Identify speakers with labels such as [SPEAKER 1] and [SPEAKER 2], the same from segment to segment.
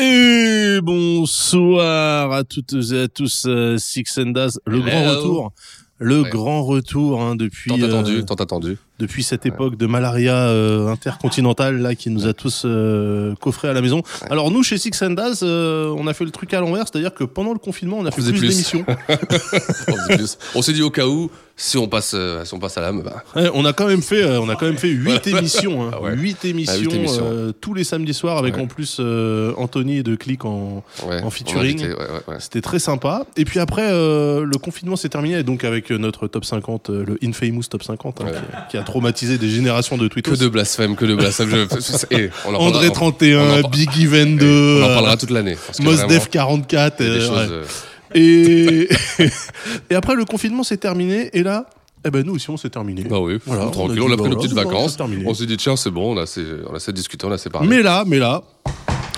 [SPEAKER 1] Et bonsoir à toutes et à tous, euh, Six and Daz, le
[SPEAKER 2] Hello.
[SPEAKER 1] grand retour. Le
[SPEAKER 2] Ouais.
[SPEAKER 1] grand retour hein, depuis
[SPEAKER 2] Tant
[SPEAKER 1] euh,
[SPEAKER 2] attendu, tant attendu.
[SPEAKER 1] depuis cette époque de malaria euh, intercontinentale là qui nous a tous euh, coffrés à la maison. Alors nous chez Six and Daz, euh, on a fait le truc à l'envers, c'est-à-dire que pendant le confinement, on a fait
[SPEAKER 2] faisait
[SPEAKER 1] plus,
[SPEAKER 2] plus.
[SPEAKER 1] d'émissions.
[SPEAKER 2] On faisait plus. On s'est dit au cas où, si on passe, euh, si on passe à l'âme, bah,
[SPEAKER 1] Ouais, on a quand même fait, euh, on a quand même fait huit émissions, hein.
[SPEAKER 2] Ah ouais.
[SPEAKER 1] Huit émissions,
[SPEAKER 2] Ah, huit émissions.
[SPEAKER 1] euh, tous les samedis soirs avec
[SPEAKER 2] Ouais.
[SPEAKER 1] en plus euh, Anthony de Click en.
[SPEAKER 2] ouais,
[SPEAKER 1] En
[SPEAKER 2] on a
[SPEAKER 1] featuring.
[SPEAKER 2] invité, ouais, ouais, ouais.
[SPEAKER 1] C'était très sympa. Et puis après, euh, le confinement s'est terminé et donc avec euh, notre top 50, euh, le Infamous top 50, hein,
[SPEAKER 2] Ouais.
[SPEAKER 1] qui, qui a traumatisé des générations de
[SPEAKER 2] Que
[SPEAKER 1] Twitter.
[SPEAKER 2] de blasphème, que de blasphème. Je- Eh, on en
[SPEAKER 1] André
[SPEAKER 2] parlera,
[SPEAKER 1] 31,
[SPEAKER 2] on en-
[SPEAKER 1] Biggie 22,
[SPEAKER 2] on, on en
[SPEAKER 1] euh,
[SPEAKER 2] parlera toute l'année. parce que
[SPEAKER 1] Mos
[SPEAKER 2] vraiment,
[SPEAKER 1] Def 44.
[SPEAKER 2] il y a des
[SPEAKER 1] euh,
[SPEAKER 2] choses,
[SPEAKER 1] ouais.
[SPEAKER 2] euh,
[SPEAKER 1] Et... et après, le confinement s'est terminé et là, eh ben, nous aussi, on s'est terminé.
[SPEAKER 2] Bah oui,
[SPEAKER 1] Voilà, on a
[SPEAKER 2] tranquille.
[SPEAKER 1] dit,
[SPEAKER 2] On a pris
[SPEAKER 1] voilà,
[SPEAKER 2] nos petites
[SPEAKER 1] c'est bon,
[SPEAKER 2] vacances.
[SPEAKER 1] c'est terminé.
[SPEAKER 2] On s'est dit, tiens, c'est bon, on a assez, on a assez discuté, on a assez parlé.
[SPEAKER 1] mais là, mais là,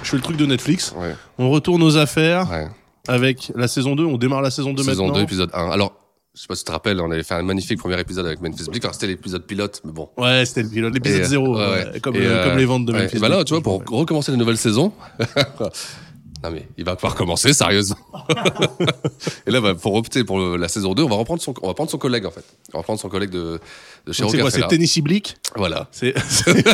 [SPEAKER 1] je fais le truc de Netflix.
[SPEAKER 2] Ouais,
[SPEAKER 1] On retourne aux affaires
[SPEAKER 2] ouais.
[SPEAKER 1] avec la saison 2. On démarre la saison 2
[SPEAKER 2] Saison
[SPEAKER 1] maintenant.
[SPEAKER 2] 2, épisode 1. Alors, je sais pas si tu te rappelles, on avait fait un magnifique premier épisode avec Memphis Bleak. Alors, c'était l'épisode pilote, mais bon.
[SPEAKER 1] Ouais, c'était le pilote, l'épisode
[SPEAKER 2] Et,
[SPEAKER 1] 0,
[SPEAKER 2] ouais,
[SPEAKER 1] euh,
[SPEAKER 2] ouais.
[SPEAKER 1] Comme,
[SPEAKER 2] Et,
[SPEAKER 1] euh,
[SPEAKER 2] euh,
[SPEAKER 1] comme les ventes de
[SPEAKER 2] Ouais,
[SPEAKER 1] Memphis.
[SPEAKER 2] et bah là, tu vois,
[SPEAKER 1] Ouais.
[SPEAKER 2] pour recommencer la nouvelle saison. non, mais il va pas recommencer, sérieusement. et là, bah, pour opter pour le- la saison 2, on va reprendre son, on va prendre son collègue, en fait. On va prendre son collègue de, de chez
[SPEAKER 1] Donc, C'est
[SPEAKER 2] Rocker
[SPEAKER 1] quoi C'est
[SPEAKER 2] Fella.
[SPEAKER 1] Tennessee Blick
[SPEAKER 2] Voilà.
[SPEAKER 1] C'est c'est-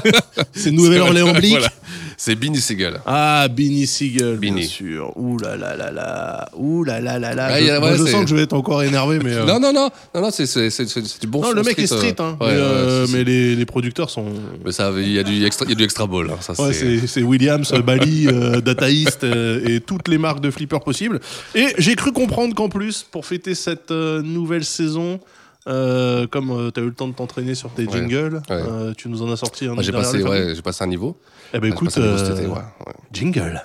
[SPEAKER 1] c'est Nouvelle-Orléans Blick
[SPEAKER 2] Voilà. C'est Binny Seagal.
[SPEAKER 1] Ah, Beanie Siegel, bien
[SPEAKER 2] Beanie.
[SPEAKER 1] sûr. Ouh là là là là. Ouh là là là là.
[SPEAKER 2] Ah,
[SPEAKER 1] je
[SPEAKER 2] il y a-
[SPEAKER 1] moi,
[SPEAKER 2] ouais,
[SPEAKER 1] je
[SPEAKER 2] c'est-
[SPEAKER 1] sens que je vais être encore énervé, mais. euh,
[SPEAKER 2] Non, non, non, non, non c'est c'est- c'est- c'est- c'est du bon
[SPEAKER 1] non,
[SPEAKER 2] son
[SPEAKER 1] le mec est street,
[SPEAKER 2] euh,
[SPEAKER 1] hein.
[SPEAKER 2] ouais,
[SPEAKER 1] mais
[SPEAKER 2] ouais,
[SPEAKER 1] euh,
[SPEAKER 2] c'est-
[SPEAKER 1] mais les, les producteurs sont.
[SPEAKER 2] Mais ça, il y a du extra, il y a du extra ball. hein, ça,
[SPEAKER 1] Ouais,
[SPEAKER 2] c'est-
[SPEAKER 1] c'est c'est Williams, Bali, euh, Dataist euh, et toutes les marques de flippers possibles. Et j'ai cru comprendre qu'en plus, pour fêter cette euh, nouvelle saison, euh, comme tu as eu le temps de t'entraîner sur tes
[SPEAKER 2] Ouais.
[SPEAKER 1] jingles,
[SPEAKER 2] Ouais.
[SPEAKER 1] euh, tu nous en as sorti un.
[SPEAKER 2] Moi, j'ai
[SPEAKER 1] derrière
[SPEAKER 2] passé,
[SPEAKER 1] les familles.
[SPEAKER 2] ouais, j'ai passé un niveau.
[SPEAKER 1] Eh ben
[SPEAKER 2] J'ai
[SPEAKER 1] écoute,
[SPEAKER 2] passé un niveau cet
[SPEAKER 1] euh,
[SPEAKER 2] été, ouais, ouais.
[SPEAKER 1] jingle.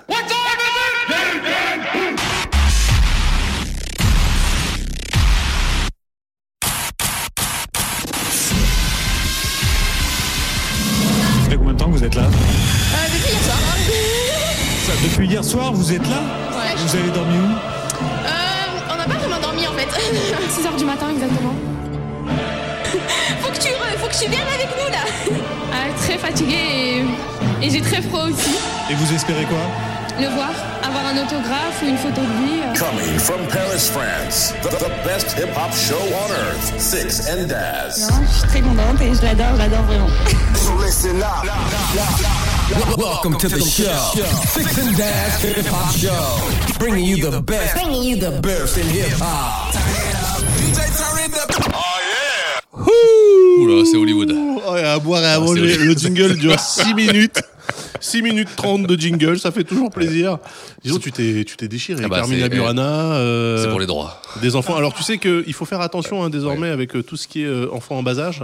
[SPEAKER 3] Ça fait combien de temps que vous êtes là Depuis hier soir. Depuis hier soir, vous êtes là
[SPEAKER 4] Ouais.
[SPEAKER 3] Vous avez dormi où
[SPEAKER 4] Euh, on n'a pas vraiment dormi en fait. 6h du matin exactement. faut que tu re- faut que tu viennes avec nous là. Ah, très fatiguée et, et j'ai très froid aussi.
[SPEAKER 3] Et vous espérez quoi
[SPEAKER 4] Le voir, avoir un autographe ou une photo de lui. euh.
[SPEAKER 5] Coming from Paris, France, the, the best hip hop show on earth, Six and Daz.
[SPEAKER 6] Je suis très contente et je l'adore, je l'adore vraiment.
[SPEAKER 7] Welcome to the show. Six and Dash Hip Hop Show. Bringing you the best. Bringing you the best in hip hop.
[SPEAKER 2] Oula, c'est Hollywood. Ah,
[SPEAKER 1] Oh, et à boire et à
[SPEAKER 2] c'est
[SPEAKER 1] manger.
[SPEAKER 2] horrible.
[SPEAKER 1] Le jingle dure 6 minutes. 6 minutes 30 de jingle, ça fait toujours plaisir. Disons, tu t'es, tu t'es déchiré.
[SPEAKER 2] Ah bah,
[SPEAKER 1] Carmina
[SPEAKER 2] c'est- eh,
[SPEAKER 1] Burana, euh,
[SPEAKER 2] C'est pour les droits.
[SPEAKER 1] des enfants. Alors, tu sais qu'il faut faire attention hein, désormais avec euh, tout ce qui est euh, enfants en bas âge.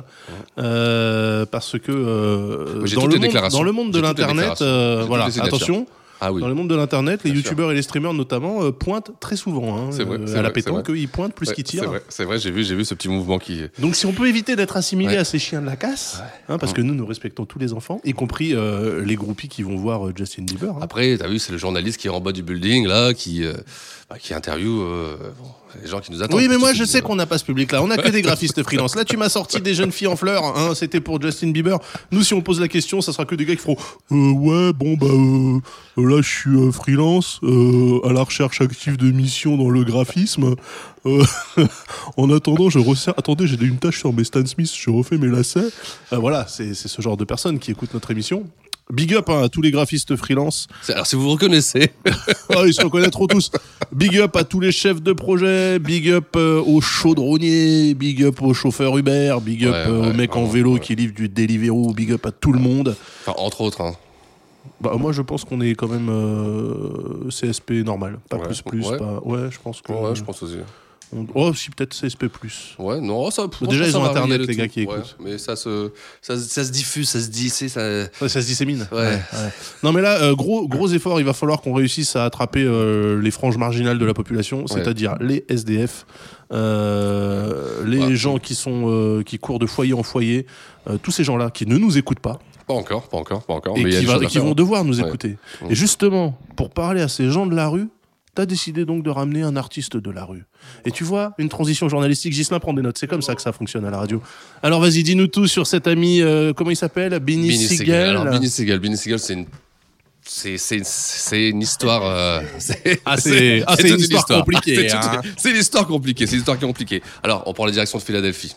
[SPEAKER 1] euh, parce que euh,
[SPEAKER 2] Oui, j'ai
[SPEAKER 1] dans,
[SPEAKER 2] toutes
[SPEAKER 1] le
[SPEAKER 2] les
[SPEAKER 1] monde,
[SPEAKER 2] déclarations.
[SPEAKER 1] dans le monde de
[SPEAKER 2] J'ai toutes les
[SPEAKER 1] l'Internet,
[SPEAKER 2] déclarations.
[SPEAKER 1] euh,
[SPEAKER 2] J'ai toutes
[SPEAKER 1] voilà,
[SPEAKER 2] les signatures.
[SPEAKER 1] attention.
[SPEAKER 2] Ah oui.
[SPEAKER 1] Dans le monde de l'internet, les
[SPEAKER 2] Bien sûr.
[SPEAKER 1] youtubeurs et les streamers notamment euh, pointent très souvent hein,
[SPEAKER 2] C'est vrai,
[SPEAKER 1] euh,
[SPEAKER 2] c'est
[SPEAKER 1] à la
[SPEAKER 2] vrai, c'est
[SPEAKER 1] pétanque, ils pointent plus Ah
[SPEAKER 2] Ouais,
[SPEAKER 1] qu'ils
[SPEAKER 2] C'est
[SPEAKER 1] tirent.
[SPEAKER 2] vrai, c'est vrai, j'ai vu, j'ai vu ce petit mouvement qui.
[SPEAKER 1] Donc si on peut éviter d'être assimilé
[SPEAKER 2] Ouais.
[SPEAKER 1] à ces chiens de la casse, hein, parce que nous, nous respectons tous les enfants, y compris euh, les groupies qui vont voir euh, Justin Bieber. hein.
[SPEAKER 2] Après, t'as vu, c'est le journaliste qui est en bas du building là, qui euh, bah, qui interviewe euh, bon, les gens qui nous attendent.
[SPEAKER 1] oui, mais moi
[SPEAKER 2] Tout
[SPEAKER 1] je
[SPEAKER 2] de
[SPEAKER 1] sais
[SPEAKER 2] suite.
[SPEAKER 1] qu'on n'a pas ce public-là. On n'a que des graphistes freelance. Là, tu m'as sorti des jeunes filles en fleurs. hein, C'était pour Justin Bieber. Nous, si on pose la question, ça sera que des gars qui feront euh, ouais, bon bah euh, là, je suis euh, freelance euh, à la recherche active de missions dans le graphisme. Euh, en attendant, je resserre. Attendez, j'ai une tâche sur mes Stan Smith. Je refais mes lacets. Euh, voilà, c'est c'est ce genre de personnes qui écoutent notre émission. Big up hein, à tous les graphistes freelance.
[SPEAKER 2] C'est- Alors si vous vous reconnaissez,
[SPEAKER 1] Ah, ils se reconnaîtront tous. Big up à tous les chefs de projet, big up euh, aux chaudronniers, big up aux chauffeurs Uber, big up
[SPEAKER 2] Ouais,
[SPEAKER 1] euh, aux
[SPEAKER 2] ouais,
[SPEAKER 1] mecs en
[SPEAKER 2] vraiment,
[SPEAKER 1] vélo
[SPEAKER 2] ouais.
[SPEAKER 1] qui livrent du Deliveroo, big up à tout le monde.
[SPEAKER 2] enfin entre autres, hein.
[SPEAKER 1] Bah, moi, je pense qu'on est quand même euh, CSP normal, pas
[SPEAKER 2] Ouais,
[SPEAKER 1] plus plus.
[SPEAKER 2] ouais.
[SPEAKER 1] Pas... Ouais, je pense que.
[SPEAKER 2] Ouais, je pense aussi.
[SPEAKER 1] on- Oh, si peut-être CSP plus.
[SPEAKER 2] Ouais, non, ça. franchement,
[SPEAKER 1] Déjà, ils
[SPEAKER 2] ça
[SPEAKER 1] ont
[SPEAKER 2] varie
[SPEAKER 1] Internet,
[SPEAKER 2] de
[SPEAKER 1] les gars, qui
[SPEAKER 2] Ouais,
[SPEAKER 1] écoutent.
[SPEAKER 2] Mais ça se, ça, se- ça se diffuse, ça se dit, c'est ça.
[SPEAKER 1] Ouais, ça se dissémine.
[SPEAKER 2] Ouais.
[SPEAKER 1] Non mais là, euh, gros, gros effort, il va falloir qu'on réussisse à attraper euh, les franges marginales de la population, c'est-à-dire les SDF, euh, les
[SPEAKER 2] Ouais.
[SPEAKER 1] gens qui, sont, euh, qui courent de foyer en foyer, euh, tous ces gens-là qui ne nous écoutent pas
[SPEAKER 2] Pas encore, pas encore, pas encore.
[SPEAKER 1] et
[SPEAKER 2] mais il y a
[SPEAKER 1] qui,
[SPEAKER 2] des
[SPEAKER 1] va-
[SPEAKER 2] choses à
[SPEAKER 1] qui
[SPEAKER 2] faire,
[SPEAKER 1] vont
[SPEAKER 2] hein.
[SPEAKER 1] devoir nous
[SPEAKER 2] Ouais.
[SPEAKER 1] écouter.
[SPEAKER 2] Mmh.
[SPEAKER 1] Et justement, pour parler à ces gens de la rue, t'as décidé donc de ramener un artiste de la rue. Et tu vois, une transition journalistique, Gislain prend des notes, c'est comme ça que ça fonctionne à la radio. Alors vas-y, dis-nous tout sur cet ami, euh, comment il s'appelle Benny
[SPEAKER 2] Benny Seagal.
[SPEAKER 1] Siegel.
[SPEAKER 2] Alors, Benny Seagal, Benny Seagal, c'est une. c'est c'est- c'est une histoire. euh, c'est
[SPEAKER 1] Ah, c'est- ah, c'est une
[SPEAKER 2] toute
[SPEAKER 1] histoire compliquée,
[SPEAKER 2] c'est toute-
[SPEAKER 1] hein.
[SPEAKER 2] C'est l'histoire compliquée. C'est l'histoire qui est compliquée. Alors, on prend la direction de Philadelphie.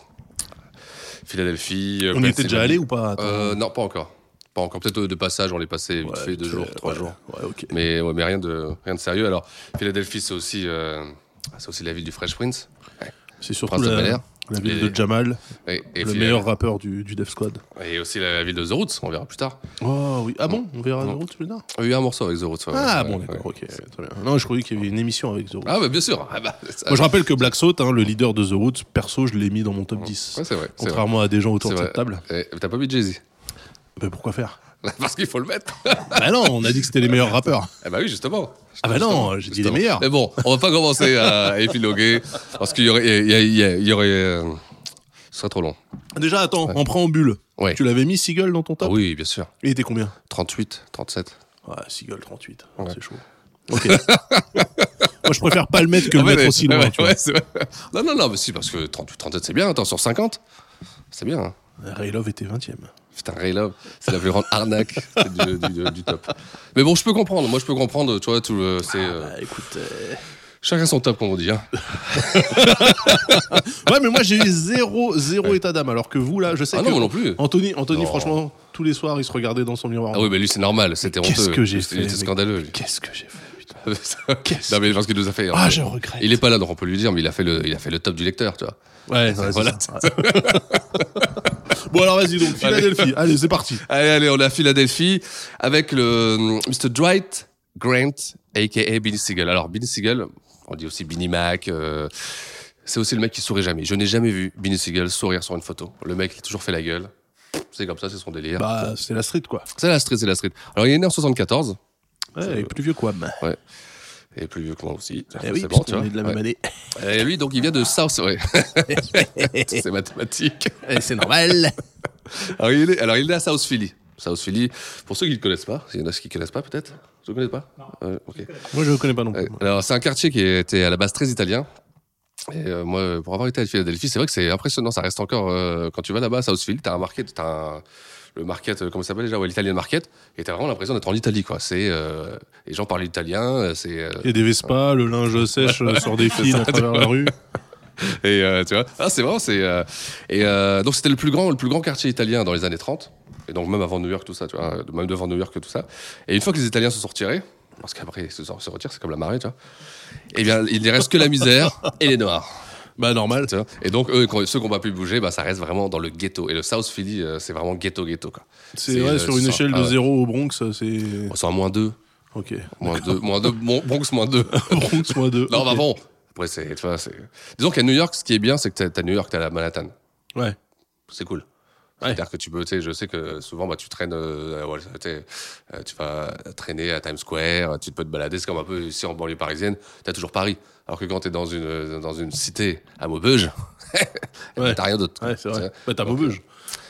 [SPEAKER 2] Philadelphie. euh,
[SPEAKER 1] On y était
[SPEAKER 2] Pennsylvanie.
[SPEAKER 1] déjà allé ou pas Attends.
[SPEAKER 2] Euh, Non, pas encore. Pas encore. Peut-être euh, de passage, on les passait vite
[SPEAKER 1] Ouais,
[SPEAKER 2] fait deux
[SPEAKER 1] vite
[SPEAKER 2] jours,
[SPEAKER 1] fait,
[SPEAKER 2] trois
[SPEAKER 1] ouais.
[SPEAKER 2] jours.
[SPEAKER 1] Ouais, ok.
[SPEAKER 2] Mais ouais, mais rien de rien de sérieux. Alors, Philadelphie, c'est aussi euh, c'est aussi la ville du Fresh Prince.
[SPEAKER 1] C'est surtout
[SPEAKER 2] Prince de
[SPEAKER 1] la,
[SPEAKER 2] Bel-Air.
[SPEAKER 1] la ville
[SPEAKER 2] Et-
[SPEAKER 1] de Jamal,
[SPEAKER 2] Et, et
[SPEAKER 1] le
[SPEAKER 2] Phila-
[SPEAKER 1] meilleur rappeur du, du Death Squad.
[SPEAKER 2] Et aussi la, la ville de The Roots. On verra plus tard.
[SPEAKER 1] Oh oui. Ah bon On verra
[SPEAKER 2] Non.
[SPEAKER 1] The Roots plus tard
[SPEAKER 2] Il y a un morceau avec The Roots. ouais,
[SPEAKER 1] Ah
[SPEAKER 2] ouais,
[SPEAKER 1] bon,
[SPEAKER 2] ouais.
[SPEAKER 1] d'accord, ok. Très bien. Non, je croyais qu'il y avait une émission avec The Roots.
[SPEAKER 2] Ah bah bien sûr. Ah bah, ça-
[SPEAKER 1] Moi, je rappelle que Black Salt, hein, le leader de The Roots, perso, je l'ai mis dans mon top 10.
[SPEAKER 2] Ouais, c'est vrai. c'est vrai.
[SPEAKER 1] Contrairement à des gens autour
[SPEAKER 2] C'est
[SPEAKER 1] de
[SPEAKER 2] vrai.
[SPEAKER 1] cette table.
[SPEAKER 2] Eh, T'as pas vu Jay-Z
[SPEAKER 1] Mais pourquoi faire
[SPEAKER 2] Parce qu'il faut le mettre.
[SPEAKER 1] Bah non, on a dit que c'était les meilleurs rappeurs.
[SPEAKER 2] eh bah oui, justement.
[SPEAKER 1] Ah bah non, j'ai dit les
[SPEAKER 2] Justement.
[SPEAKER 1] meilleurs.
[SPEAKER 2] Mais bon, on va pas commencer à épiloguer parce qu'il y aurait, il y, a- il y a- il y aurait, euh, ce serait trop long.
[SPEAKER 1] Déjà, attends, en préambule.
[SPEAKER 2] Ouais.
[SPEAKER 1] Tu l'avais mis Seagull dans ton
[SPEAKER 2] Ah
[SPEAKER 1] top
[SPEAKER 2] oui, bien sûr.
[SPEAKER 1] Il était combien
[SPEAKER 2] 38, 37.
[SPEAKER 1] Ah, Seagull 38. Ah, C'est chaud. Ok. Moi, je préfère pas le mettre que le
[SPEAKER 2] Ah ouais,
[SPEAKER 1] mettre
[SPEAKER 2] mais-
[SPEAKER 1] aussi loin.
[SPEAKER 2] ouais,
[SPEAKER 1] tu vois.
[SPEAKER 2] ouais, c'est vrai. Non, non, non, mais si, parce que 38, 37, c'est bien. Attends, sur 50, c'est bien. hein.
[SPEAKER 1] Ray Love était 20 e
[SPEAKER 2] Putain, Ray Love, c'est la plus grande arnaque du, du- du top. Mais bon, je peux comprendre. Moi, je peux comprendre. Tu vois, tout le, c'est, euh,
[SPEAKER 1] Bah écoute.
[SPEAKER 2] chacun son top, comme on dit. hein.
[SPEAKER 1] Ouais, mais moi, j'ai eu zéro, zéro état d'âme. Alors que vous, là, je sais
[SPEAKER 2] Ah
[SPEAKER 1] que.
[SPEAKER 2] non, moi non plus.
[SPEAKER 1] Anthony, Anthony
[SPEAKER 2] Non.
[SPEAKER 1] franchement, tous les soirs, il se regardait dans son miroir.
[SPEAKER 2] Ah oui, mais lui, c'est normal. C'était honteux.
[SPEAKER 1] Qu'est-ce que j'ai
[SPEAKER 2] C'était-
[SPEAKER 1] fait
[SPEAKER 2] Il était
[SPEAKER 1] mec
[SPEAKER 2] scandaleux, lui.
[SPEAKER 1] Qu'est-ce que j'ai fait, putain Qu'est-ce
[SPEAKER 2] non mais parce qu'il nous a fait. euh,
[SPEAKER 1] Ah, je regrette.
[SPEAKER 2] Il est pas là, donc on peut lui dire, mais il a fait le, il a fait le top du lecteur, tu vois.
[SPEAKER 1] Ouais, ouais, c'est ça, ouais. bon, alors vas-y, donc, Philadelphie. Allez, c'est parti.
[SPEAKER 2] Allez, allez, on est à Philadelphie avec le hum, Mr. Dwight Grant, a.k.a. Billy Seagal. Alors Billy Seagal, on dit aussi Billy Mac. euh, c'est aussi le mec qui sourit jamais. Je n'ai jamais vu Billy Seagal sourire sur une photo. Le mec, il a toujours fait la gueule. C'est comme ça, c'est son délire.
[SPEAKER 1] Bah, c'est la street, quoi.
[SPEAKER 2] C'est la street, c'est la street. Alors il est né en 74.
[SPEAKER 1] Ouais, il est plus vieux, quoi. mais-
[SPEAKER 2] Et plus vieux que moi aussi.
[SPEAKER 1] Eh oui,
[SPEAKER 2] C'est
[SPEAKER 1] parce
[SPEAKER 2] tu
[SPEAKER 1] qu'on
[SPEAKER 2] vois.
[SPEAKER 1] est de la même
[SPEAKER 2] Ouais.
[SPEAKER 1] année.
[SPEAKER 2] Et lui, donc, il vient de South. Ouais. c'est mathématique.
[SPEAKER 1] Eh, C'est normal.
[SPEAKER 2] Alors il, est, alors il est à South Philly. South Philly, pour ceux qui ne le connaissent pas, il y en a ceux qui ne connaissent pas peut-être Vous ne connaissez pas Euh, ok.
[SPEAKER 1] Moi, je le connais pas non plus.
[SPEAKER 2] Ouais. Alors c'est un quartier qui était à la base très italien. Et euh, moi, pour avoir été à Philadelphie, c'est vrai que c'est impressionnant. Ça reste encore, euh, quand tu vas là-bas à South Philly, tu as un market, t'as un- le market, euh, comment ça s'appelle déjà Ouais, l'Italian market. Et tu as vraiment l'impression d'être en Italie, quoi. C'est, euh, les gens parlent italien, euh, c'est. euh,
[SPEAKER 1] Il y a des Vespa, le linge sèche euh, sur des fils à travers la rue.
[SPEAKER 2] et euh, tu vois ah, c'est vrai c'est euh, et euh, donc c'était le plus grand le plus grand quartier italien dans les années 30 et donc même avant New York tout ça tu vois euh, même devant New York tout ça et une fois que les Italiens se sont retirés parce qu'après ils se, sont- se retirent c'est comme la marée tu vois et bien il ne reste que la misère et les noirs
[SPEAKER 1] Bah, normal.
[SPEAKER 2] tu vois. et donc eux quand- ceux qui n'ont pas pu bouger bah ça reste vraiment dans le ghetto et le South Philly euh, c'est vraiment ghetto ghetto quoi
[SPEAKER 1] C'est ouais,
[SPEAKER 2] euh,
[SPEAKER 1] sur une
[SPEAKER 2] ça-
[SPEAKER 1] échelle
[SPEAKER 2] ah
[SPEAKER 1] de
[SPEAKER 2] ouais.
[SPEAKER 1] 0 au Bronx, c'est.
[SPEAKER 2] on sent à moins 2
[SPEAKER 1] Ok.
[SPEAKER 2] moins 2 moins 2 Bronx moins 2
[SPEAKER 1] Bronx moins 2.
[SPEAKER 2] non bah bon après c'est tu vois, c'est- disons qu'à New York ce qui est bien c'est que t'as- t'as New York t'as la Manhattan
[SPEAKER 1] Ouais.
[SPEAKER 2] c'est cool.
[SPEAKER 1] Ouais.
[SPEAKER 2] C'est-à-dire que tu peux, tu sais, je sais que souvent, bah, tu traînes, euh, euh, ouais, tu sais, euh, tu vas traîner à Times Square, tu peux te balader, c'est comme un peu ici en banlieue parisienne, t'as toujours Paris. Alors que quand t'es dans une, dans une cité à Maubeuge,
[SPEAKER 1] Ouais.
[SPEAKER 2] t'as rien d'autre.
[SPEAKER 1] Ouais, c'est
[SPEAKER 2] Tu
[SPEAKER 1] vrai.
[SPEAKER 2] sais.
[SPEAKER 1] Bah, t'as
[SPEAKER 2] Donc, euh,
[SPEAKER 1] Maubeuge.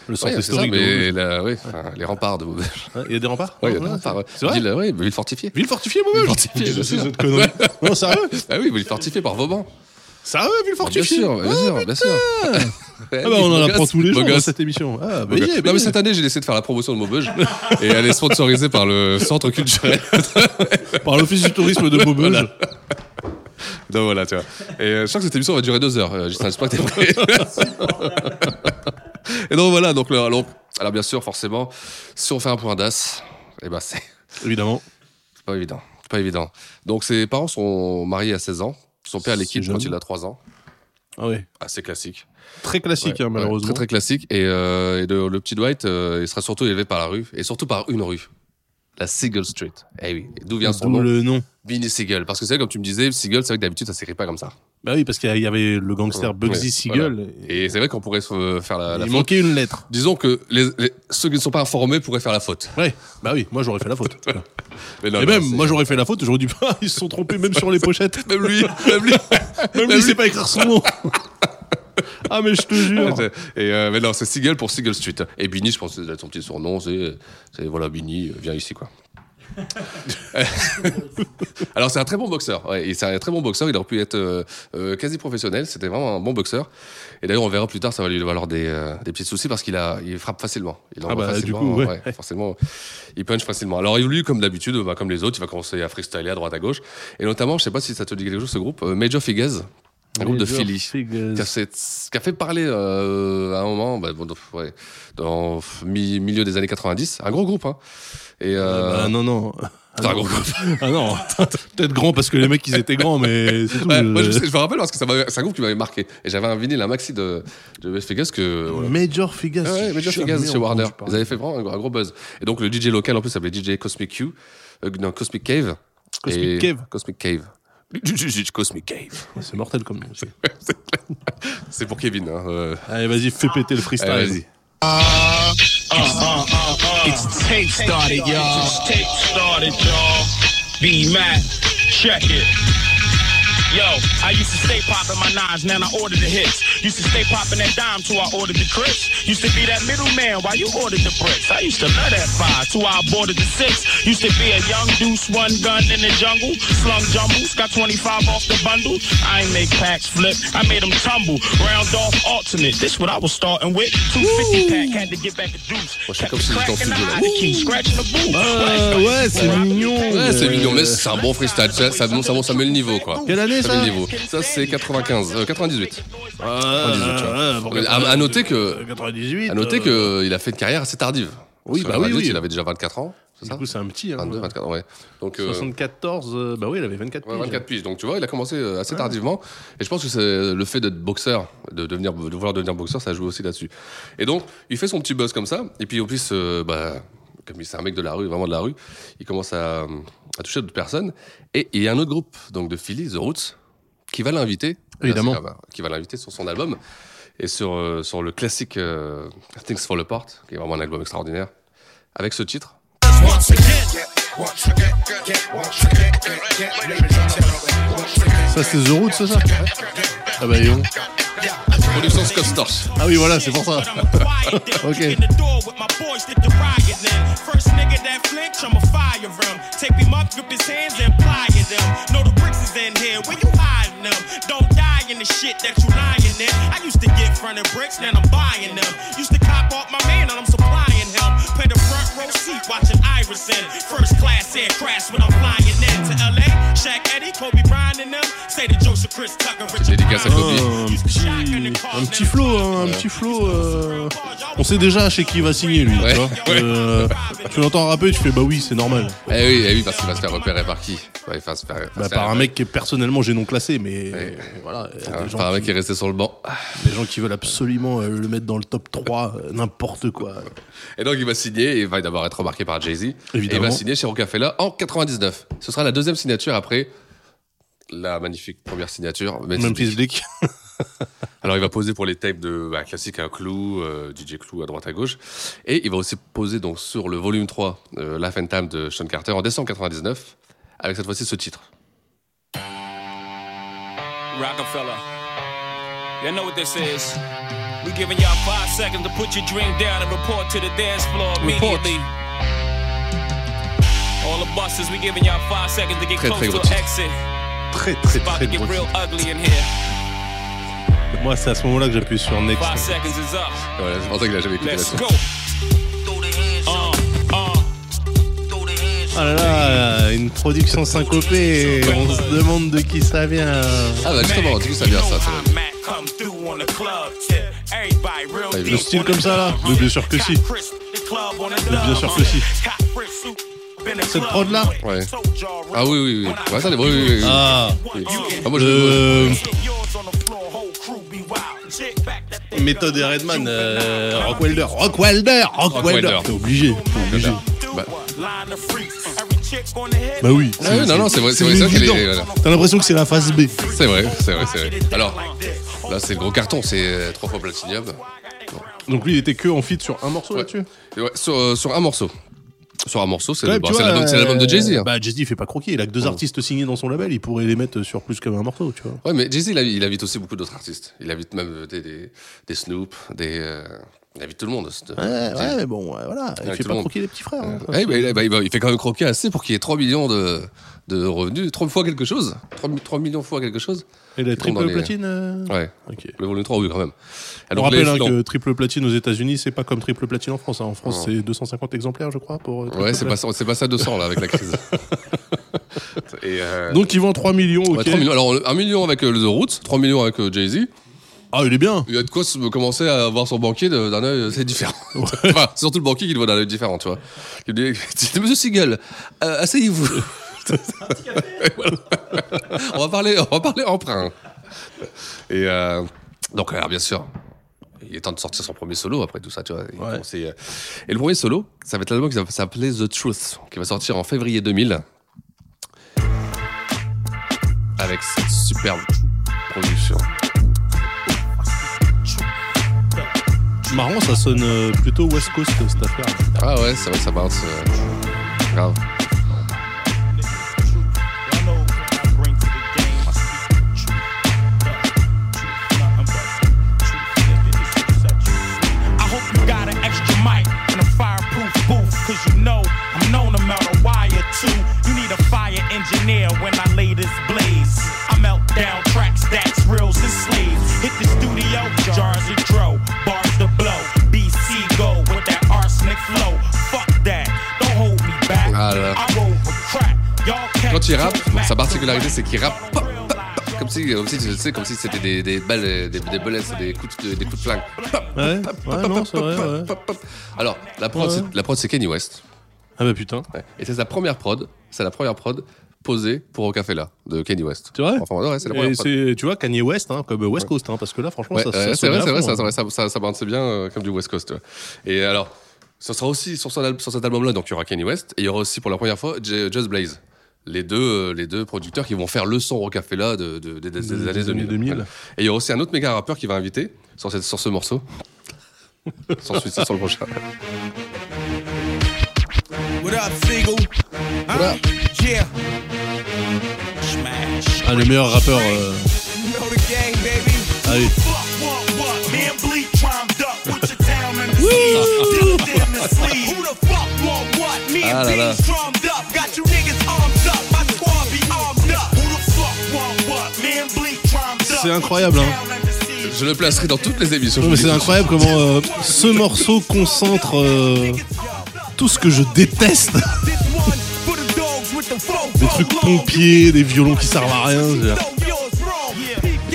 [SPEAKER 1] Le
[SPEAKER 2] Ouais,
[SPEAKER 1] centre
[SPEAKER 2] c'est ça,
[SPEAKER 1] historique de Maubeuge.
[SPEAKER 2] mais la- ouais, enfin, les remparts de Maubeuge.
[SPEAKER 1] Hein, Il y a des remparts
[SPEAKER 2] Ouais,
[SPEAKER 1] Non,
[SPEAKER 2] il y a des
[SPEAKER 1] voilà,
[SPEAKER 2] remparts, ouais.
[SPEAKER 1] C'est vrai
[SPEAKER 2] Ville, ouais, ville fortifiée.
[SPEAKER 1] Ville fortifiée, Maubeuge
[SPEAKER 2] fortifiée,
[SPEAKER 1] Qu'est-ce que
[SPEAKER 2] bien
[SPEAKER 1] c'est
[SPEAKER 2] sûr.
[SPEAKER 1] cette connerie Non, sérieux
[SPEAKER 2] Ah oui, ville fortifiée par Vauban.
[SPEAKER 1] Sérieux, ville
[SPEAKER 2] Bien
[SPEAKER 1] fortifiée
[SPEAKER 2] sûr, bien sûr, bien sûr.
[SPEAKER 1] Ah bah, on en apprend tous les jours dans
[SPEAKER 2] Gosse.
[SPEAKER 1] cette émission. Ah, bah,
[SPEAKER 2] Maubeuge.
[SPEAKER 1] yeah, bah,
[SPEAKER 2] non, mais
[SPEAKER 1] yeah.
[SPEAKER 2] cette année, j'ai décidé de faire la promotion de Maubeuge et elle est sponsorisée par le Centre culturel.
[SPEAKER 1] Par l'Office du tourisme de Maubeuge.
[SPEAKER 2] Donc voilà, tu vois. Et euh, je crois que cette émission va durer deux heures. Euh, Justin, j'espère que t'es prêt. et donc voilà, donc le- alors, alors bien sûr, forcément, si on fait un point d'as, eh ben c'est
[SPEAKER 1] Évidemment.
[SPEAKER 2] c'est pas évident. C'est pas évident. Donc ses parents sont mariés à 16 ans. Son père l'équipe
[SPEAKER 1] C'est jeune.
[SPEAKER 2] quand il a 3 ans.
[SPEAKER 1] Ah ouais.
[SPEAKER 2] Assez classique.
[SPEAKER 1] Très classique,
[SPEAKER 2] Ouais,
[SPEAKER 1] hein,
[SPEAKER 2] ouais,
[SPEAKER 1] malheureusement.
[SPEAKER 2] très très classique. Et, euh, et le, le petit Dwight, euh, il sera surtout élevé par la rue. Et surtout par une rue. La Seagull Street. Eh oui. Et D'où vient son
[SPEAKER 1] D'où
[SPEAKER 2] nom
[SPEAKER 1] le nom.
[SPEAKER 2] Vinny Seagull. Parce que c'est vrai, comme tu me disais, Seagull, c'est vrai que d'habitude, ça s'écrit pas comme ça.
[SPEAKER 1] Bah oui, parce qu'il y avait le gangster Bugsy
[SPEAKER 2] Ouais,
[SPEAKER 1] Siegel.
[SPEAKER 2] voilà. Et c'est vrai qu'on pourrait se euh, faire la, la
[SPEAKER 1] il
[SPEAKER 2] faute.
[SPEAKER 1] manquait une lettre.
[SPEAKER 2] Disons que les- les- ceux qui ne sont pas informés pourraient faire la faute.
[SPEAKER 1] Ouais, bah oui, moi j'aurais fait la faute.
[SPEAKER 2] Mais non,
[SPEAKER 1] Et
[SPEAKER 2] non,
[SPEAKER 1] même,
[SPEAKER 2] c'est-
[SPEAKER 1] moi j'aurais fait la faute, j'aurais dit, Ah, ils se sont trompés même sur les pochettes.
[SPEAKER 2] même lui, même lui.
[SPEAKER 1] Même lui, il sait pas écrire son nom. Bah ah, mais je te jure.
[SPEAKER 2] Et euh, mais non, c'est hein. Seagull pour Seagull Street. Et Bini, je pense que c'est son petit surnom, c'est c'est, voilà Bini, euh, viens ici quoi. Alors c'est un très bon boxeur. ouais, et c'est un très bon boxeur. Il aurait pu être euh, euh, quasi professionnel. C'était vraiment un bon boxeur. Et d'ailleurs on verra plus tard, ça va lui valoir des, euh, des petits soucis parce qu'il a, il frappe facilement. Il envoie
[SPEAKER 1] Ah bah, du
[SPEAKER 2] facilement,
[SPEAKER 1] coup, ouais.
[SPEAKER 2] forcément, il punch facilement. Alors lui, comme d'habitude, bah, comme les autres, il va commencer à freestyler à droite à gauche. Et notamment, je sais pas si ça te dit quelque chose, ce groupe euh, Major Figures, un groupe de Philly qui a, fait- qui a fait parler euh, à un moment, bah, bon, dans- ouais, dans mi- milieu des années 90, un gros groupe. Hein. Et euh,
[SPEAKER 1] Ah non, non.
[SPEAKER 2] c'est un gros groupe.
[SPEAKER 1] Ah non, peut-être grand parce que les mecs ils étaient grands, mais c'est tout.
[SPEAKER 2] Ouais, bah, euh,
[SPEAKER 1] je-
[SPEAKER 2] moi, je, sais- je me rappelle parce que ça m'avait- c'est un groupe qui m'avait marqué. Et j'avais un vinyle, un maxi de, de Wes Vegas que. voilà.
[SPEAKER 1] Major Figas.
[SPEAKER 2] Mm, Ah ouais, Major
[SPEAKER 1] j'ai
[SPEAKER 2] Vegas
[SPEAKER 1] jamais
[SPEAKER 2] chez Warner.
[SPEAKER 1] entendu parler.
[SPEAKER 2] Ils avaient fait vraiment un, gros- un gros buzz. Et donc le DJ local en plus s'appelait DJ Cosmic Q. euh, non, Cosmic Cave.
[SPEAKER 1] Cosmic
[SPEAKER 2] Et-
[SPEAKER 1] Cave.
[SPEAKER 2] Cosmic Cave. Cosmic Cave.
[SPEAKER 1] C'est mortel comme nom aussi.
[SPEAKER 2] C'est pour Kevin. Hein. euh.
[SPEAKER 1] Allez, vas-y, fais péter le freestyle.
[SPEAKER 2] Allez, vas-y.
[SPEAKER 8] Uh, It's tape started, y'all. It's tape started, y'all. B Mac, check it. Yo, I used to stay popping my nines, now I order the hits. Used to stay popping that dime till I ordered the crisps. Used to be that middleman while you ordered the bricks. I used to love that five till I boarded the six. Used to be a young deuce, one gun in the jungle. Slung jumbles, got 25 off the bundle. I ain't make packs flip, I made them tumble. Round off alternate, this what I was starting with. 250 pack, had to get back a deuce.
[SPEAKER 2] Moi, je fais
[SPEAKER 8] Kept
[SPEAKER 2] comme
[SPEAKER 8] the
[SPEAKER 2] si
[SPEAKER 8] crack
[SPEAKER 2] j'étais en
[SPEAKER 8] in the
[SPEAKER 2] studio, là.
[SPEAKER 1] Ah,
[SPEAKER 8] eye to keep scratching the booth.
[SPEAKER 1] ouais, c'est mignon.
[SPEAKER 2] Ouais, c'est mignon, mais c'est un bon freestyle. Ça, ça, ça, ça met le niveau, quoi.
[SPEAKER 1] Quelle année,
[SPEAKER 2] Ça met
[SPEAKER 1] ça
[SPEAKER 2] le niveau. Ça, c'est 95, euh, 98.
[SPEAKER 1] Ah,
[SPEAKER 2] 98, tu vois.
[SPEAKER 1] ah, pour
[SPEAKER 2] Mais à- à noter que-
[SPEAKER 1] 98.
[SPEAKER 2] À noter
[SPEAKER 1] euh,
[SPEAKER 2] qu'il a fait une carrière assez tardive.
[SPEAKER 1] Oui,
[SPEAKER 2] Parce que
[SPEAKER 1] bah oui,
[SPEAKER 2] 98,
[SPEAKER 1] oui.
[SPEAKER 2] Il avait déjà 24 ans, c'est
[SPEAKER 1] Du
[SPEAKER 2] ça
[SPEAKER 1] coup, c'est un petit. Hein,
[SPEAKER 2] 22, 24 ouais. Donc, euh,
[SPEAKER 1] 74, euh, bah oui, il avait 24
[SPEAKER 2] ouais,
[SPEAKER 1] piges.
[SPEAKER 2] 24 piges. Donc, tu vois, il a commencé euh, assez tardivement. Et je pense que c'est le fait d'être boxeur, de, devenir, de vouloir devenir boxeur, ça joue aussi là-dessus. Et donc, il fait son petit buzz comme ça. Et puis, en plus, euh, bah, comme il- c'est un mec de la rue, vraiment de la rue, il commence à, euh, à toucher d'autres personnes. Et il y a un autre groupe, donc de Philly, The Roots, qui va l'inviter.
[SPEAKER 1] Évidemment.
[SPEAKER 2] Là, c'est grave, hein, Qui va l'inviter sur son album. Et sur, euh, sur le classique euh, Things Fall Apart, qui est vraiment un album extraordinaire. Avec ce titre.
[SPEAKER 1] Ça, c'est The Root, c'est ça Ah bah, et on.
[SPEAKER 2] Production Scott Storch.
[SPEAKER 1] Ah oui, voilà, c'est pour ça.
[SPEAKER 8] okay. First nigga that flinch, I'ma fire him. Take him up, grip his hands and ply them. Know the bricks is in here, where you hiding them? Don't die in the shit that you lying in. I used to get front of bricks, now I'm buying them. Used to cop off my man, and I'm supplying him. Play the front row seat, watching Iverson. First class air crash when I'm flying in to LA. Shaq Eddie, Kobe Bryant and them. Say to Joseph Chris Tucker, Richard
[SPEAKER 2] Dédicace à
[SPEAKER 8] Pryor.
[SPEAKER 2] Kobe.
[SPEAKER 1] Ah, un petit, un petit flow, hein, un petit flow. euh, On sait déjà chez qui il va signer, lui.
[SPEAKER 2] Ouais.
[SPEAKER 1] Tu, vois Euh, tu l'entends rapper, tu fais bah oui, c'est normal.
[SPEAKER 2] Eh oui, eh oui, parce qu'il va se faire repérer par qui Ouais, il va se faire- il va
[SPEAKER 1] Bah,
[SPEAKER 2] se
[SPEAKER 1] par
[SPEAKER 2] faire-
[SPEAKER 1] un mec qui est personnellement j'ai non classé, mais
[SPEAKER 2] Ouais.
[SPEAKER 1] euh, voilà, il y a
[SPEAKER 2] par
[SPEAKER 1] des, gens
[SPEAKER 2] un mec
[SPEAKER 1] qui,
[SPEAKER 2] qui Ah. est resté sur le banc.
[SPEAKER 1] des gens qui veulent absolument euh, le mettre dans le top 3, euh, n'importe quoi.
[SPEAKER 2] Et donc il va signer, et il va d'abord être remarqué par Jay-Z. Et il
[SPEAKER 1] Évidemment.
[SPEAKER 2] va signer chez Rocafella en 99. Ce sera la deuxième signature après la magnifique première signature. Memphis
[SPEAKER 1] Même
[SPEAKER 2] Bleak.
[SPEAKER 1] Blick.
[SPEAKER 2] Alors il va poser pour les tapes de bah, classique à Clou, euh, DJ Clou à droite à gauche. Et il va aussi poser donc sur le volume 3, euh, Life and Time de Sean Carter en décembre 99, avec cette fois-ci ce titre.
[SPEAKER 8] Rockefeller. Y'all know what this is. We giving y'all five seconds to put your drink down and report to the dance floor immediately. All the buses, we giving y'all five seconds to get
[SPEAKER 2] Très,
[SPEAKER 8] close
[SPEAKER 2] très
[SPEAKER 8] to
[SPEAKER 2] gros
[SPEAKER 8] an
[SPEAKER 2] titre.
[SPEAKER 8] exit.
[SPEAKER 1] Très très
[SPEAKER 8] About to
[SPEAKER 1] très
[SPEAKER 8] get
[SPEAKER 1] gros.
[SPEAKER 8] real ugly in here.
[SPEAKER 1] Moi c'est à ce moment-là que j'appuie sur Next.
[SPEAKER 8] Five seconds is up.
[SPEAKER 2] Voilà, c'est pour ça qu'il a jamais écouté la
[SPEAKER 8] Let's
[SPEAKER 2] chanson.
[SPEAKER 8] go. Uh,
[SPEAKER 2] ah.
[SPEAKER 8] uh.
[SPEAKER 1] Ah là là, une production syncopée, on se demande de qui ça vient.
[SPEAKER 2] Ah bah justement, du coup ça vient ça. c'est vrai.
[SPEAKER 8] Le style comme ça là Mais bien sûr que si. Mais bien sûr que si.
[SPEAKER 1] Cette prod là
[SPEAKER 2] Ouais. Ah oui, oui, oui. Ouais, ça, les- oui, oui, oui.
[SPEAKER 1] Ah,
[SPEAKER 2] Oui.
[SPEAKER 8] Ah,
[SPEAKER 2] Ah, moi, je-
[SPEAKER 1] euh,
[SPEAKER 8] Méthode et Redman, euh, Rockwelder.
[SPEAKER 1] Rockwelder, Rockwelder.
[SPEAKER 2] Rockwelder.
[SPEAKER 1] T'es obligé, t'es obligé.
[SPEAKER 2] Bah.
[SPEAKER 1] Bah oui.
[SPEAKER 2] Ah oui, non, non, c'est vrai, c'est vrai, c'est vrai qu'elle
[SPEAKER 1] évident.
[SPEAKER 2] est- voilà.
[SPEAKER 1] T'as l'impression que c'est la phase B.
[SPEAKER 2] C'est vrai, c'est vrai, c'est vrai. Alors, là, c'est le gros carton, c'est euh, trois fois platinium.
[SPEAKER 1] Donc lui il était que en feat sur un morceau
[SPEAKER 2] Ouais.
[SPEAKER 1] là-dessus.
[SPEAKER 2] Et ouais, sur, euh, sur un morceau. Sur un morceau, c'est
[SPEAKER 1] Ouais,
[SPEAKER 2] le-
[SPEAKER 1] tu
[SPEAKER 2] bah, c'est
[SPEAKER 1] vois,
[SPEAKER 2] l'album c'est l'album de Jay-Z. hein.
[SPEAKER 1] Bah, Jay-Z, il fait pas croquer. Il a que deux artistes signés dans son label. Il pourrait les mettre sur plus qu'un morceau, tu vois.
[SPEAKER 2] Ouais, mais Jay-Z, il, invi- il invite aussi beaucoup d'autres artistes. Il invite même euh, des, des, des Snoop, des. euh, il invite tout le monde. ce-
[SPEAKER 1] Ouais,
[SPEAKER 2] Jay-Z.
[SPEAKER 1] ouais, mais bon, ouais, voilà. Il
[SPEAKER 2] Avec
[SPEAKER 1] fait pas
[SPEAKER 2] tout le monde.
[SPEAKER 1] croquer les petits frères. hein.
[SPEAKER 2] Ouais, bah, il- bah, il- bah, il fait quand même croquer assez pour qu'il y ait 3 millions de, de revenus, 3 fois quelque chose. 3, millions fois quelque chose.
[SPEAKER 1] Et la
[SPEAKER 2] Ils tombent dans
[SPEAKER 1] triple
[SPEAKER 2] les-
[SPEAKER 1] platine euh,
[SPEAKER 2] Ouais,
[SPEAKER 1] ok.
[SPEAKER 2] le volume 3, oui, quand même.
[SPEAKER 1] On
[SPEAKER 2] Alors,
[SPEAKER 1] rappelle
[SPEAKER 2] les-
[SPEAKER 1] hein,
[SPEAKER 2] non.
[SPEAKER 1] que triple platine aux États-Unis, c'est pas comme triple platine en France. hein. En France, c'est 250 exemplaires, je crois. Pour euh, triple
[SPEAKER 2] Ouais, c'est pas,
[SPEAKER 1] platine.
[SPEAKER 2] ça- c'est pas ça 200 là avec la crise. Et, euh,
[SPEAKER 1] Donc, ils vendent 3 millions.
[SPEAKER 2] ouais,
[SPEAKER 1] ok.
[SPEAKER 2] 3 millions. Alors 1 million avec euh, The Roots, 3 millions avec euh, Jay-Z.
[SPEAKER 1] Ah, il est bien.
[SPEAKER 2] Il y a de quoi se- commencer euh, à voir son banquier de- d'un œil assez différent. Enfin, surtout le banquier qui le voit d'un œil différent, tu vois. Il lui dit C'est Monsieur Seagal, euh, asseyez-vous. Voilà. on, va parler, on va parler emprunt. Et euh, donc, alors, bien sûr, il est temps de sortir son premier solo après tout ça, tu vois. Il
[SPEAKER 1] Ouais.
[SPEAKER 2] commençait, euh, Et le premier solo, ça va être l'album qui va s'appeler The Truth, qui va sortir en février 2000. Avec cette superbe production.
[SPEAKER 1] Marrant, ça sonne euh, plutôt West Coast cette affaire.
[SPEAKER 2] Ah ouais, ça va, ça bounce. euh, grave.
[SPEAKER 8] I hope you got an extra mic and a fireproof booth, cause you know I'm known to melt a wire too. You need a fire engineer when I lay this blaze. I melt down track stacks, reels, and sleeves. Hit the studio, jars of dro, bars to blow. BC go with that arsenic flow. Fuck that, don't hold me back.
[SPEAKER 2] Ah là là.
[SPEAKER 8] I roll with crack. Y'all
[SPEAKER 2] Quand il rappe, sa particularité c'est qu'il rappe pop, pop, pop, comme si, comme si, tu sais, comme si c'était des, des balles, euh, des, des bullets, des coups de, des coups de flingue. Pop,
[SPEAKER 1] Ouais, ouais, non, c'est vrai, ouais.
[SPEAKER 2] pop, pop. Alors la prod,
[SPEAKER 1] Ouais.
[SPEAKER 2] c'est- la prod c'est Kenny West.
[SPEAKER 1] Ah, bah putain.
[SPEAKER 2] Ouais. Et c'est sa première prod, c'est la première prod posée pour au café là de Kenny West.
[SPEAKER 1] C'est vrai
[SPEAKER 2] Enfin ouais, c'est la
[SPEAKER 1] Et
[SPEAKER 2] première prod.
[SPEAKER 1] c'est, tu vois, Kanye West, hein, comme West Coast, hein, parce que là, franchement,
[SPEAKER 2] Ouais,
[SPEAKER 1] ça,
[SPEAKER 2] ouais,
[SPEAKER 1] ça
[SPEAKER 2] c'est
[SPEAKER 1] sonne
[SPEAKER 2] vrai,
[SPEAKER 1] à
[SPEAKER 2] c'est vrai,
[SPEAKER 1] fond,
[SPEAKER 2] ça,
[SPEAKER 1] hein.
[SPEAKER 2] ça, ça, ça bounce bien euh, comme du West Coast. ouais. Et alors, ça sera aussi sur, son al- sur cet album-là, donc il y aura Kanye West, et il y aura aussi pour la première fois J- Just Blaze. Les deux, euh, les deux producteurs qui vont faire le son rock café là de, de- de- des
[SPEAKER 1] Des
[SPEAKER 2] années
[SPEAKER 1] années
[SPEAKER 2] 2000.
[SPEAKER 1] 2000.
[SPEAKER 2] Voilà. Et il y aura aussi un autre méga rappeur qui va inviter sur, cette- sur ce morceau. sur, celui-ci, sur le prochain.
[SPEAKER 9] What up, Siegel? Huh?
[SPEAKER 2] up?
[SPEAKER 9] Yeah. Smash.
[SPEAKER 1] Ah, le meilleur rappeur. euh, Ah
[SPEAKER 9] You know the game, baby.
[SPEAKER 1] Allez.
[SPEAKER 8] Fuck, what, what? Me and Bleak trimmed up with your town in the sleeves. Still down the sleeve. Who the fuck want what? Me
[SPEAKER 2] Ah
[SPEAKER 8] and
[SPEAKER 2] là là.
[SPEAKER 8] Bleak drummed up. Got you niggas armed up. My squad be armed up. Who the fuck want what? Me and Bleak drummed up.
[SPEAKER 1] C'est incroyable, hein.
[SPEAKER 2] Je le placerai dans toutes les émissions.
[SPEAKER 1] Non,
[SPEAKER 2] je
[SPEAKER 1] mais
[SPEAKER 2] vous
[SPEAKER 1] c'est
[SPEAKER 2] dis.
[SPEAKER 1] incroyable comment euh, ce morceau concentre euh, tout ce que je déteste. Des trucs pompiers, des violons qui servent à rien. je veux dire.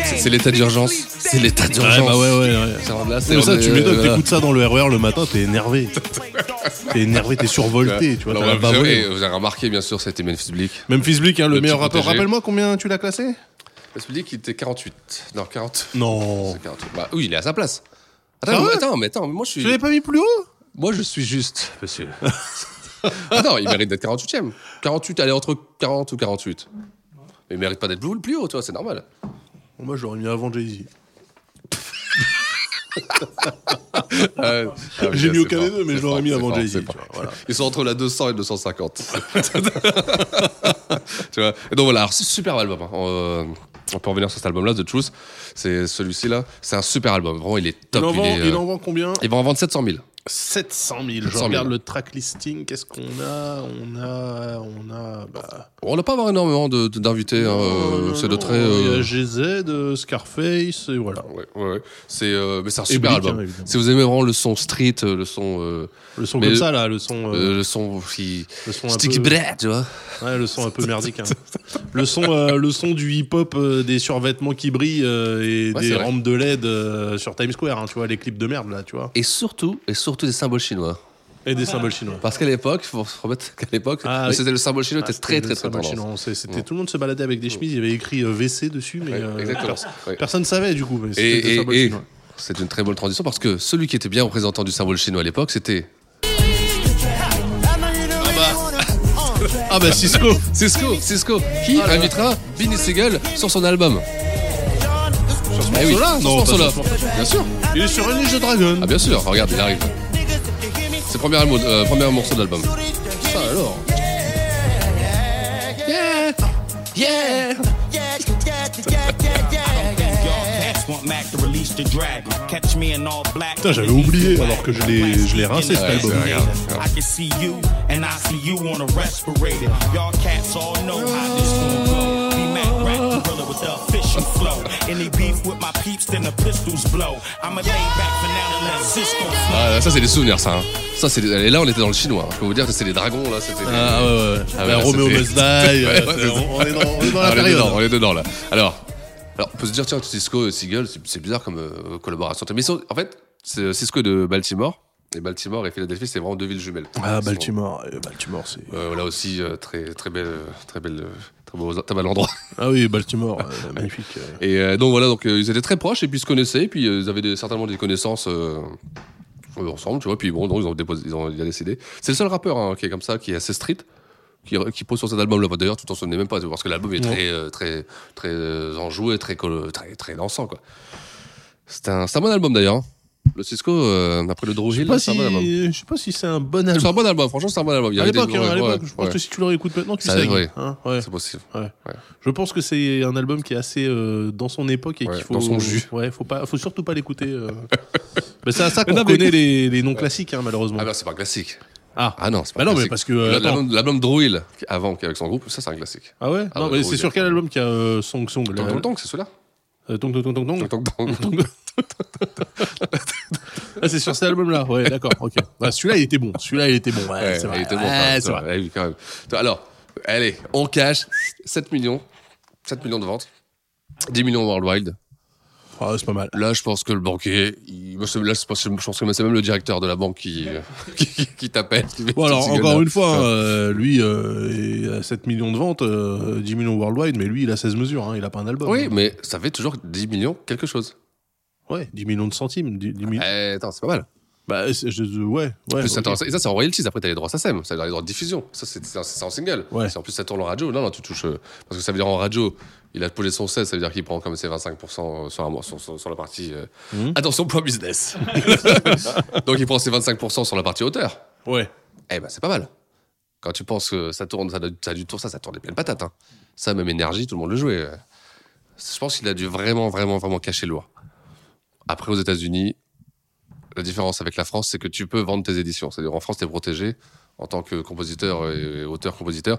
[SPEAKER 2] C'est- C'est l'état d'urgence. C'est l'état d'urgence.
[SPEAKER 1] Ouais, bah ouais, ouais. ouais.
[SPEAKER 2] C'est vraiment là, c'est-
[SPEAKER 1] Mais ça, tu
[SPEAKER 2] euh,
[SPEAKER 1] m'étonnes,
[SPEAKER 2] voilà.
[SPEAKER 1] t'écoutes ça dans le RER le matin, t'es énervé. T'es énervé, t'es survolté, tu vois.
[SPEAKER 2] Alors,
[SPEAKER 1] t'as la
[SPEAKER 2] vous, avez,
[SPEAKER 1] bavouille.
[SPEAKER 2] vous avez remarqué, bien sûr, c'était Memphis Bleak.
[SPEAKER 1] Memphis Bleak, hein, le,
[SPEAKER 2] Le
[SPEAKER 1] meilleur
[SPEAKER 2] petit
[SPEAKER 1] rappeur.
[SPEAKER 2] protégé.
[SPEAKER 1] Rappelle-moi combien tu l'as classé
[SPEAKER 2] Parce que qu'il était 48. Non, 40.
[SPEAKER 1] Non.
[SPEAKER 2] C'est 48. Bah oui, il est à sa place.
[SPEAKER 1] Ah
[SPEAKER 2] Attends, mais,
[SPEAKER 1] ouais
[SPEAKER 2] attends, mais attends, mais moi je suis.
[SPEAKER 1] Tu l'avais pas mis plus haut
[SPEAKER 2] Moi je suis juste, monsieur. attends, il mérite d'être 48ème. 48, allez, entre 40 ou 48. Mais il mérite pas d'être plus, plus haut, tu vois, c'est normal.
[SPEAKER 1] Moi, j'aurais mis avant Jay-Z.
[SPEAKER 2] Ah, ah,
[SPEAKER 1] J'ai mis
[SPEAKER 2] bien, c'est
[SPEAKER 1] aucun
[SPEAKER 2] fort,
[SPEAKER 1] des deux, mais
[SPEAKER 2] c'est
[SPEAKER 1] je l'aurais
[SPEAKER 2] fort,
[SPEAKER 1] mis
[SPEAKER 2] c'est
[SPEAKER 1] avant
[SPEAKER 2] fort,
[SPEAKER 1] Jay-Z,
[SPEAKER 2] c'est
[SPEAKER 1] tu
[SPEAKER 2] fort.
[SPEAKER 1] vois, voilà.
[SPEAKER 2] Ils sont entre la 200 et le 250. tu vois. Et donc voilà, alors, c'est un super album. hein. Euh, on peut revenir sur cet album-là, The Truth. C'est celui-ci là. C'est un super album. Vraiment, il est top.
[SPEAKER 1] il, en vend,
[SPEAKER 2] est, euh,
[SPEAKER 1] il en vend combien
[SPEAKER 2] il va en vendre 700 000.
[SPEAKER 1] 700 000. Je
[SPEAKER 2] 700 000.
[SPEAKER 1] regarde le track listing. Qu'est-ce qu'on a On a. On a. Bah, oh,
[SPEAKER 2] On n'a pas avoir énormément de- de- d'invités. hein, euh,
[SPEAKER 1] non,
[SPEAKER 2] c'est de
[SPEAKER 1] non,
[SPEAKER 2] très.
[SPEAKER 1] Il y
[SPEAKER 2] euh,
[SPEAKER 1] a GZ, euh, Scarface, et voilà.
[SPEAKER 2] Ouais, ouais, ouais. C'est, euh, mais c'est un
[SPEAKER 1] Et
[SPEAKER 2] super
[SPEAKER 1] Blink, hein,
[SPEAKER 2] album.
[SPEAKER 1] évidemment.
[SPEAKER 2] si vous aimez vraiment le son street, euh, le son, euh,
[SPEAKER 1] Le son
[SPEAKER 2] Mais
[SPEAKER 1] comme
[SPEAKER 2] le-
[SPEAKER 1] ça, là. Le son. euh,
[SPEAKER 2] euh, le son qui
[SPEAKER 1] le son un
[SPEAKER 2] sticky
[SPEAKER 1] peu-
[SPEAKER 2] bread, tu vois.
[SPEAKER 1] Ouais, le son un peu merdique. hein. Le son, euh, le son du hip-hop, euh, des survêtements qui brillent euh, et
[SPEAKER 2] Ouais,
[SPEAKER 1] des
[SPEAKER 2] c'est vrai.
[SPEAKER 1] rampes de LED euh, sur Times Square, hein, tu vois, les clips de merde là, tu vois.
[SPEAKER 2] Et surtout, et surtout des symboles chinois.
[SPEAKER 1] Et
[SPEAKER 2] Ah.
[SPEAKER 1] des symboles chinois.
[SPEAKER 2] Parce qu'à l'époque, faut se remettre qu'à l'époque,
[SPEAKER 1] Ah, oui.
[SPEAKER 2] c'était le symbole chinois
[SPEAKER 1] Ah,
[SPEAKER 2] était très
[SPEAKER 1] des
[SPEAKER 2] très très
[SPEAKER 1] symboles
[SPEAKER 2] tendance.
[SPEAKER 1] chinois, on sait, C'était tout le monde se baladait avec des chemises, il y avait écrit euh, VC dessus, mais
[SPEAKER 2] Ouais,
[SPEAKER 1] euh,
[SPEAKER 2] exactement.
[SPEAKER 1] pers-
[SPEAKER 2] Ouais.
[SPEAKER 1] personne ne savait du coup. mais
[SPEAKER 2] Et,
[SPEAKER 1] c'était des symboles
[SPEAKER 2] et- et
[SPEAKER 1] chinois.
[SPEAKER 2] c'est une très bonne transition parce que celui qui était bien représentant du symbole chinois à l'époque, c'était
[SPEAKER 1] Ah bah Cisco
[SPEAKER 2] Cisco. Cisco, qui invitera Vinny Segal sur son album. Sur
[SPEAKER 1] morceau-là
[SPEAKER 2] ce oui,
[SPEAKER 1] Non,
[SPEAKER 2] sur ce
[SPEAKER 1] pas
[SPEAKER 2] morceau-là.
[SPEAKER 1] sur ce morceau.
[SPEAKER 2] Bien sûr.
[SPEAKER 1] Il est sur une niche de Dragon
[SPEAKER 2] Ah bien sûr, regarde, il arrive. C'est le premier, almo- euh, premier morceau de l'album. Dior. Yeah, Ah, yeah.
[SPEAKER 8] Y'all cats want Mac to release the dragon. Catch me in all black.
[SPEAKER 1] Putain, j'avais oublié, alors que je l'ai- je l'ai rincé, cet
[SPEAKER 8] Ouais,
[SPEAKER 1] album.
[SPEAKER 8] c'est vrai,
[SPEAKER 2] grave.
[SPEAKER 8] I can see you and I see you on a respirator. Y'all cats all know how this gon' go. Be Mac rap gorilla with the official flow. Any beef with my peeps, then the pistols blow. I'ma lay back for now and let Cisco flow.
[SPEAKER 2] Ah, ça, c'est des souvenirs, ça. hein. Ça, c'est des- Et là, on était dans le chinois. hein. Je peux vous dire que c'est les dragons, là. C'était.
[SPEAKER 1] Ah ouais, ouais.
[SPEAKER 2] Ah ouais,
[SPEAKER 1] Bah,
[SPEAKER 2] là,
[SPEAKER 1] Roméo
[SPEAKER 2] c'était-
[SPEAKER 1] Must Die, euh,
[SPEAKER 2] Ouais, ouais,
[SPEAKER 1] c'est-
[SPEAKER 2] c'est
[SPEAKER 1] on, on est dans, on est dans
[SPEAKER 2] Ah,
[SPEAKER 1] la
[SPEAKER 2] on est
[SPEAKER 1] période.
[SPEAKER 2] dedans, on est dedans, là. Alors, alors, on peut se dire, tiens, Cisco et Seagull, c'est- c'est bizarre comme euh, collaboration. Mais ils sont- en fait, c'est- euh, Cisco est de Baltimore. Et Baltimore et Philadelphie, c'est vraiment deux villes jumelles.
[SPEAKER 1] Ah,
[SPEAKER 2] Ils sont-
[SPEAKER 1] Baltimore, euh, Baltimore, c'est.
[SPEAKER 2] Euh, là aussi, euh, très, très belle, euh, très belle, euh, très beau, très bel endroit.
[SPEAKER 1] Ah oui, Baltimore, euh, magnifique. euh.
[SPEAKER 2] Et euh, donc voilà, donc euh, ils étaient très proches et puis ils se connaissaient, et puis euh, ils avaient des- certainement des connaissances euh, euh, ensemble, tu vois. Puis bon, donc ils ont déposé, ils ont, il a décédé. C'est le seul rappeur hein, qui est comme ça, qui est assez street, qui, qui pose sur cet album-là. Bah, D'ailleurs, tu t'en souvenais même pas, parce que l'album est
[SPEAKER 1] Non.
[SPEAKER 2] très, euh, très, très euh, enjoué, très, col- très, très dansant, quoi. C'est un, c'est un bon album d'ailleurs. hein. Le Cisco, euh, après le Drew
[SPEAKER 1] Je sais
[SPEAKER 2] Hill,
[SPEAKER 1] pas
[SPEAKER 2] c'est un bon album.
[SPEAKER 1] si, je sais pas si c'est un bon
[SPEAKER 2] C'est
[SPEAKER 1] album.
[SPEAKER 2] un bon album, franchement, c'est un bon album. Il y
[SPEAKER 1] À
[SPEAKER 2] avait des-
[SPEAKER 1] l'époque, hein, à
[SPEAKER 2] ouais,
[SPEAKER 1] l'époque,
[SPEAKER 2] ouais,
[SPEAKER 1] je pense
[SPEAKER 2] ouais.
[SPEAKER 1] que si tu le réécoutes maintenant, tu
[SPEAKER 2] Ça,
[SPEAKER 1] sais.
[SPEAKER 2] ouais.
[SPEAKER 1] hein, ouais.
[SPEAKER 2] C'est possible.
[SPEAKER 1] Ouais.
[SPEAKER 2] Ouais.
[SPEAKER 1] Je pense que c'est un album qui est assez euh, dans son époque et
[SPEAKER 2] Ouais,
[SPEAKER 1] qu'il faut
[SPEAKER 2] dans son jus.
[SPEAKER 1] Ouais, faut pas, faut surtout pas l'écouter. euh. mais c'est à ça qu'on
[SPEAKER 2] non, mais
[SPEAKER 1] connaît
[SPEAKER 2] écoute-
[SPEAKER 1] les, les noms classiques, hein, malheureusement.
[SPEAKER 2] Ah ben c'est pas un classique.
[SPEAKER 1] Ah.
[SPEAKER 2] Ah non, c'est
[SPEAKER 1] Bah
[SPEAKER 2] pas un
[SPEAKER 1] non, mais
[SPEAKER 2] classique.
[SPEAKER 1] parce que, euh,
[SPEAKER 2] La-
[SPEAKER 1] attends.
[SPEAKER 2] L'album l'album Drouil, qui- avant, qui est avec son groupe, ça c'est un classique.
[SPEAKER 1] Ah ouais.
[SPEAKER 2] Ah
[SPEAKER 1] non,
[SPEAKER 2] ouais,
[SPEAKER 1] mais
[SPEAKER 2] oui,
[SPEAKER 1] c'est
[SPEAKER 2] oui,
[SPEAKER 1] sur
[SPEAKER 2] oui.
[SPEAKER 1] quel album qu'il y a euh, Song Song le-
[SPEAKER 2] Tong Tong Tong, c'est celui-là
[SPEAKER 1] Euh, Tong Tong Tong Tong Tong.
[SPEAKER 2] Tong Tong Tong.
[SPEAKER 1] Ah, c'est sur cet album-là. Ouais, d'accord. Ok. Ah, celui-là, il était bon. Celui-là, il était bon. Ouais,
[SPEAKER 2] Ouais,
[SPEAKER 1] Ah, c'est vrai.
[SPEAKER 2] il était bon.
[SPEAKER 1] Ouais,
[SPEAKER 2] quand même,
[SPEAKER 1] c'est
[SPEAKER 2] tu
[SPEAKER 1] vrai.
[SPEAKER 2] vois, ouais, oui, quand même. Tu vois, Alors, allez, on cache 7 millions. 7 millions de ventes. 10 millions Worldwide.
[SPEAKER 1] Ah, c'est pas mal.
[SPEAKER 2] Là, je pense que le banquier, il, moi, c'est- là, je pense, je pense que c'est même le directeur de la banque qui, euh, qui, qui- qui t'appelle. qui fait
[SPEAKER 1] Bon,
[SPEAKER 2] cette
[SPEAKER 1] alors,
[SPEAKER 2] gueule-là.
[SPEAKER 1] encore une fois,
[SPEAKER 2] Ouais.
[SPEAKER 1] hein, euh, lui, euh, il a 7 millions de ventes, euh, 10 millions worldwide, mais lui, il a 16 mesures. hein, il a pas un album.
[SPEAKER 2] Oui, mais ça fait toujours 10 millions quelque chose.
[SPEAKER 1] Ouais, 10 millions de centimes. 10, 10 millions.
[SPEAKER 2] Eh, attends, c'est pas mal.
[SPEAKER 1] Bah, c'est- je- je- ouais, ouais. bah
[SPEAKER 2] Plus,
[SPEAKER 1] ok.
[SPEAKER 2] attends, ça- et ça, c'est en royalties. Après, t'as les droits SACEM, ça, t'as les droits de diffusion. Ça, c'est c'est en- c'est en single.
[SPEAKER 1] Ouais.
[SPEAKER 2] Si en plus ça tourne en radio, non, non, tu touches. euh, parce que ça veut dire en radio, il a posé son 16, ça veut dire qu'il prend comme ses 25% euh, sur, un mois- sur, sur- sur la partie. euh,
[SPEAKER 1] Mmh.
[SPEAKER 2] Attention, point business. Donc, il prend ses 25% sur la partie hauteur.
[SPEAKER 1] Ouais.
[SPEAKER 2] Eh ben, c'est pas mal. Quand tu penses que ça tourne, ça, a- ça a dû tourner, ça, ça tourne des pleines patates. hein. Ça, même énergie, tout le monde le jouait. euh. Je pense qu'il a dû vraiment, vraiment, vraiment cacher le lourd. Après, aux États-Unis, la différence avec la France, c'est que tu peux vendre tes éditions. C'est-à-dire, en France, tu es protégé en tant que compositeur et auteur-compositeur.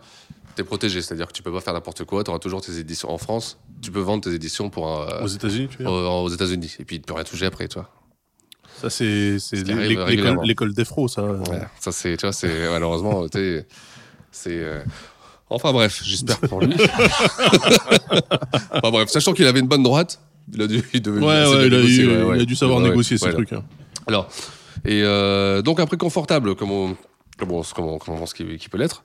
[SPEAKER 2] Tu es protégé, c'est-à-dire que tu peux pas faire n'importe quoi. Tu auras toujours tes éditions. En France, tu peux vendre tes éditions pour un-
[SPEAKER 1] Aux États-Unis, tu veux dire
[SPEAKER 2] aux, aux États-Unis. Et puis, tu peux rien toucher après, tu vois.
[SPEAKER 1] Ça, c'est c'est
[SPEAKER 2] Ce qui
[SPEAKER 1] l'é-
[SPEAKER 2] arrive
[SPEAKER 1] l'école-
[SPEAKER 2] régulièrement.
[SPEAKER 1] l'école d'Efro, ça.
[SPEAKER 2] Ouais, ça c'est, tu vois, c'est malheureusement, tu sais, c'est. euh, Enfin bref, j'espère pour lui. enfin bref, sachant qu'il avait une bonne droite, il a dû, il devait-
[SPEAKER 1] Ouais,
[SPEAKER 2] il a
[SPEAKER 1] ouais,
[SPEAKER 2] essayé
[SPEAKER 1] il,
[SPEAKER 2] de
[SPEAKER 1] a,
[SPEAKER 2] négocier,
[SPEAKER 1] il-
[SPEAKER 2] ouais, ouais.
[SPEAKER 1] il a dû savoir
[SPEAKER 2] Ouais,
[SPEAKER 1] négocier
[SPEAKER 2] ouais,
[SPEAKER 1] ces
[SPEAKER 2] ouais.
[SPEAKER 1] trucs. hein.
[SPEAKER 2] Alors, et euh, donc après confortable, comme on, comme on, comme on- comme on pense qu'il qu'il peut l'être,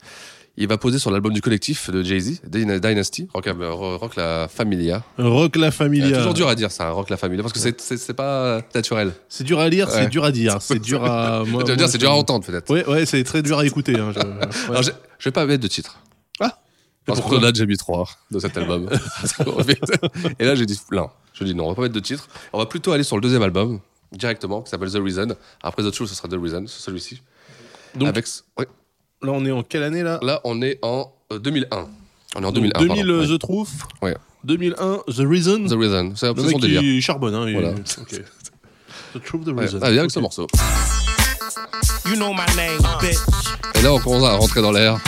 [SPEAKER 2] il va poser sur l'album du collectif de Jay Z, Dyna- Dynasty, Rock, Rock la Familia.
[SPEAKER 1] Rock la
[SPEAKER 2] C'est
[SPEAKER 1] Familia.
[SPEAKER 2] toujours dur à dire ça, hein, Rock la Familia, parce que c'est- c'est c'est pas naturel.
[SPEAKER 1] C'est dur à lire, c'est
[SPEAKER 2] Ouais.
[SPEAKER 1] dur à dire. C'est dur à. moi-
[SPEAKER 2] tu vas me
[SPEAKER 1] moi,
[SPEAKER 2] dire, c'est dur à entendre peut-être.
[SPEAKER 1] Ouais, ouais, c'est très dur à écouter. hein, je- ouais.
[SPEAKER 2] Alors, je, je vais pas mettre de titre.
[SPEAKER 1] Ah.
[SPEAKER 2] Parce
[SPEAKER 1] pourquoi
[SPEAKER 2] qu'on en a déjà mis trois dans cet album. Et là, j'ai dit, non, je dis non, on va pas mettre de titre. On va plutôt aller sur le deuxième album, directement, qui s'appelle The Reason. Après The Truth, ce sera The Reason, c'est celui-ci.
[SPEAKER 1] Donc-
[SPEAKER 2] Avec, ce- ouais.
[SPEAKER 1] Là, on est en quelle année là
[SPEAKER 2] là, on est en euh, 2001. On est en
[SPEAKER 1] Donc,
[SPEAKER 2] 2001.
[SPEAKER 1] 2000
[SPEAKER 2] pardon.
[SPEAKER 1] euh, The Truth.
[SPEAKER 2] Ouais.
[SPEAKER 1] 2001 The Reason.
[SPEAKER 2] The Reason, c'est
[SPEAKER 1] Le
[SPEAKER 2] c'est son
[SPEAKER 1] mec
[SPEAKER 2] délire.
[SPEAKER 1] qui charbonne. Hein, il-
[SPEAKER 2] Voilà.
[SPEAKER 1] ok. The Truth, The
[SPEAKER 2] Ouais.
[SPEAKER 1] Reason.
[SPEAKER 2] Ah, bien avec ce
[SPEAKER 1] Ok.
[SPEAKER 2] morceau.
[SPEAKER 8] You know my name,
[SPEAKER 1] Uh.
[SPEAKER 8] bitch.
[SPEAKER 2] Et là, on commence à rentrer dans l'air.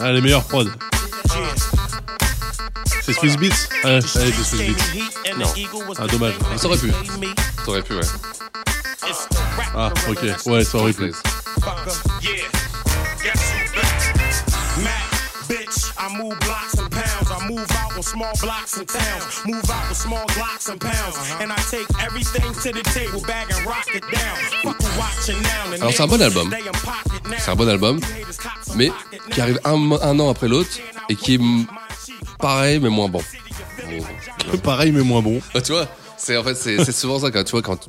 [SPEAKER 1] Ah, les meilleurs prods.
[SPEAKER 8] Yeah.
[SPEAKER 1] Uh, C'est Swiss Beats Ouais, ouais, c'est Swiss Beats.
[SPEAKER 8] Non.
[SPEAKER 1] Ah, dommage.
[SPEAKER 2] Ça aurait pu. Ça aurait pu, ouais.
[SPEAKER 1] Ah, ok. Ouais, ça aurait pu.
[SPEAKER 8] Bitch, I move blocks and pounds. I move out with small blocks and towns. Move out with small blocks and pounds. And I take everything to the table, bag and rock it down. Fuck you watching now.
[SPEAKER 2] Alors, c'est un bon album. C'est un bon album, mais qui arrive un, mo- un an après l'autre et qui est m- pareil mais moins bon.
[SPEAKER 1] Pareil, mais moins bon.
[SPEAKER 2] Ah, tu vois, c'est en fait c'est c'est souvent ça quand tu vois quand tu,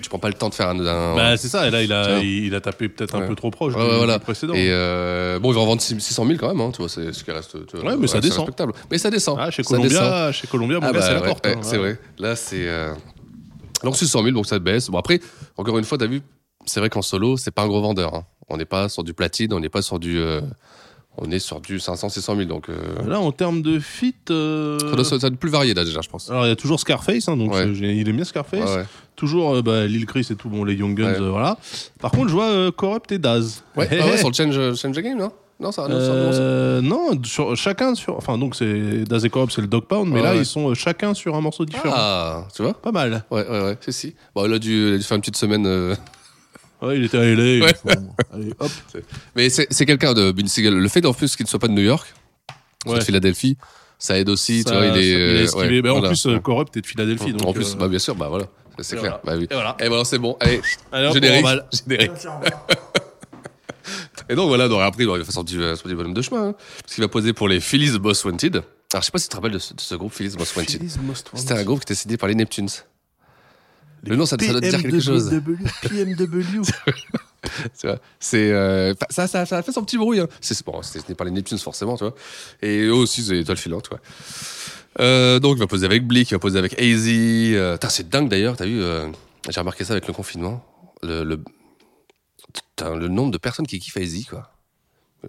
[SPEAKER 2] tu prends pas le temps de faire un. un-
[SPEAKER 1] Bah, c'est ça. Et là, il
[SPEAKER 2] Tiens.
[SPEAKER 1] a, il, il a tapé peut-être un
[SPEAKER 2] Ouais.
[SPEAKER 1] peu trop proche
[SPEAKER 2] Ouais,
[SPEAKER 1] du,
[SPEAKER 2] ouais,
[SPEAKER 1] du
[SPEAKER 2] voilà.
[SPEAKER 1] précédent.
[SPEAKER 2] Et euh, bon, ils vont en vendre 600 000 quand même, hein, tu vois, c'est ce qui reste. tu vois,
[SPEAKER 1] Ouais, mais ça
[SPEAKER 2] c'est
[SPEAKER 1] descend.
[SPEAKER 2] respectable. Mais ça descend.
[SPEAKER 1] Ah, chez
[SPEAKER 2] ça descend.
[SPEAKER 1] Columbia, chez Columbia, mon
[SPEAKER 2] Ah
[SPEAKER 1] gars,
[SPEAKER 2] bah,
[SPEAKER 1] c'est la
[SPEAKER 2] ouais,
[SPEAKER 1] porte.
[SPEAKER 2] ouais,
[SPEAKER 1] hein.
[SPEAKER 2] C'est vrai. Là, c'est. euh, Alors, 600 000, donc ça baisse. Bon, après, encore une fois, t'as vu, c'est vrai qu'en solo, c'est pas un gros vendeur. hein. On n'est pas sur du platine, on n'est pas sur du. euh, on est sur du 500, 600 000. Donc, euh,
[SPEAKER 1] Là, en termes de fit. euh,
[SPEAKER 2] ça, doit, ça doit être plus varié là déjà, je pense.
[SPEAKER 1] Alors, il y a toujours Scarface, hein, donc
[SPEAKER 2] Ouais.
[SPEAKER 1] euh, j'ai- il aime bien Scarface.
[SPEAKER 2] Ouais, ouais.
[SPEAKER 1] Toujours euh, bah, Lil Chris et tout, bon, les Young Guns,
[SPEAKER 2] Ouais.
[SPEAKER 1] euh, voilà. Par contre, je vois euh, Corrupt et Daz.
[SPEAKER 2] Ouais,
[SPEAKER 1] Hey,
[SPEAKER 2] ah ouais,
[SPEAKER 1] hey.
[SPEAKER 2] sur le change, euh, change the game, non Non, ça non, ça- non, ça-
[SPEAKER 1] Euh, non, sur, chacun sur. Enfin, donc, c'est Daz et Corrupt, c'est le Dog Pound, mais
[SPEAKER 2] Ouais,
[SPEAKER 1] là,
[SPEAKER 2] ouais.
[SPEAKER 1] ils sont euh, chacun sur un morceau différent.
[SPEAKER 2] Ah, tu vois
[SPEAKER 1] Pas mal.
[SPEAKER 2] Ouais, ouais, ouais, si, si. Bon, il a dû, il a dû faire une petite semaine. euh,
[SPEAKER 1] Ouais, il était à LA.
[SPEAKER 2] Ouais.
[SPEAKER 1] bon, allez, hop.
[SPEAKER 2] Mais c'est c'est quelqu'un de Bin Siegel. Le fait en plus qu'il ne soit pas de New York, soit
[SPEAKER 1] Ouais.
[SPEAKER 2] de Philadelphie, ça aide aussi. tu
[SPEAKER 1] Ça-
[SPEAKER 2] vois, il
[SPEAKER 1] ça-
[SPEAKER 2] est.
[SPEAKER 1] il est
[SPEAKER 2] euh,
[SPEAKER 1] ce
[SPEAKER 2] ouais,
[SPEAKER 1] qu'il est. Bah, En
[SPEAKER 2] voilà.
[SPEAKER 1] plus, euh, Corrupt est de Philadelphie. donc,
[SPEAKER 2] en plus,
[SPEAKER 1] euh,
[SPEAKER 2] bah, bien sûr, bah voilà, c'est clair. Bah, oui.
[SPEAKER 1] Et voilà.
[SPEAKER 2] Et voilà, c'est bon. Allez,
[SPEAKER 1] Allez, hop, on
[SPEAKER 2] générique.
[SPEAKER 1] remballe.
[SPEAKER 2] générique. Et donc voilà, donc, après, il aurait fait son petit, son petit bonhomme de chemin. hein, parce qu'il va poser pour les Phillies Boss Wanted. Alors, je sais pas si tu te rappelles de ce, de ce groupe Phillies Boss Wanted. C'était un groupe qui était signé par les Neptunes. Le nom, ça, ça doit te dire quelque chose.
[SPEAKER 1] PMW.
[SPEAKER 2] Tu vois, c'est euh, enfin, ça, ça, ça a fait son petit bruit. Hein. C'est bon, c'est- ce n'est pas les Neptunes forcément, tu vois. Et eux aussi, c'est des étoiles filantes, quoi. hein, Euh, donc, il va poser avec Blick, il va poser avec AZ. euh, putain, c'est dingue d'ailleurs, t'as vu, euh, j'ai remarqué ça avec le confinement. Le, le, putain, le nombre de personnes qui kiffent AZ, quoi. Euh,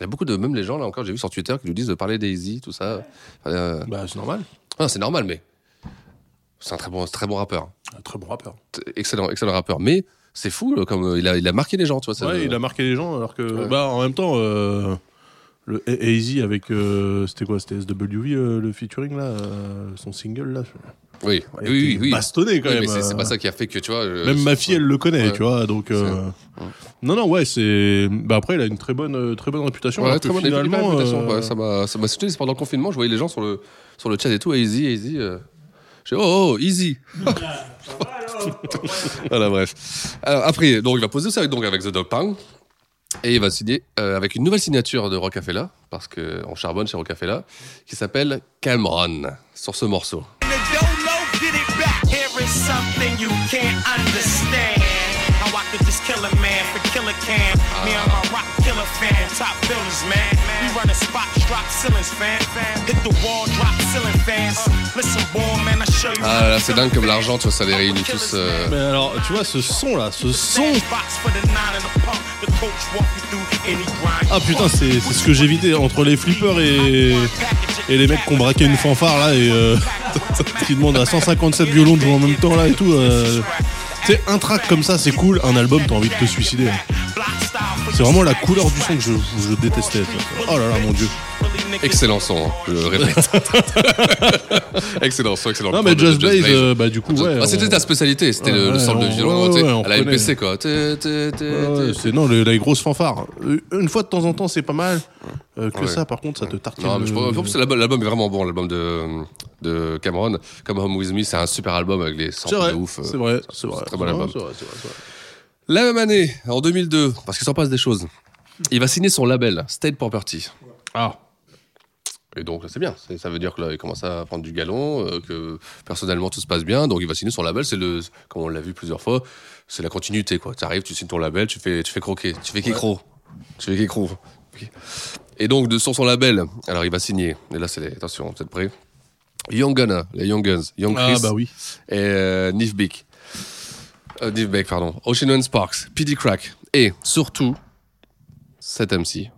[SPEAKER 2] Il y a beaucoup de. Même les gens, là encore, j'ai vu sur Twitter, qui nous disent de parler d'AZ, tout ça. Euh,
[SPEAKER 1] Bah, c'est normal.
[SPEAKER 2] ah, c'est normal, mais. C'est un très bon, très bon rappeur.
[SPEAKER 1] Un très bon rappeur.
[SPEAKER 2] Excellent, excellent rappeur. Mais c'est fou, là, comme euh, il a, il a marqué les gens, tu vois. ça, euh,
[SPEAKER 1] Ouais,
[SPEAKER 2] le-
[SPEAKER 1] il a marqué les gens alors que.
[SPEAKER 2] Ouais.
[SPEAKER 1] Bah, en même temps, euh, le A- AZ avec. euh, c'était quoi C'était SWV euh, le featuring là euh, Son single là
[SPEAKER 2] Oui,
[SPEAKER 1] il
[SPEAKER 2] oui, oui,
[SPEAKER 1] était
[SPEAKER 2] oui.
[SPEAKER 1] Bastonné quand
[SPEAKER 2] Oui,
[SPEAKER 1] même.
[SPEAKER 2] mais c'est- c'est
[SPEAKER 1] euh,
[SPEAKER 2] pas ça qui a fait que tu vois. euh, je-
[SPEAKER 1] Même ma fille, elle le connaît,
[SPEAKER 2] Ouais.
[SPEAKER 1] tu vois. Donc. euh, Non, non, ouais, c'est. Bah, après, il a une très bonne, euh, très bonne réputation.
[SPEAKER 2] Ouais,
[SPEAKER 1] alors
[SPEAKER 2] très
[SPEAKER 1] que
[SPEAKER 2] bonne
[SPEAKER 1] finalement,
[SPEAKER 2] finalement,
[SPEAKER 1] euh,
[SPEAKER 2] ça m'a, ça m'a soutenu. C'est pendant le confinement, je voyais les gens sur le, sur le chat et tout, easy, easy. Euh, j'ai oh, oh, easy. voilà, bref. Alors, après, donc il va poser ça avec, donc, avec The Dog Pound et il va signer euh, avec une nouvelle signature de Rocafella parce que on charbonne chez Rocafella qui s'appelle Cameron sur ce morceau.
[SPEAKER 9] And the Dolo did it back. Here is something you can't understand. How I could just kill a man for killer cam. Me and my rock killer fan, top builders, man. We run a spot, drop ceilings, fan. Hit the wall, drop ceiling fans. Listen, boy, man, I show you.
[SPEAKER 2] Ah là, c'est dingue comme l'argent, tu vois, ça les réunit tous. euh,
[SPEAKER 1] Mais alors, tu vois, ce son là, ce son.
[SPEAKER 9] Box for the nine and the pump. The coach walk you through any grind.
[SPEAKER 1] Ah putain, c'est c'est ce que j'évitais entre les flippers et. Et les mecs qui ont braqué une fanfare là et euh, qui demandent à 157 violons de jouer en même temps là et tout. euh, tu sais, un track comme ça c'est cool, un album t'as envie de te suicider. hein. C'est vraiment la couleur du son que je, je détestais. ça. Oh là là mon dieu.
[SPEAKER 2] Excellent son, hein, je le répète. excellent son, excellent
[SPEAKER 1] Non
[SPEAKER 2] son
[SPEAKER 1] mais
[SPEAKER 2] de
[SPEAKER 1] Just Blaze,
[SPEAKER 2] Blaze.
[SPEAKER 1] euh, bah du coup ouais.
[SPEAKER 2] Ah, c'était
[SPEAKER 1] on-
[SPEAKER 2] ta spécialité, c'était le,
[SPEAKER 1] Ouais,
[SPEAKER 2] le sample de
[SPEAKER 1] on-
[SPEAKER 2] violon
[SPEAKER 1] ouais,
[SPEAKER 2] tu sais,
[SPEAKER 1] ouais, on
[SPEAKER 2] à la
[SPEAKER 1] connaît.
[SPEAKER 2] MPC quoi. Tu- tu- tu-
[SPEAKER 1] Ouais,
[SPEAKER 2] tu-
[SPEAKER 1] c'est non les, les grosses fanfares. Euh, Une fois de temps en temps c'est pas mal. euh, que
[SPEAKER 2] Ouais.
[SPEAKER 1] ça par contre ça te tartine. euh,
[SPEAKER 2] Non, mais je
[SPEAKER 1] le-
[SPEAKER 2] pense en plus, l'album l'album est vraiment bon, l'album de, de Cameron. Come Home With Me, c'est un super album avec les
[SPEAKER 1] C'est
[SPEAKER 2] samples
[SPEAKER 1] vrai,
[SPEAKER 2] de ouf. euh.
[SPEAKER 1] c'est vrai, c'est vrai.
[SPEAKER 2] très bon
[SPEAKER 1] Non,
[SPEAKER 2] album.
[SPEAKER 1] c'est vrai, c'est vrai, c'est vrai.
[SPEAKER 2] La même année, en 2002, parce qu'il s'en passe des choses, il va signer son label, State Property.
[SPEAKER 1] Ah.
[SPEAKER 2] Et donc, c'est bien. C'est- Ça veut dire que là, il commence à prendre du galon, euh, que personnellement, tout se passe bien. Donc, il va signer son label. C'est le, comme on l'a vu plusieurs fois, c'est la continuité, quoi. Tu arrives, tu signes ton label, tu fais, tu fais croquer, tu fais qu'écro. Tu fais qu'écro. Ok. Et donc, de, sur son label, alors, il va signer. Et là, c'est les- attention, vous êtes prêts? Young Gunna, les Young Guns, Young Chris
[SPEAKER 1] Ah bah oui.
[SPEAKER 2] et euh, Nif Beak. Euh, Nif Beck, pardon. Ocean and Sparks, PD Crack. Et surtout, cet MC.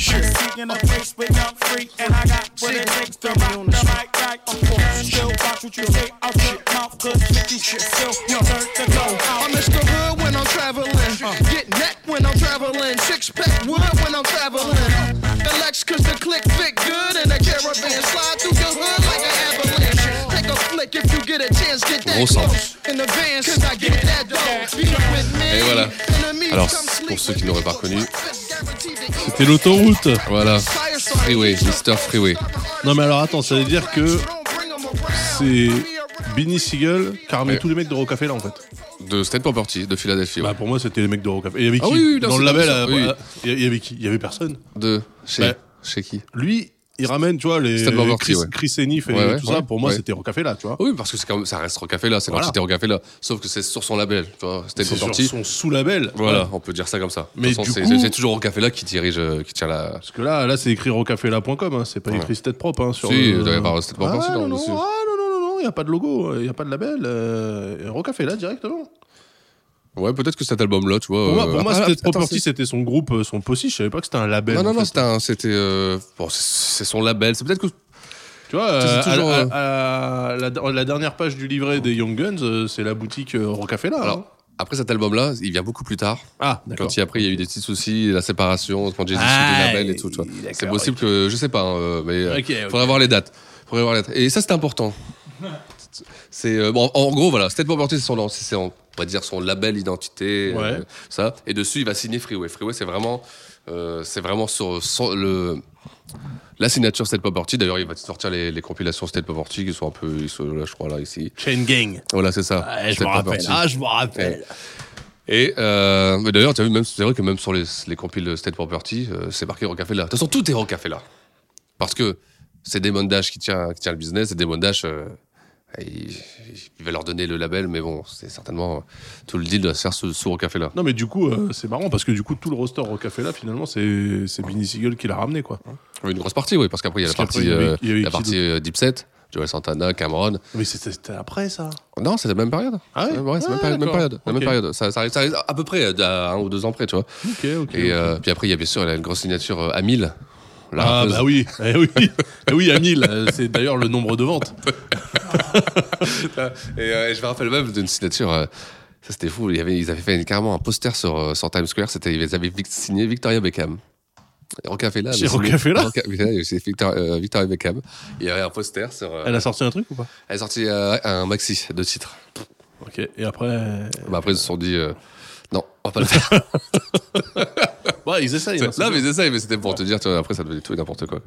[SPEAKER 9] Seeking a place where I'm free and I got what it takes to rock the mic like I'm cool. Still watch what you say out your mouth 'cause 50 shit still you turn to go
[SPEAKER 10] I'm
[SPEAKER 9] out.
[SPEAKER 10] Mr. Hood when I'm traveling. Uh, Get neck when I'm traveling. Six pack wood when I'm traveling. Elects cause the click fit good in a caravan. Slide through your hood like an avalanche. Take a flick if you get a chance. Get that
[SPEAKER 2] Gros
[SPEAKER 10] close in advance. Cause I get that dough. Be with me.
[SPEAKER 2] Et voilà.
[SPEAKER 10] Enemies
[SPEAKER 2] Alors,
[SPEAKER 10] come sleep
[SPEAKER 2] pour ceux qui
[SPEAKER 10] with
[SPEAKER 2] n'auraient
[SPEAKER 10] me.
[SPEAKER 2] pas reconnu.
[SPEAKER 1] T'es l'autoroute.
[SPEAKER 2] Voilà.
[SPEAKER 10] Firestarter.
[SPEAKER 2] Freeway, Mr. Freeway.
[SPEAKER 1] Non mais alors attends, ça veut dire que c'est Benny Siegel qui a ramené
[SPEAKER 2] Ouais.
[SPEAKER 1] tous les mecs de Rocafé là en fait.
[SPEAKER 2] De State Property, de Philadelphie.
[SPEAKER 1] Bah
[SPEAKER 2] ouais.
[SPEAKER 1] pour moi c'était les mecs de Rocafé. Il y avait qui
[SPEAKER 2] Ah oui, oui, non,
[SPEAKER 1] dans le
[SPEAKER 2] c'est
[SPEAKER 1] label
[SPEAKER 2] comme ça,
[SPEAKER 1] euh,
[SPEAKER 2] oui.
[SPEAKER 1] bah, Il y avait qui Il y avait personne.
[SPEAKER 2] De chez,
[SPEAKER 1] Ouais.
[SPEAKER 2] chez qui
[SPEAKER 1] Lui il ramène, tu vois, les
[SPEAKER 2] Stade Bamberti,
[SPEAKER 1] Chris,
[SPEAKER 2] ouais.
[SPEAKER 1] Chris Enif et
[SPEAKER 2] Ouais, ouais,
[SPEAKER 1] tout
[SPEAKER 2] ouais,
[SPEAKER 1] ça. Pour moi,
[SPEAKER 2] ouais.
[SPEAKER 1] c'était Roca là, tu vois.
[SPEAKER 2] Oui, parce que c'est quand même, ça reste Rock Café là, c'est
[SPEAKER 1] Voilà.
[SPEAKER 2] l'entité Rock Café là. Sauf que c'est sur son label, tu vois. C'était
[SPEAKER 1] C'est sur
[SPEAKER 2] sorti.
[SPEAKER 1] son sous-label.
[SPEAKER 2] Voilà, on peut dire ça comme ça. De
[SPEAKER 1] Mais
[SPEAKER 2] toute façon,
[SPEAKER 1] du
[SPEAKER 2] c'est-
[SPEAKER 1] coup-
[SPEAKER 2] c'est c'est toujours Rock Café là qui dirige, euh, qui tient la.
[SPEAKER 1] Parce que là, là c'est écrit rocafella.com, hein, c'est pas
[SPEAKER 2] Ouais.
[SPEAKER 1] écrit State Propre. Hein, sur
[SPEAKER 2] Si,
[SPEAKER 1] le-
[SPEAKER 2] il doit y avoir State Propre
[SPEAKER 1] Ah,
[SPEAKER 2] aussi, non,
[SPEAKER 1] non, non,
[SPEAKER 2] dessus.
[SPEAKER 1] ah, non, non, non, non, il n'y a pas de logo, il n'y a pas de label. Euh, Rocafella directement.
[SPEAKER 2] Ouais, peut-être que cet album là, tu vois.
[SPEAKER 1] Pour moi,
[SPEAKER 2] euh,
[SPEAKER 1] pour moi
[SPEAKER 2] ah,
[SPEAKER 1] State
[SPEAKER 2] attends,
[SPEAKER 1] Property,
[SPEAKER 2] c'est-
[SPEAKER 1] c'était son groupe, euh, son possi. Je savais pas que c'était un label.
[SPEAKER 2] Non, non,
[SPEAKER 1] en
[SPEAKER 2] non,
[SPEAKER 1] fait.
[SPEAKER 2] c'était. un- C'était. euh, Bon, c'est- c'est son label. C'est peut-être que.
[SPEAKER 1] Tu vois,
[SPEAKER 2] C'est
[SPEAKER 1] euh, à-
[SPEAKER 2] toujours,
[SPEAKER 1] à-
[SPEAKER 2] euh,
[SPEAKER 1] à- à la, la dernière page du livret des Young Guns, euh, c'est la boutique euh, Rocafella.
[SPEAKER 2] Alors,
[SPEAKER 1] hein.
[SPEAKER 2] Après cet album-là, il vient beaucoup plus tard.
[SPEAKER 1] Ah,
[SPEAKER 2] Quand
[SPEAKER 1] d'accord.
[SPEAKER 2] il, après, il y a eu des petits soucis, la séparation, quand Jay-Z
[SPEAKER 1] Ah,
[SPEAKER 2] suit le label et tout. tu vois.
[SPEAKER 1] d'accord,
[SPEAKER 2] C'est possible que, je sais pas, hein, euh, mais euh,
[SPEAKER 1] Ok, ok.
[SPEAKER 2] faudrait voir les dates. Faudrait voir les dates. Et ça, c'est important. C'est euh, bon, en en gros, voilà, State Property, c'est son, c'est- c'est, on va dire son label identité,
[SPEAKER 1] Ouais.
[SPEAKER 2] euh, ça. Et dessus, il va signer Freeway. Freeway, c'est vraiment, euh, c'est vraiment sur, sur le. La signature State Property, d'ailleurs, il va sortir les, les compilations State Property qui sont un peu, ils sont là, je crois, là, ici.
[SPEAKER 1] Chain Gang.
[SPEAKER 2] Voilà, c'est ça.
[SPEAKER 1] Ah, je
[SPEAKER 2] State
[SPEAKER 1] me rappelle.
[SPEAKER 2] Property.
[SPEAKER 1] Ah, je me rappelle.
[SPEAKER 2] Et euh, mais d'ailleurs, tu as vu, même, c'est vrai que même sur les, les compiles State Property, euh, c'est marqué Rocafella. De toute façon, tout est Rocafella. Parce que c'est Damon Dash qui tient, qui tient le business, et Damon Dash, euh, il, il va leur donner le label, mais bon, c'est certainement. euh, Tout le deal doit se faire sous, sous Rocafella.
[SPEAKER 1] Non, mais du coup, euh, c'est marrant parce que du coup, tout le roster Rocafella, finalement, c'est c'est Benny Siegel qui l'a ramené, quoi.
[SPEAKER 2] Une grosse partie, oui, parce qu'après, il y a la
[SPEAKER 1] Parce qu'après,
[SPEAKER 2] partie,
[SPEAKER 1] il y avait-
[SPEAKER 2] euh,
[SPEAKER 1] il y avait
[SPEAKER 2] la
[SPEAKER 1] qui
[SPEAKER 2] partie euh, Deep Set, Joel Santana, Cameron.
[SPEAKER 1] Mais c'était c'était après ça.
[SPEAKER 2] Non, c'est la même période.
[SPEAKER 1] Ah ouais
[SPEAKER 2] ouais, c'est la
[SPEAKER 1] Ah,
[SPEAKER 2] même période. même
[SPEAKER 1] d'accord.
[SPEAKER 2] période, La même
[SPEAKER 1] Ok.
[SPEAKER 2] période. Ça, ça arrive, ça arrive à peu près euh, à un ou deux ans près, tu vois.
[SPEAKER 1] Ok, ok.
[SPEAKER 2] Et euh, puis après, il y a bien sûr la grosse signature euh, à 1000. La
[SPEAKER 1] Ah
[SPEAKER 2] rappeuse.
[SPEAKER 1] bah oui, eh oui, Eh oui à 1000, euh, c'est d'ailleurs le nombre de ventes.
[SPEAKER 2] Et euh, je me rappelle même d'une signature. euh, ça, c'était fou. Il y avait, ils avaient fait carrément un poster sur, euh, sur Times Square. C'était, ils avaient vic- signé Victoria Beckham. Rocafella.
[SPEAKER 1] Chez Rocafella
[SPEAKER 2] C'est Victor- euh, Victoria Beckham. Il y avait un poster sur. euh,
[SPEAKER 1] Elle a sorti un truc ou pas
[SPEAKER 2] elle a sorti euh, un maxi de titres.
[SPEAKER 1] Ok, et après... euh,
[SPEAKER 2] Bah, après, ils se sont dit. euh, non, on va pas le faire.
[SPEAKER 1] Ouais, ils essayent. hein, c'est
[SPEAKER 2] Là, mais
[SPEAKER 1] bien.
[SPEAKER 2] c'est ça, mais c'était pour te dire, tu vois, après, ça devenait tout et n'importe quoi.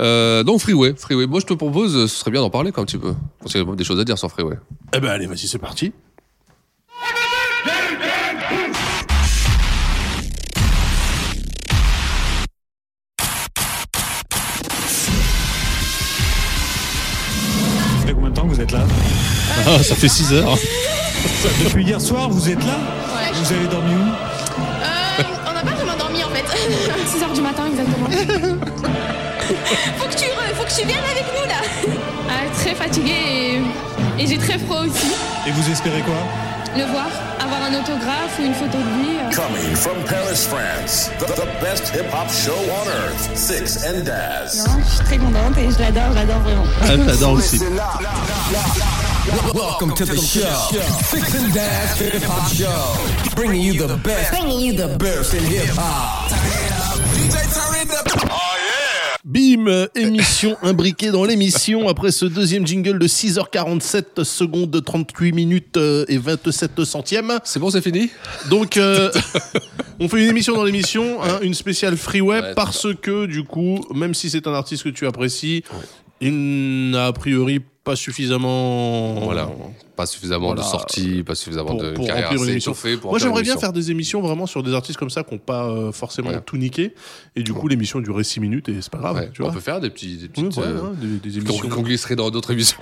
[SPEAKER 2] Euh, donc, Freeway, Freeway. Moi, je te propose, euh, ce serait bien d'en parler, quoi, un petit peu. Parce qu'il y a des choses à dire sur Freeway.
[SPEAKER 1] Eh ben allez, vas-y, c'est parti.
[SPEAKER 3] Ça fait combien de temps que vous êtes là
[SPEAKER 1] Ah, ça fait 6 heures.
[SPEAKER 3] Depuis hier soir, vous êtes là
[SPEAKER 4] Ouais.
[SPEAKER 3] Vous avez dormi où
[SPEAKER 4] Euh, on n'a pas vraiment dormi en fait. 6 heures du matin exactement. faut que tu re- faut que tu viennes avec nous là. Ah, très fatiguée et, j'ai très froid aussi.
[SPEAKER 3] Et vous espérez quoi
[SPEAKER 4] Le voir, avoir un autographe ou une photo de lui. euh,
[SPEAKER 5] Coming from Paris, France, the, the best hip hop show on earth, Six and Daz.
[SPEAKER 6] Non, je suis très contente et je l'adore, je l'adore vraiment.
[SPEAKER 1] Ah, j'adore aussi.
[SPEAKER 7] Welcome to the show. Fix and Dash Hip Hop Show. Bringing you the best. Bringing you the best in hip hop.
[SPEAKER 1] Bim, euh, émission imbriquée dans l'émission après ce deuxième jingle de 6h47 secondes 38 minutes euh, et 27 centièmes.
[SPEAKER 2] C'est bon, c'est fini?
[SPEAKER 1] Donc, euh, on fait une émission dans l'émission, hein, une spéciale freeway,
[SPEAKER 2] Ouais,
[SPEAKER 1] parce que du coup, même si c'est un artiste que tu apprécies, il n'a a priori pas suffisamment.
[SPEAKER 2] Voilà. Pas suffisamment
[SPEAKER 1] Voilà.
[SPEAKER 2] de sorties, pas suffisamment
[SPEAKER 1] Pour,
[SPEAKER 2] de
[SPEAKER 1] pour
[SPEAKER 2] carrière
[SPEAKER 1] remplir une
[SPEAKER 2] assez
[SPEAKER 1] émission.
[SPEAKER 2] étoffée pour
[SPEAKER 1] Moi,
[SPEAKER 2] euh, remplir
[SPEAKER 1] j'aimerais
[SPEAKER 2] une
[SPEAKER 1] bien
[SPEAKER 2] émission.
[SPEAKER 1] faire des émissions vraiment sur des artistes comme ça qui n'ont pas euh, forcément
[SPEAKER 2] Ouais.
[SPEAKER 1] tout niqué. Et du coup, l'émission durait 6 minutes et c'est pas grave.
[SPEAKER 2] Ouais.
[SPEAKER 1] Tu vois
[SPEAKER 2] On peut faire des petits, des
[SPEAKER 1] Oui,
[SPEAKER 2] petites,
[SPEAKER 1] voilà,
[SPEAKER 2] euh,
[SPEAKER 1] hein, des, des
[SPEAKER 2] qu'on-
[SPEAKER 1] émissions.
[SPEAKER 2] qu'on glisserait dans d'autres émissions.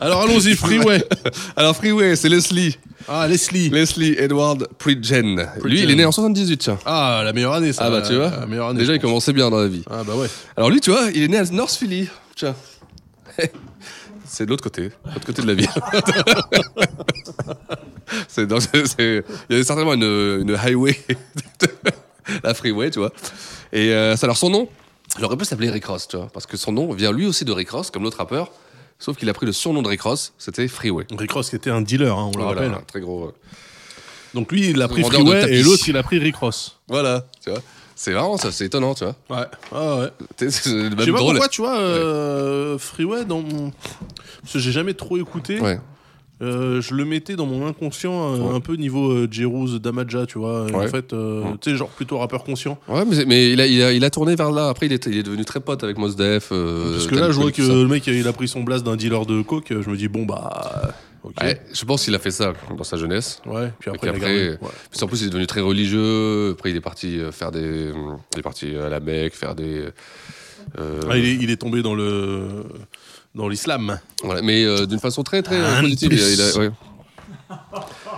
[SPEAKER 1] Alors, allons-y, freeway.
[SPEAKER 2] Alors Freeway, c'est Leslie,
[SPEAKER 1] Ah, Leslie.
[SPEAKER 2] Leslie Edward Pridgen. Lui, il est né en 78, tiens.
[SPEAKER 1] Ah, la meilleure année, ça.
[SPEAKER 2] Ah bah tu vois,
[SPEAKER 1] La meilleure année.
[SPEAKER 2] déjà
[SPEAKER 1] je
[SPEAKER 2] il
[SPEAKER 1] pense.
[SPEAKER 2] commençait bien dans la vie.
[SPEAKER 1] Ah bah ouais.
[SPEAKER 2] Alors lui, tu vois, il est né à North Philly. Tiens. C'est de l'autre côté, de l'autre côté de la ville. C'est dans- c'est- c'est- il y a certainement une, une highway, la freeway, tu vois. Et euh, ça, alors son nom, il aurait pu s'appeler Rick Ross, tu vois, parce que son nom vient lui aussi de Rick Ross, comme l'autre rappeur, sauf qu'il a pris le surnom de Rick Ross, c'était Freeway.
[SPEAKER 1] Rick Ross qui était un dealer, hein, on le
[SPEAKER 2] Voilà,
[SPEAKER 1] rappelle.
[SPEAKER 2] un très gros. euh,
[SPEAKER 1] Donc lui, il a pris
[SPEAKER 2] Vendeur de
[SPEAKER 1] Freeway
[SPEAKER 2] tapis.
[SPEAKER 1] et l'autre, il a pris Rick Ross.
[SPEAKER 2] Voilà, tu vois. C'est marrant, ça, c'est étonnant, tu vois.
[SPEAKER 1] Ouais. Ah ouais.
[SPEAKER 2] C'est- c'est même
[SPEAKER 1] Je sais pas
[SPEAKER 2] drôle.
[SPEAKER 1] pourquoi, tu vois, euh, Freeway, dans mon... parce que j'ai jamais trop écouté,
[SPEAKER 2] Ouais.
[SPEAKER 1] euh, je le mettais dans mon inconscient, euh,
[SPEAKER 2] Ouais.
[SPEAKER 1] un peu niveau euh, J-Rose, Damaja, tu vois. Et
[SPEAKER 2] Ouais. Euh,
[SPEAKER 1] En fait, euh, tu sais, genre plutôt rappeur conscient.
[SPEAKER 2] Ouais, mais, mais il, a, il, a, il a tourné vers là. Après, il est, il est devenu très pote avec Mos Def. euh,
[SPEAKER 1] Parce que là, je vois
[SPEAKER 2] Talib
[SPEAKER 1] que
[SPEAKER 2] Kweli, tout
[SPEAKER 1] le mec, il a pris son blast d'un dealer de coke, je me dis, bon, bah.
[SPEAKER 2] Ouais, je pense qu'il a fait ça dans sa jeunesse.
[SPEAKER 1] Ouais, puis
[SPEAKER 2] Et
[SPEAKER 1] après,
[SPEAKER 2] puis
[SPEAKER 1] il a
[SPEAKER 2] après, euh,
[SPEAKER 1] gardé. Ouais.
[SPEAKER 2] puis en plus, il est devenu très religieux. Après, il est parti euh, faire des. Il est parti à la Mecque, faire des. euh,
[SPEAKER 1] Ah, il, est, il est tombé dans le dans l'islam.
[SPEAKER 2] voilà, mais euh, d'une façon très, très euh,
[SPEAKER 1] Un de Ah,
[SPEAKER 2] positive.
[SPEAKER 1] plus.
[SPEAKER 2] Il a- il a- ouais.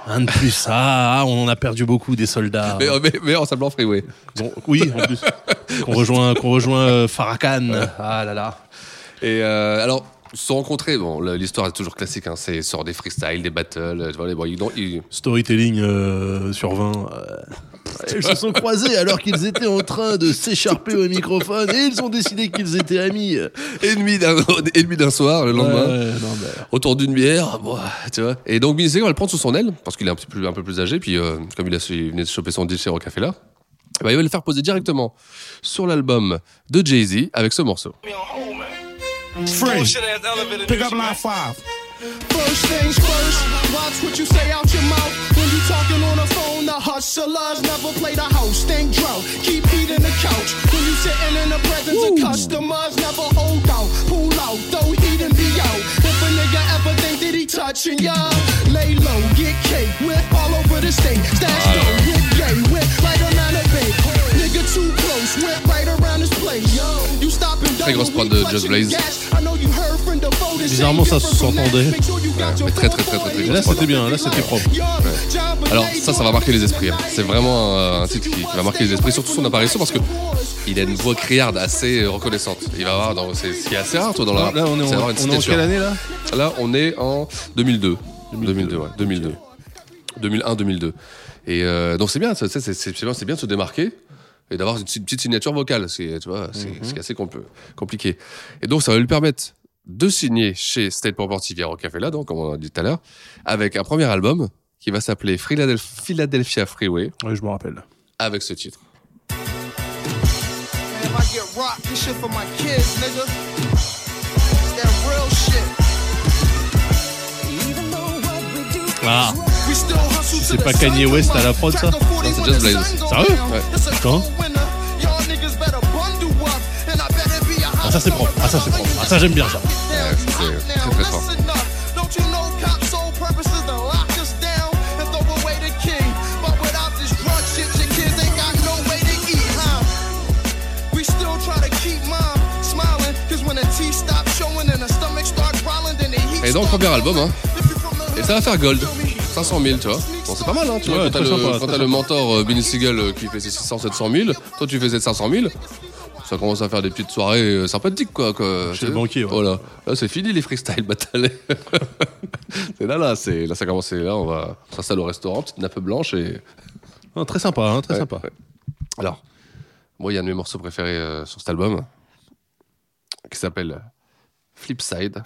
[SPEAKER 1] Un de plus. Ah, ah, on en a perdu beaucoup des soldats.
[SPEAKER 2] mais, euh, mais- mais en semblant freeway.
[SPEAKER 1] Bon, oui, en plus. qu'on rejoint, qu'on rejoint euh, Farrakhan. Ah là là.
[SPEAKER 2] Et euh, alors, ils se sont rencontrés. Bon, la- l'histoire est toujours classique. Hein, c'est sort des freestyles, des battles. euh, Voilà, bon, ils, dans- ils-
[SPEAKER 1] Storytelling euh, sur 20. euh. Ils se sont croisés alors qu'ils étaient en train de s'écharper au microphone et ils ont décidé qu'ils étaient amis.
[SPEAKER 2] ennemis d'un ennemis d'un soir, le lendemain.
[SPEAKER 1] Ouais, non, mais-
[SPEAKER 2] autour d'une bière, bon, tu vois. Et donc Minisé, on va le prendre sous son aile, parce qu'il est un, petit peu, un peu plus âgé, puis euh, comme il, a, il venait de choper son deal chez Café là, bah, il va le faire poser directement sur l'album de Jay-Z avec ce morceau.
[SPEAKER 3] Free.
[SPEAKER 9] Pick up line five.
[SPEAKER 10] First things first, watch what you say out your mouth. When you talking on the phone, the hustlers never play the house. Think drought, keep eating the couch. When you sitting in the presence of customers, never hold out. Pull out, throw heat and be out. If a nigga ever think that he touching ya, lay low, get cake, whip all over the state. Stash
[SPEAKER 2] Ah.
[SPEAKER 10] dough, whip gay, whip right around the bay. Nigga too close, whip right around this place. You stop and
[SPEAKER 2] Très grosse prod de Just Blaze.
[SPEAKER 1] Bizarrement, ça s'entendait.
[SPEAKER 2] mais très, très, très, très, très
[SPEAKER 1] Et là, c'était bien. Là, c'était propre.
[SPEAKER 2] Alors ça, ça va marquer les esprits. hein. C'est vraiment un, un titre qui, qui va marquer les esprits, surtout son apparition, parce que il a une voix criarde assez euh, reconnaissante. Il va avoir, dans, c'est ce qui est assez rare, toi, dans la
[SPEAKER 1] Là, on est
[SPEAKER 2] c'est
[SPEAKER 1] en,
[SPEAKER 2] avoir
[SPEAKER 1] on
[SPEAKER 2] une
[SPEAKER 1] est en
[SPEAKER 2] signature.
[SPEAKER 1] quelle année là
[SPEAKER 2] Là, on est en 2002. 2002, ouais, 2002. 2001, 2002. Et euh, donc c'est bien, ça, ça, c'est c'est- c'est bien, c'est bien de se démarquer et d'avoir une petite petite signature vocale. C'est tu vois, c'est c'est assez compl- compliqué. Et donc ça va lui permettre de signer chez State Property via Rocafella, donc comme on a dit tout à l'heure, avec un premier album qui va s'appeler Philadel- Philadelphia Freeway
[SPEAKER 1] Ouais, je me rappelle.
[SPEAKER 2] avec ce titre.
[SPEAKER 10] If I get rocked, this shit for my kids, nigga. It's that real shit.
[SPEAKER 1] Ah.
[SPEAKER 10] We still hustle
[SPEAKER 1] C'est
[SPEAKER 10] to
[SPEAKER 1] pas
[SPEAKER 10] the
[SPEAKER 1] Kanye
[SPEAKER 10] sun
[SPEAKER 1] West
[SPEAKER 10] come
[SPEAKER 1] à la
[SPEAKER 10] up.
[SPEAKER 1] prod, ça
[SPEAKER 10] Track of
[SPEAKER 2] Non,
[SPEAKER 10] 40
[SPEAKER 2] c'est
[SPEAKER 10] when
[SPEAKER 2] Just
[SPEAKER 10] the
[SPEAKER 2] Blaze.
[SPEAKER 10] sun go
[SPEAKER 1] Sérieux
[SPEAKER 10] down.
[SPEAKER 1] Ouais.
[SPEAKER 10] It's a
[SPEAKER 1] Quand
[SPEAKER 10] cold winter. Y'all niggas better bundle up, and I better be a
[SPEAKER 1] Ah, ça, c'est propre. Ah, ça, c'est propre. Ah, ça, j'aime bien ça.
[SPEAKER 2] c'est très, très fort.
[SPEAKER 10] Don't you know cops' sole purpose is to lock us down and throw away the key? But without this drug shit, your kids ain't got no way to eat, huh? We still try to keep mom smiling, cause when the teeth stop showing and the stomach starts growling, then the heat
[SPEAKER 2] Et donc
[SPEAKER 10] starts
[SPEAKER 2] premier album, hein.
[SPEAKER 10] If you from the
[SPEAKER 2] Et ça va faire gold. 500 000, tu vois. Bon, c'est pas mal, hein. Tu vois,
[SPEAKER 1] Ouais,
[SPEAKER 2] quand t'as
[SPEAKER 1] très
[SPEAKER 2] le,
[SPEAKER 1] sympa, très
[SPEAKER 2] quand t'as le
[SPEAKER 1] sympa.
[SPEAKER 2] mentor euh, Benny Siegel euh, qui fait ses 600, 700 000, toi tu faisais 500 000. Ça commence à faire des petites soirées euh, sympathiques, quoi. quoi.
[SPEAKER 1] Chez
[SPEAKER 2] Tu
[SPEAKER 1] le
[SPEAKER 2] vois.
[SPEAKER 1] banquier, ouais.
[SPEAKER 2] Voilà. Là, c'est fini les freestyle battles. c'est là, là, c'est là, ça commence. Là, on va s'installer au restaurant, petite nappe blanche et.
[SPEAKER 1] Non, très sympa, hein, très
[SPEAKER 2] Ouais,
[SPEAKER 1] Ah, sympa.
[SPEAKER 2] ouais. Alors, moi, il y a un de mes morceaux préférés euh, sur cet album qui s'appelle Flipside.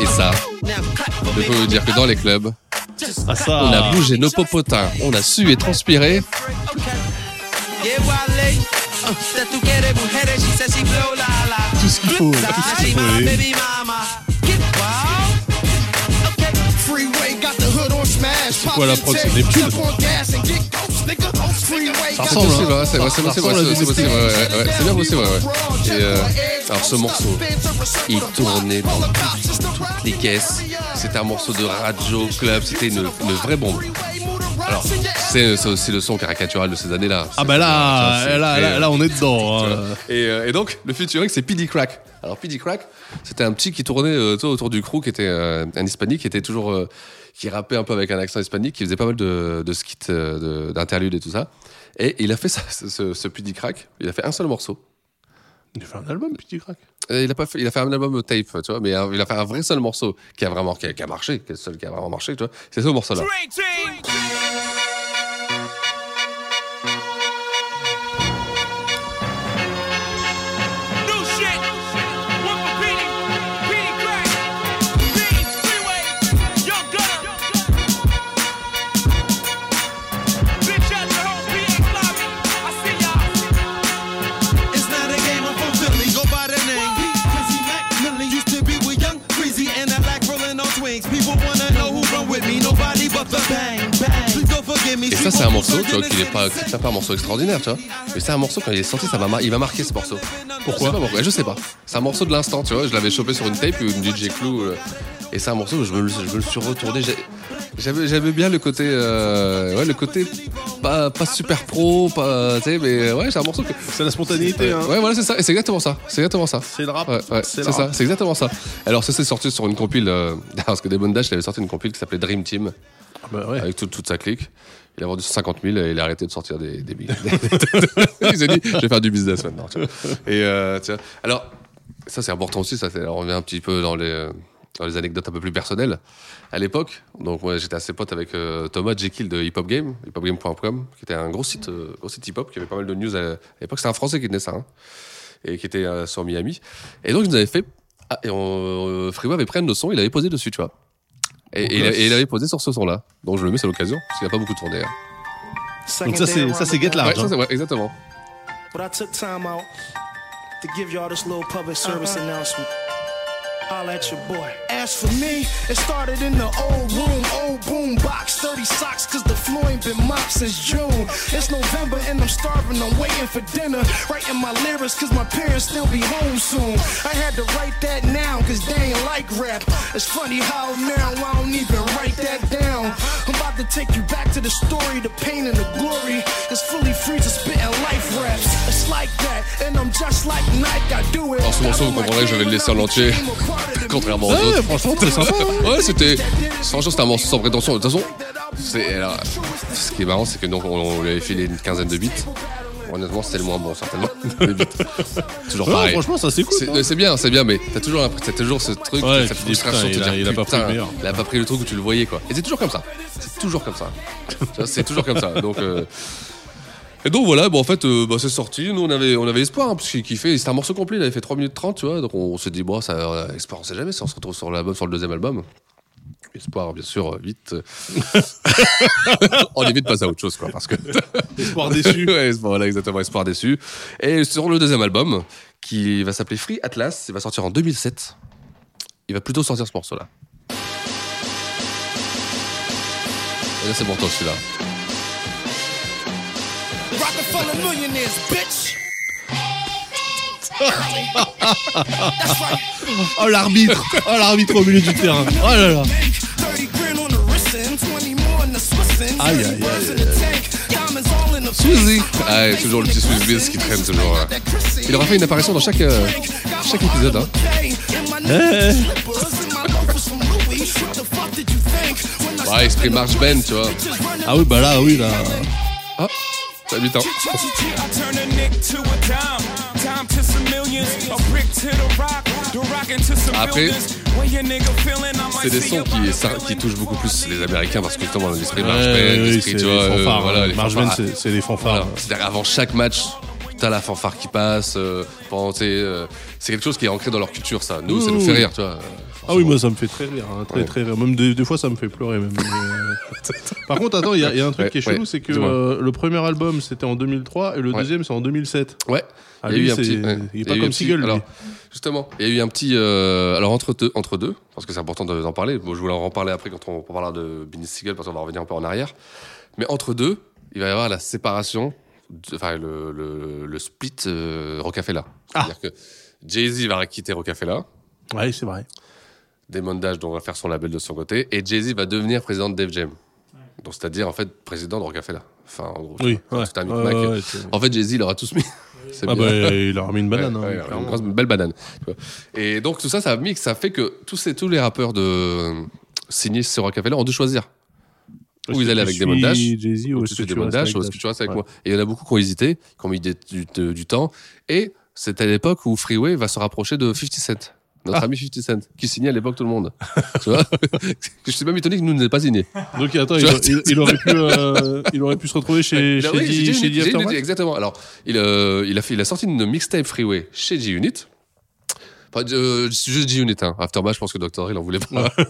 [SPEAKER 2] Et ça, je peux vous dire que dans les clubs,
[SPEAKER 1] Ah ça.
[SPEAKER 2] on a bougé nos popotins, on a su et transpiré.
[SPEAKER 10] Uh,
[SPEAKER 1] Tout ce qu'il faut.
[SPEAKER 9] Baby mama, get wild.
[SPEAKER 10] Freeway got the hood on smash. Pop
[SPEAKER 1] Voilà,
[SPEAKER 10] the
[SPEAKER 1] proc, c'est
[SPEAKER 10] tape,
[SPEAKER 1] Neptune.
[SPEAKER 10] step on gas and get ghost, nigga. Freeway
[SPEAKER 1] Ça
[SPEAKER 10] got the
[SPEAKER 1] ressemble,
[SPEAKER 10] hood
[SPEAKER 1] hein.
[SPEAKER 2] ouais, c'est ouais, c'est
[SPEAKER 1] Ça
[SPEAKER 2] possible, ouais,
[SPEAKER 1] ressemble à du
[SPEAKER 2] c'est- c'est possible, ouais, ouais, ouais, c'est bien possible, ouais, ouais. Et, euh, alors ce morceau, il tournait dans toutes les caisses. C'était un morceau de radio club, c'était une, une vraie bombe. Alors, c'est c'est aussi le son caricatural de ces années-là.
[SPEAKER 1] Ah bah
[SPEAKER 2] C'est- c'est
[SPEAKER 1] là, là,
[SPEAKER 2] très-
[SPEAKER 1] là, là, on est dedans.
[SPEAKER 2] Voilà.
[SPEAKER 1] hein.
[SPEAKER 2] Et, euh, et donc, le featuring, c'est P.D. Crack. Alors, P.D. Crack, c'était un petit qui tournait euh, tu vois, autour du crew, qui était euh, un hispanique, qui était toujours. euh, qui rappait un peu avec un accent hispanique, qui faisait pas mal de, de skits, euh, de- d'interludes et tout ça. Et il a fait ça, ce, ce, ce P.D. Crack, il a fait un seul morceau.
[SPEAKER 1] Il a fait un album, petit crack.
[SPEAKER 2] Et Il a, pas fait, il a fait un album euh, tape, tu vois, mais un- il a fait un vrai seul morceau qui a vraiment qui a, qui a marché, qui est le seul qui a vraiment marché, tu vois. C'est ce morceau-là.
[SPEAKER 9] New shit. One for Petey. Petey Crack. Petey Freeway. Young Gunner. Bitch at the home. PA Lobby. I see y'all.
[SPEAKER 10] It's not a game, I'm from Philly, go by the name. Quincy Mac Millie used to be with Young Breezy and I like rolling on swings. People wanna know who run with me, nobody but the bang, bang. Please don't forget
[SPEAKER 2] Et ça, c'est un morceau, tu vois, qui n'est pas, c'est pas un morceau extraordinaire, tu vois. Mais c'est un morceau, quand il est sorti, ça va mar- il va marquer ce morceau. Pourquoi Je sais pas. pourquoi. Je sais pas. C'est un morceau de l'instant, tu vois. Je l'avais chopé sur une tape, une DJ Clou. euh, Et c'est un morceau où je me, le- je me le suis retourné. J'ai- J'aimais, j'aimais bien le côté, euh, ouais, le côté pas, pas super pro, pas, tu sais, mais euh, ouais, c'est un morceau que.
[SPEAKER 1] C'est la spontanéité, hein.
[SPEAKER 2] Ouais, voilà, c'est ça. Et c'est exactement ça. C'est exactement ça.
[SPEAKER 1] C'est le rap.
[SPEAKER 2] Ouais, ouais,
[SPEAKER 1] C'est
[SPEAKER 2] c'est
[SPEAKER 1] le
[SPEAKER 2] ça,
[SPEAKER 1] rap.
[SPEAKER 2] c'est exactement ça. Alors ça c'est sorti sur une compile, euh, parce que Damon Dash il avait sorti une compile qui s'appelait Dream Team,
[SPEAKER 1] Bah,
[SPEAKER 2] avec toute- toute sa clique. Il a vendu 50 000 et il a arrêté de sortir des, des billes. il s'est dit, je vais faire du business maintenant. tu vois. Et euh, tu vois. alors, ça c'est important aussi, ça c'est- alors, on revient un petit peu dans les, euh, dans les anecdotes un peu plus personnelles. À l'époque, donc moi j'étais assez pote avec euh, Thomas Jekyll de Hip Hop Game, hiphopgame.com, qui était un gros site, euh, gros site hip-hop, qui avait pas mal de news à, à l'époque. C'était un Français qui tenait ça. hein et qui était euh, sur Miami. Et donc, ils nous avaient fait. Ah, et on, euh, Freeway avait pris un de nos sons, il avait posé dessus, tu vois. Et, et il, a- et il avait posé sur ce son-là. Donc, je le mets, c'est l'occasion, parce qu'il n'a pas beaucoup tourné. hein.
[SPEAKER 1] Donc ça, c'est- ça, c'est Get Large,
[SPEAKER 2] Ouais, ça,
[SPEAKER 1] hein.
[SPEAKER 2] c'est- ouais, exactement.
[SPEAKER 11] But I took time out to give y'all this little public service announcement. Holla at your boy.
[SPEAKER 10] As for me, it started in the old room, old boom box, 30 socks, cause the floor ain't been mopped since June. It's November and I'm starving, I'm waiting for dinner. Writing my lyrics cause my parents still be home soon. I had to write that now cause they ain't like rap. It's funny how now I don't even write that down. I'm about to take you back to the story, the pain and the glory. It's fully free to spitting life raps. It's like that, and I'm just like Nike, I do it.
[SPEAKER 2] Alors, ce morceau, vous comprendrez que je vais le laisser en entier. Contrairement aux
[SPEAKER 10] Ouais,
[SPEAKER 2] autres.
[SPEAKER 10] franchement, c'était sympa, hein.
[SPEAKER 2] ouais, c'était. Franchement, c'était un morceau sans prétention. De toute façon, c'est. alors, ce qui est marrant, c'est que donc, on, on lui avait filé une quinzaine de beats. Honnêtement, c'était le moins bon, certainement. les beats. toujours
[SPEAKER 1] Ouais,
[SPEAKER 2] pareil.
[SPEAKER 1] franchement, ça, c'est cool, hein.
[SPEAKER 2] ouais, C'est bien, c'est bien, mais t'as toujours, l'impression- t'as toujours ce truc,
[SPEAKER 1] Ouais,
[SPEAKER 2] cette
[SPEAKER 1] tu dis,
[SPEAKER 2] frustration.
[SPEAKER 1] putain,
[SPEAKER 2] de
[SPEAKER 1] il a-
[SPEAKER 2] dire,
[SPEAKER 1] il a pas pris le
[SPEAKER 2] putain,
[SPEAKER 1] meilleur.
[SPEAKER 2] Il a pas pris le truc où tu le voyais, quoi. Et c'est toujours comme ça. C'est toujours comme ça. Tu vois, c'est toujours comme ça. Donc. euh, et donc voilà, bon, en fait, euh, bah, c'est sorti. Nous, on avait, on avait espoir, hein, parce qu'il kiffait. C'était un morceau complet, il avait fait 3 minutes 30, tu vois. Donc on, s'est dit, bon, ça, euh, espoir, on sait jamais si on se retrouve sur l'album, sur le deuxième album. Espoir, bien sûr, euh, vite. on est vite passé à autre chose, quoi, parce que.
[SPEAKER 1] Espoir déçu.
[SPEAKER 2] Ouais, espoir, voilà, exactement, espoir déçu. Et sur le deuxième album, qui va s'appeler Free Atlas, il va sortir en 2007. Il va plutôt sortir ce morceau-là. Et là, c'est bon, toi, celui-là.
[SPEAKER 10] Rockefeller millionaires, bitch.
[SPEAKER 4] Euh,
[SPEAKER 10] That's right.
[SPEAKER 1] Oh l'arbitre Oh l'arbitre au milieu du terrain Oh là là
[SPEAKER 10] 30 grand on the wrist and 20 more in the Swiss and
[SPEAKER 2] Aïe, aïe,
[SPEAKER 10] 30 birds
[SPEAKER 2] aïe,
[SPEAKER 10] in the tank. Diamonds all in the
[SPEAKER 2] Swizzy Ah, et toujours le petit Swizz Beatz qui traîne toujours. ouais. Il aura fait une apparition dans chaque, euh, chaque épisode. Hein.
[SPEAKER 10] K. And my
[SPEAKER 2] Eh.
[SPEAKER 10] new slippers and my loafers from Louis. What the fuck did you think? When I
[SPEAKER 2] Ouais, esprit March Ben, tu vois.
[SPEAKER 1] Ah oui, bah là, oui, là.
[SPEAKER 2] Ah, t'as 8 ans.
[SPEAKER 12] I turn a nick to a dime, dime to some millions, a brick to the rock, the rock into some
[SPEAKER 2] Après,
[SPEAKER 12] buildings. When your nigga feeling, I might
[SPEAKER 2] C'est des
[SPEAKER 12] see
[SPEAKER 2] sons
[SPEAKER 12] you.
[SPEAKER 2] qui, ça- qui touchent beaucoup plus les Américains parce que justement, l'esprit March
[SPEAKER 1] Ouais,
[SPEAKER 2] Ben,
[SPEAKER 1] oui,
[SPEAKER 2] l'esprit,
[SPEAKER 1] c'est
[SPEAKER 2] tu
[SPEAKER 1] les
[SPEAKER 2] vois.
[SPEAKER 1] fanfares, hein.
[SPEAKER 2] voilà, les
[SPEAKER 1] March
[SPEAKER 2] fanfares.
[SPEAKER 1] Ben, c'est- c'est les fanfares.
[SPEAKER 2] Voilà. C'est-à-dire, avant chaque match, t'as la fanfare qui passe. euh, pendant, tu sais, euh, c'est quelque chose qui est ancré dans leur culture, ça. Nous, ça nous fait rire, tu vois. euh,
[SPEAKER 1] Ah oui, moi ça me fait très rire, hein, très
[SPEAKER 2] Ouais.
[SPEAKER 1] très rire. Même des, des fois ça me fait pleurer. Même. mais, euh. Par contre, attends, il y, a- il y a un truc
[SPEAKER 2] Ouais,
[SPEAKER 1] qui est
[SPEAKER 2] ouais.
[SPEAKER 1] chelou, c'est que
[SPEAKER 2] Dis-moi.
[SPEAKER 1] euh, le premier album c'était en 2003 et le deuxième c'est en 2007.
[SPEAKER 2] Ouais.
[SPEAKER 1] Ah,
[SPEAKER 2] il y a
[SPEAKER 1] lui,
[SPEAKER 2] eu un
[SPEAKER 1] c'est-
[SPEAKER 2] petit. ouais.
[SPEAKER 1] Il est
[SPEAKER 2] y
[SPEAKER 1] pas
[SPEAKER 2] a eu un
[SPEAKER 1] comme
[SPEAKER 2] petit-
[SPEAKER 1] Seagull, lui.
[SPEAKER 2] Alors, justement, il y a eu un petit. euh, alors, entre deux, entre deux, parce que c'est important de- d'en parler. Bon, je voulais en reparler après quand on, on parlera de Benny Seagull, parce qu'on va revenir un peu en arrière. Mais entre deux, il va y avoir la séparation, de- enfin, le, le, le split euh, Rocafella.
[SPEAKER 1] Ah.
[SPEAKER 2] C'est-à-dire que Jay-Z va quitter Rocafella.
[SPEAKER 1] Ouais, c'est vrai.
[SPEAKER 2] Ah, Damon Dash donc, va faire son label de son côté, et Jay-Z va devenir président de Def Jam. Donc, c'est-à-dire, en fait, président de Rocafella. Enfin, en gros,
[SPEAKER 1] Oui,
[SPEAKER 2] c'est
[SPEAKER 1] ouais.
[SPEAKER 2] tout un
[SPEAKER 1] Ouais,
[SPEAKER 2] micmac.
[SPEAKER 1] ouais, ouais, c'est-
[SPEAKER 2] en fait, Jay-Z, il aura tous mis. C'est
[SPEAKER 1] Ah
[SPEAKER 2] bien.
[SPEAKER 1] bah, il leur a remis une banane, hein,
[SPEAKER 2] il leur a remis
[SPEAKER 1] clairement.
[SPEAKER 2] une grosse- une belle banane. tu vois. Et donc, tout ça, ça mixe, ça fait que tous, ces, tous les rappeurs de euh, signés sur Rocafella ont dû choisir.
[SPEAKER 1] Est-ce
[SPEAKER 2] Où ils
[SPEAKER 1] que
[SPEAKER 2] allaient
[SPEAKER 1] tu
[SPEAKER 2] avec
[SPEAKER 1] suis
[SPEAKER 2] Damon Dash.
[SPEAKER 1] Jay-Z ou
[SPEAKER 2] où
[SPEAKER 1] est-ce
[SPEAKER 2] tu
[SPEAKER 1] que
[SPEAKER 2] suis
[SPEAKER 1] tu
[SPEAKER 2] Damon
[SPEAKER 1] restes
[SPEAKER 2] Dash,
[SPEAKER 1] avec
[SPEAKER 2] ou est-ce que
[SPEAKER 1] Dash
[SPEAKER 2] tu restes avec
[SPEAKER 1] Ouais.
[SPEAKER 2] moi Et il y en a beaucoup qui ont hésité, qui ont mis des- du, de- du temps. Et c'était à l'époque où Freeway va se rapprocher de 50 Cent. Notre
[SPEAKER 1] Ah.
[SPEAKER 2] ami 50 Cent, qui signait à l'époque tout le monde. tu vois Je suis même étonné que nous ne l'ait pas signé.
[SPEAKER 1] Donc attends,
[SPEAKER 2] Tu
[SPEAKER 1] il,
[SPEAKER 2] vois
[SPEAKER 1] il- il aurait pu, euh, il aurait pu se retrouver chez,
[SPEAKER 2] Il a-
[SPEAKER 1] chez,
[SPEAKER 2] Ben oui,
[SPEAKER 1] D-
[SPEAKER 2] J-Unit,
[SPEAKER 1] chez D
[SPEAKER 2] J-Unit,
[SPEAKER 1] Aftermath
[SPEAKER 2] Exactement. Alors, il, euh, il, a fait, il a sorti une mixtape Freeway chez G-Unit. Enfin, euh, juste G-Unit. Hein. Aftermath, je pense que Dr. Hill en voulait pas.
[SPEAKER 1] Ah.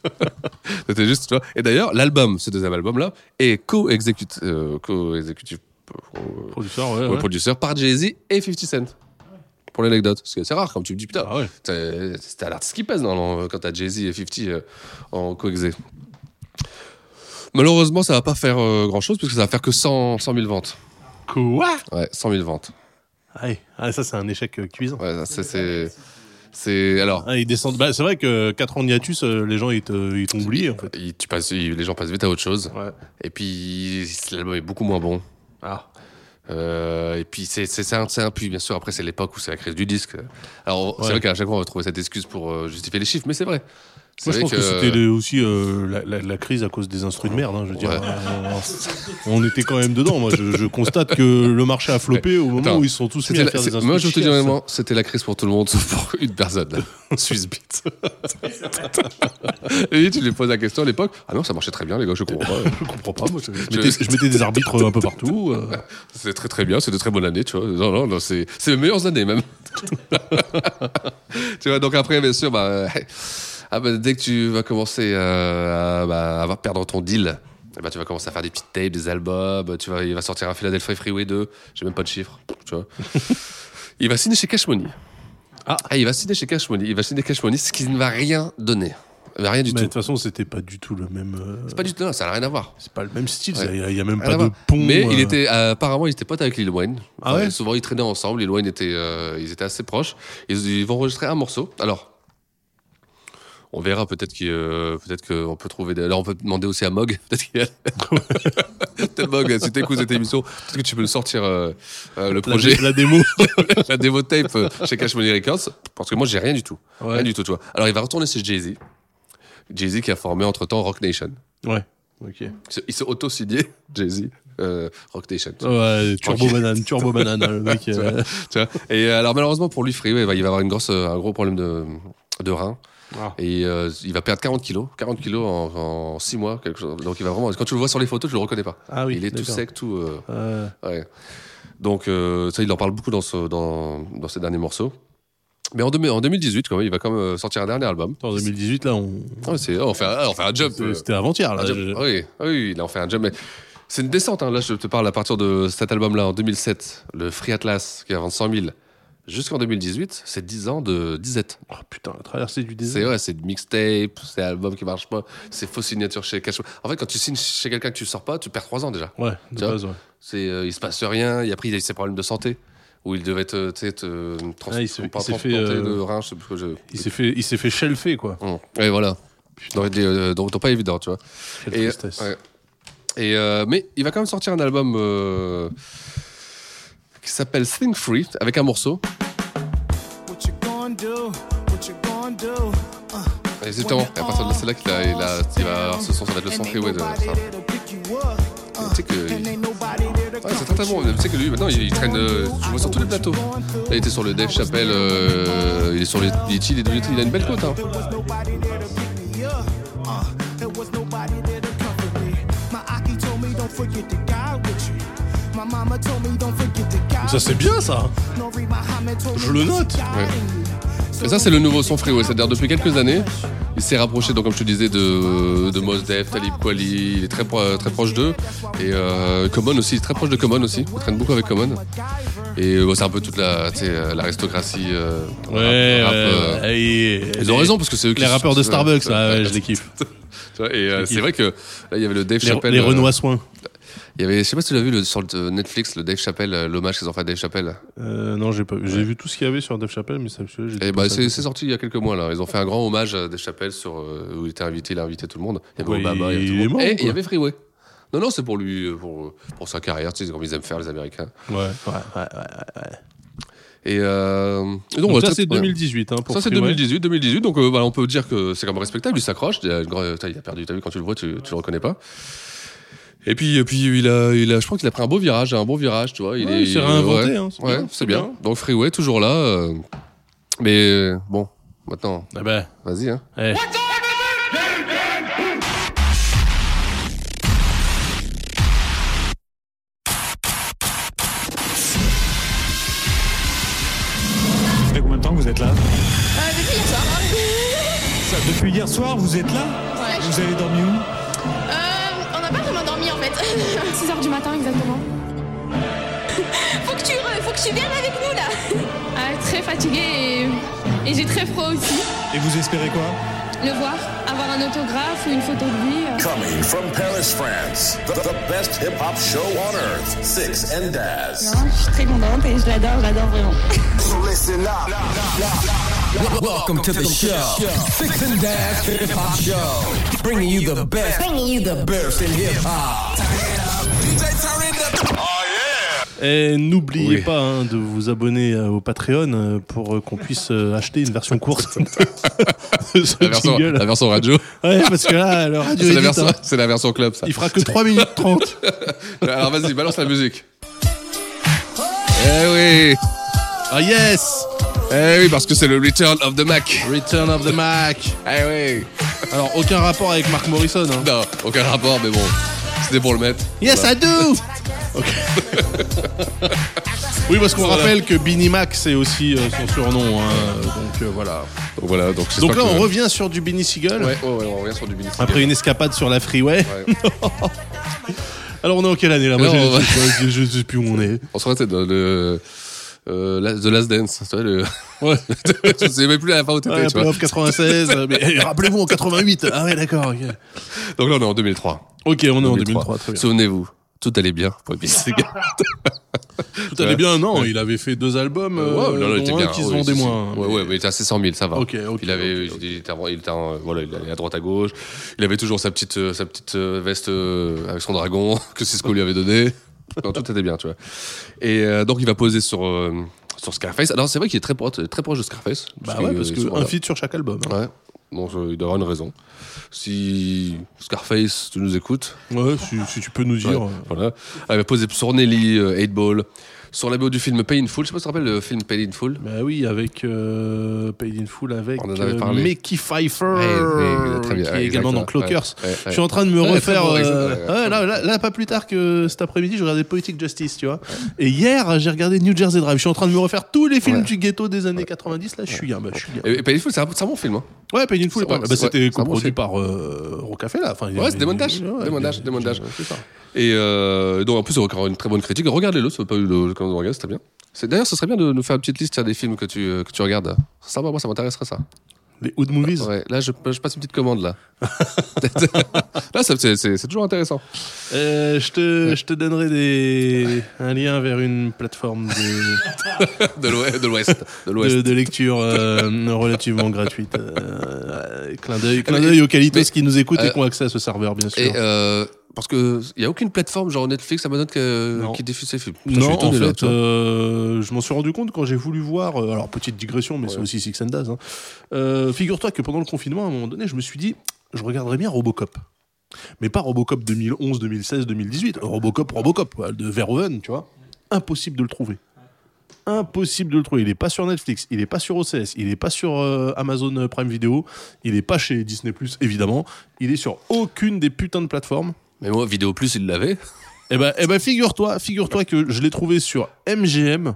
[SPEAKER 2] C'était juste, tu vois. Et d'ailleurs, l'album, ce deuxième album-là, est co-exécutif. euh, co-exécutif euh,
[SPEAKER 1] Producteur, ouais,
[SPEAKER 2] ouais,
[SPEAKER 1] ouais.
[SPEAKER 2] producteur par Jay-Z et 50 Cent. Pour l'anecdote, parce que c'est rare, comme tu me dis,
[SPEAKER 1] Ah
[SPEAKER 2] putain, t'as- c'est euh, à l'artiste qui pèse normalement, quand t'as Jay-Z et 50 euh, en co-exé. Malheureusement, ça va pas faire euh, grand chose puisque ça va faire que 100, 100 000 ventes.
[SPEAKER 1] Quoi
[SPEAKER 2] Ouais, 100 000 ventes.
[SPEAKER 1] Ah, oui. Ah, ça, c'est un échec euh, cuisant.
[SPEAKER 2] Ouais, ça, c'est. C'est. Alors.
[SPEAKER 1] ils descendent. Bah, c'est vrai que 4 ans de hiatus, euh, les gens, ils, te- ils t'ont oublié, en fait.
[SPEAKER 2] Ils- tu passes, ils- les gens passent vite à autre chose. Et puis, l'album est beaucoup moins bon.
[SPEAKER 1] Ah.
[SPEAKER 2] Euh, et puis, c'est, c'est, c'est un, c'est un puits, bien sûr. Après, c'est l'époque où c'est la crise du disque. Alors,
[SPEAKER 1] Ouais.
[SPEAKER 2] c'est vrai qu'à chaque fois, on va trouver cette excuse pour euh, justifier les chiffres, mais c'est vrai. C'est
[SPEAKER 1] Moi, je
[SPEAKER 2] vrai
[SPEAKER 1] pense que, c'était les- aussi euh, la, la- la crise à cause des instruments de merde. hein, je veux dire,
[SPEAKER 2] Ouais.
[SPEAKER 1] Euh, on était quand même dedans. Moi, je, je constate que le marché a floppé au moment
[SPEAKER 2] Attends.
[SPEAKER 1] où ils se sont tous mis
[SPEAKER 2] C'était
[SPEAKER 1] à
[SPEAKER 2] la-
[SPEAKER 1] faire des
[SPEAKER 2] c'est-
[SPEAKER 1] instruments.
[SPEAKER 2] Moi, je te dis
[SPEAKER 1] chiasses.
[SPEAKER 2] honnêtement, c'était la crise pour tout le monde, sauf pour une personne, là. Swiss Beat. Et tu lui poses la question à l'époque. Ah non, ça marchait très bien, les gars, je comprends pas.
[SPEAKER 1] Je comprends pas. Moi, je, je mettais, je mettais des arbitres un peu partout. euh.
[SPEAKER 2] C'était très très bien, c'était très bonne année, tu vois. Non, non, non, c'est c'est les meilleures années même. tu vois, donc après, bien sûr, bah, ah, bah, dès que tu vas commencer euh, à, bah, à perdre ton deal, eh ben, tu vas commencer à faire des petites tapes, des albums. Tu vas, il va sortir un Philadelphia Freeway 2, j'ai même pas de chiffre, tu vois. il va signer chez Cash Money.
[SPEAKER 1] Ah.
[SPEAKER 2] il va signer chez Cash Money. Il va signer Cash Money, ce qui ne va rien donner. Il va Rien du
[SPEAKER 1] Mais de
[SPEAKER 2] tout.
[SPEAKER 1] toute façon, c'était pas du tout le même. euh,
[SPEAKER 2] C'est pas du tout, non, ça n'a rien à voir.
[SPEAKER 1] C'est pas le même style.
[SPEAKER 2] Ouais.
[SPEAKER 1] Il y a- il y, a même
[SPEAKER 2] Rien à
[SPEAKER 1] pas de
[SPEAKER 2] voir.
[SPEAKER 1] pont.
[SPEAKER 2] Mais il
[SPEAKER 1] euh,
[SPEAKER 2] était, euh, apparemment, il était pote avec Lil Wayne.
[SPEAKER 1] Ah
[SPEAKER 2] Enfin,
[SPEAKER 1] ouais
[SPEAKER 2] souvent, ils traînaient ensemble. Lil Wayne était, euh, ils étaient assez proches. Ils, ils vont enregistrer un morceau. Alors, on verra. Peut-être qu'il, euh, peut-être qu'on peut trouver. Des... Alors, on peut demander aussi à Mog. Peut-être qu'il Peut-être Mog, si t'écoutes cette émission, peut-être que tu peux nous sortir euh, euh, le projet,
[SPEAKER 1] dé- la démo.
[SPEAKER 2] la démo tape euh, chez Cash Money Records. Parce que moi, j'ai rien du tout.
[SPEAKER 1] Ouais.
[SPEAKER 2] Rien du tout, tu vois. Alors, il va retourner chez Jay Z. Jay Z qui a formé entre temps Rock Nation.
[SPEAKER 1] Ouais. Ok.
[SPEAKER 2] Il se- Il s'est auto-signé, Jay-Z, euh, Rock Nation.
[SPEAKER 1] Ouais, Turbo
[SPEAKER 2] Tranquille.
[SPEAKER 1] Banane, Turbo Banane, hein, le mec.
[SPEAKER 2] Tu vois,
[SPEAKER 1] euh.
[SPEAKER 2] tu vois. Et euh, alors, malheureusement pour lui, Freeway, bah, il va avoir une grosse, euh, un gros problème de, de rein. Et euh, il va perdre 40 kilos, 40 kilos en, 6 mois, quelque chose. Donc il va vraiment. Quand tu le vois sur les photos, tu le reconnais pas.
[SPEAKER 1] Ah oui,
[SPEAKER 2] il est tout
[SPEAKER 1] d'accord.
[SPEAKER 2] sec, tout. euh,
[SPEAKER 1] Euh,
[SPEAKER 2] ouais. Donc euh, ça, il en parle beaucoup dans, ce, dans, dans ses derniers morceaux. Mais en, deux- en 2018, quand même, il va quand même euh, sortir un dernier album.
[SPEAKER 1] en 2018, là, on.
[SPEAKER 2] Ah, c'est- oh, on, fait, un- ah, on fait un jump. euh,
[SPEAKER 1] C'était c'était avant-hier, là.
[SPEAKER 2] un jump.
[SPEAKER 1] je-
[SPEAKER 2] Oui, ah oui, là, on fait un jump. Mais c'est une descente. hein. Là, je te parle à partir de cet album-là en 2007, le Free Atlas, qui est à vendre 100 000, jusqu'en 2018, c'est 10 ans de disette.
[SPEAKER 1] Oh putain, la traversée du
[SPEAKER 2] C'est
[SPEAKER 1] désert.
[SPEAKER 2] ouais, c'est mixtape, c'est album qui marche pas, c'est faux signature chez Cash. En fait, quand tu signes chez quelqu'un que tu sors pas, tu perds 3 ans déjà.
[SPEAKER 1] Ouais, de
[SPEAKER 2] Tu vois,
[SPEAKER 1] base, ouais.
[SPEAKER 2] C'est, euh, il se passe rien. Et après, il a eu ses problèmes de santé. Où il devait te, tu sais, te trans-
[SPEAKER 1] Ah, il s'est-
[SPEAKER 2] pas
[SPEAKER 1] il s'est
[SPEAKER 2] transplanter
[SPEAKER 1] fait, euh,
[SPEAKER 2] de rein, je sais plus que je- Hum.
[SPEAKER 1] Il s'est fait, il s'est fait shelfer, quoi.
[SPEAKER 2] et voilà. Donc, euh, donc, donc pas évident, tu vois.
[SPEAKER 1] Quelle
[SPEAKER 2] Et,
[SPEAKER 1] tristesse.
[SPEAKER 2] ouais. Et, euh, mais il va quand même sortir un album euh, qui s'appelle Think Free avec un morceau.
[SPEAKER 13] What you gonna do? What you gonna do? Uh,
[SPEAKER 2] Et Exactement. Et à partir de là, c'est là qu'il a, il a- il va avoir ce son, ça va être le son freeway de la fin. Tu sais que. Ouais, c'est très très bon. Tu sais que lui, maintenant, il, il traîne. euh, je vois sur tous les plateaux. Là, il était sur le Dave Chappelle, euh, il est sur les Litchi, il est devenu- Il a une belle cote. Hein.
[SPEAKER 13] Uh, there was nobody there to comfort me. My Aki told me don't forget the guy with you. My mama told me don't forget the guy.
[SPEAKER 1] Ça, c'est bien, ça.
[SPEAKER 13] Nori Muhammad told
[SPEAKER 1] Je le note.
[SPEAKER 2] Et ça, c'est le nouveau son freeway. C'est-à-dire, depuis quelques années, il s'est rapproché, donc, comme je te disais, de, de Mos Def, Talib Kweli. Il est très, pro- très proche d'eux. Et euh, Common aussi, très proche de Common aussi. Il traîne beaucoup avec Common. Et euh, bon, c'est un peu toute la, tu sais, euh, l'aristocratie. euh,
[SPEAKER 1] Ouais,
[SPEAKER 2] rap- rap,
[SPEAKER 1] ouais,
[SPEAKER 2] euh,
[SPEAKER 1] ouais. Et-
[SPEAKER 2] ils ont
[SPEAKER 1] les-
[SPEAKER 2] raison parce que c'est eux qui
[SPEAKER 1] Les rappeurs de
[SPEAKER 2] sont-
[SPEAKER 1] Starbucks, là, ouais, je les kiffe.
[SPEAKER 2] Tu vois, Et euh,
[SPEAKER 1] Je kiffe.
[SPEAKER 2] c'est vrai que là, il y avait le Dave
[SPEAKER 1] Les,
[SPEAKER 2] Chappelle.
[SPEAKER 1] les
[SPEAKER 2] euh,
[SPEAKER 1] Renois Soins.
[SPEAKER 2] Il y avait, je sais pas si tu l'as vu le- sur le- Netflix, le Dave Chappelle, euh, l'hommage qu'ils ont fait à Dave Chappelle.
[SPEAKER 1] Euh, non, j'ai pas vu. J'ai vu tout ce qu'il y avait sur Dave Chappelle, mais ça, celui-là, j'ai
[SPEAKER 2] Et
[SPEAKER 1] tout
[SPEAKER 2] bah,
[SPEAKER 1] ça.
[SPEAKER 2] c'est c'est sorti il y a quelques mois là. Ils ont fait un grand hommage à Dave Chappelle sur euh, où il était invité, il a invité tout le monde. Il y avait
[SPEAKER 1] Ouais,
[SPEAKER 2] Obama, il y avait
[SPEAKER 1] il
[SPEAKER 2] tout le
[SPEAKER 1] est
[SPEAKER 2] monde.
[SPEAKER 1] mort,
[SPEAKER 2] Et
[SPEAKER 1] ou quoi
[SPEAKER 2] il y avait Freeway. Non, non, c'est pour lui, euh, pour, pour sa carrière, tu sais, c'est comme ils aiment faire les Américains.
[SPEAKER 1] Ouais, ouais, ouais, ouais, ouais, ouais.
[SPEAKER 2] Et euh, et
[SPEAKER 1] Donc, ça,
[SPEAKER 2] voilà, top,
[SPEAKER 1] c'est
[SPEAKER 2] ouais.
[SPEAKER 1] 2018. Hein, pour
[SPEAKER 2] Ça c'est
[SPEAKER 1] Freeway.
[SPEAKER 2] 2018, 2018. Donc euh, voilà, on peut dire que c'est quand même respectable. Il s'accroche. Il a, une grande- putain, il a perdu. T'as vu quand tu le vois, tu, tu le reconnais pas. Et puis, et puis il a, il a, je crois qu'il a pris un beau virage, un bon virage, tu vois. Il
[SPEAKER 1] Ouais, il
[SPEAKER 2] est-
[SPEAKER 1] s'est réinventé,
[SPEAKER 2] ouais.
[SPEAKER 1] hein, c'est
[SPEAKER 2] Ouais,
[SPEAKER 1] bien,
[SPEAKER 2] c'est
[SPEAKER 1] c'est
[SPEAKER 2] bien.
[SPEAKER 1] bien.
[SPEAKER 2] Donc Freeway toujours là. euh, mais euh, bon, maintenant,
[SPEAKER 1] Ah bah,
[SPEAKER 2] vas-y. Hein.
[SPEAKER 1] eh.
[SPEAKER 14] Ça fait combien de temps que vous êtes là
[SPEAKER 4] Euh, depuis hier soir.
[SPEAKER 14] Ça, Depuis hier soir, vous êtes là
[SPEAKER 4] Ouais.
[SPEAKER 14] Vous avez dormi où
[SPEAKER 4] Euh, on n'a pas vraiment dormi en fait. 6h du matin exactement. faut, que tu, re- faut que tu viennes avec nous là. Ah, très fatiguée et, et j'ai très froid aussi.
[SPEAKER 14] Et vous espérez quoi
[SPEAKER 4] le voir, avoir un autographe ou une photo de lui. euh.
[SPEAKER 5] Coming from Paris, France, the, the best hip hop show on earth, Six and Daz.
[SPEAKER 6] Non, je suis très contente et je l'adore, je l'adore vraiment.
[SPEAKER 7] Welcome to the show. Six and Dash Hip Hop Show. Bringing you the best. Bringing you the best in Oh, hip hop.
[SPEAKER 1] Et eh, n'oubliez pas hein, de vous abonner euh, au Patreon euh, pour euh, qu'on puisse euh, acheter une version courte de de ce
[SPEAKER 2] La version,
[SPEAKER 1] jingle.
[SPEAKER 2] la version radio.
[SPEAKER 1] Ouais, parce que là, le radio
[SPEAKER 2] C'est la,
[SPEAKER 1] edit,
[SPEAKER 2] version-
[SPEAKER 1] hein.
[SPEAKER 2] c'est la version club, ça. Euh,
[SPEAKER 1] il fera que 3 minutes 30.
[SPEAKER 2] Alors vas-y, balance la musique. Eh oui
[SPEAKER 1] Ah yes
[SPEAKER 2] Eh oui, parce que c'est le Return of the Mac.
[SPEAKER 1] Return of the Mac.
[SPEAKER 2] Eh oui
[SPEAKER 1] Alors, aucun rapport avec Mark Morrison. hein.
[SPEAKER 2] Non, aucun rapport, mais bon, c'était pour le mettre.
[SPEAKER 1] Yes,
[SPEAKER 2] Voilà.
[SPEAKER 1] I do Oui, parce qu'on rappelle que Beanie Mac, c'est aussi euh, son surnom. hein, donc euh, voilà.
[SPEAKER 2] Donc voilà, donc j'espère
[SPEAKER 1] Donc là,
[SPEAKER 2] que-
[SPEAKER 1] on revient sur du Beanie Seagull.
[SPEAKER 2] Ouais, ouais, ouais, on revient sur du Benny Siegel.
[SPEAKER 1] Après une escapade sur la freeway.
[SPEAKER 2] Ouais.
[SPEAKER 1] Alors, on est en quelle année là Moi,
[SPEAKER 2] Non,
[SPEAKER 1] j'ai-
[SPEAKER 2] on va-
[SPEAKER 1] je- je sais plus où on est.
[SPEAKER 2] On se retrouve dans le. euh, la- The Last Dance, tu vois, le...
[SPEAKER 1] Ouais.
[SPEAKER 2] je sais même plus à la fin où t'étais,
[SPEAKER 1] Ouais,
[SPEAKER 2] tu vois.
[SPEAKER 1] playoff 96, euh, mais eh, rappelez-vous en 88. Ah ouais, d'accord. ok.
[SPEAKER 2] Donc là, on est en 2003.
[SPEAKER 1] Ok, on est en 2003, très bien.
[SPEAKER 2] Souvenez-vous, tout allait bien pour Benny Siegel.
[SPEAKER 1] Tout allait bien, non Il avait fait deux albums, euh,
[SPEAKER 2] Ouais, non, non, il était
[SPEAKER 1] dont un
[SPEAKER 2] bien. Ah
[SPEAKER 1] qui se
[SPEAKER 2] Oui,
[SPEAKER 1] vendait
[SPEAKER 2] si, si.
[SPEAKER 1] moins.
[SPEAKER 2] Ouais, ouais, mais il était à 600 000, ça va.
[SPEAKER 1] Ok, ok,
[SPEAKER 2] Il avait, il était, avant- il était en- euh, voilà, il allait à droite à gauche. Il avait toujours sa petite, euh, sa petite euh, veste euh, avec son dragon que Cisco lui avait donné. Non, tout était bien, tu vois. Et euh, donc il va poser sur euh, sur Scarface. Alors c'est vrai qu'il est très proche, très proche de Scarface.
[SPEAKER 1] Bah ouais, parce
[SPEAKER 2] euh,
[SPEAKER 1] que
[SPEAKER 2] ils sont-
[SPEAKER 1] un
[SPEAKER 2] voilà.
[SPEAKER 1] feat sur chaque album. hein.
[SPEAKER 2] Ouais. Bon, je- il doit avoir une raison. Si Scarface, tu nous écoutes,
[SPEAKER 1] Ouais, si, si tu peux nous dire.
[SPEAKER 2] Ouais, voilà. Elle va poser sur Nelly, euh, 8 Ball, sur la BO du film Painful. Je sais pas si tu te rappelles le film Painful.
[SPEAKER 1] Bah oui, avec euh, Paid in Full, avec
[SPEAKER 2] On en avait
[SPEAKER 1] euh,
[SPEAKER 2] parlé. Eh
[SPEAKER 1] Mickey Pfeiffer,
[SPEAKER 2] ouais, très bien,
[SPEAKER 1] qui
[SPEAKER 2] ouais,
[SPEAKER 1] est également
[SPEAKER 2] exactement.
[SPEAKER 1] dans Clockers.
[SPEAKER 2] Ouais, ouais,
[SPEAKER 1] Je
[SPEAKER 2] ouais.
[SPEAKER 1] suis en train de me
[SPEAKER 2] Ouais, très
[SPEAKER 1] refaire.
[SPEAKER 2] bon,
[SPEAKER 1] euh,
[SPEAKER 2] exactement, ouais.
[SPEAKER 1] ouais, là, là- là, pas plus tard que cet après-midi, je regardais Poetic Justice, tu vois. Et hier, j'ai regardé New Jersey Drive. Je suis en train de me refaire tous les films du ghetto des années 90. Là, je suis bien. Bah, je suis bien.
[SPEAKER 2] Et, et Painful, c'est un, c'est un bon film. Hein.
[SPEAKER 1] Ouais, Paid in Full,
[SPEAKER 2] C'est
[SPEAKER 1] est pas
[SPEAKER 2] vrai,
[SPEAKER 1] mal. Bah,
[SPEAKER 2] c'est- ouais,
[SPEAKER 1] c'était
[SPEAKER 2] c'est un bon
[SPEAKER 1] coproduit
[SPEAKER 2] film.
[SPEAKER 1] par euh, Rocafé, là. Enfin, il y
[SPEAKER 2] Ouais,
[SPEAKER 1] avait-
[SPEAKER 2] c'est des montages,
[SPEAKER 1] ouais,
[SPEAKER 2] des montages, des montages.
[SPEAKER 1] C'est ça.
[SPEAKER 2] Et euh, donc en plus, il y a encore une très bonne critique. Regardez-le, ça pas eu le quand on regarde, c'était bien. C'est- D'ailleurs, ce serait bien de nous faire une petite liste tiens, des films que tu, euh, que tu regardes. Ça, moi, ça m'intéresserait ça.
[SPEAKER 1] Les Hood Movies.
[SPEAKER 2] Ouais, là, je, je passe une petite commande là. là, ça- c'est c'est- c'est toujours intéressant.
[SPEAKER 1] Euh, je te, je te donnerai des, un lien vers une plateforme de.
[SPEAKER 2] De l'ouest, de l'ouest, de l'ouest.
[SPEAKER 1] de, de lecture euh, relativement gratuite. Euh, euh, clin d'œil, clin d'œil aux qualités
[SPEAKER 2] mais-
[SPEAKER 1] qui nous écoutent et
[SPEAKER 2] euh,
[SPEAKER 1] qui ont accès à ce serveur, bien sûr.
[SPEAKER 2] Et euh, parce que il y a aucune plateforme genre Netflix, Amazon que- qui diffuse ces films. Putain, je suis
[SPEAKER 1] non, en
[SPEAKER 2] étonné, là,
[SPEAKER 1] fait,
[SPEAKER 2] tu vois.
[SPEAKER 1] euh, je m'en suis rendu compte quand j'ai voulu voir. euh, alors, petite digression, mais c'est aussi Six and Daz. hein. Euh, Figure-toi que pendant le confinement, à un moment donné, je me suis dit, je regarderais bien Robocop. Mais pas Robocop 2011, 2016, 2018. Robocop, Robocop, quoi, de Verhoeven, tu vois. Impossible de le trouver. Impossible de le trouver. Il n'est pas sur Netflix, il n'est pas sur OCS, il n'est pas sur euh, Amazon Prime Video, il n'est pas chez Disney, évidemment. Il est sur aucune des putains de plateformes.
[SPEAKER 2] Mais moi, Vidéo Plus, il l'avait.
[SPEAKER 1] Eh ben, eh ben figure-toi, figure-toi que je l'ai trouvé sur MGM.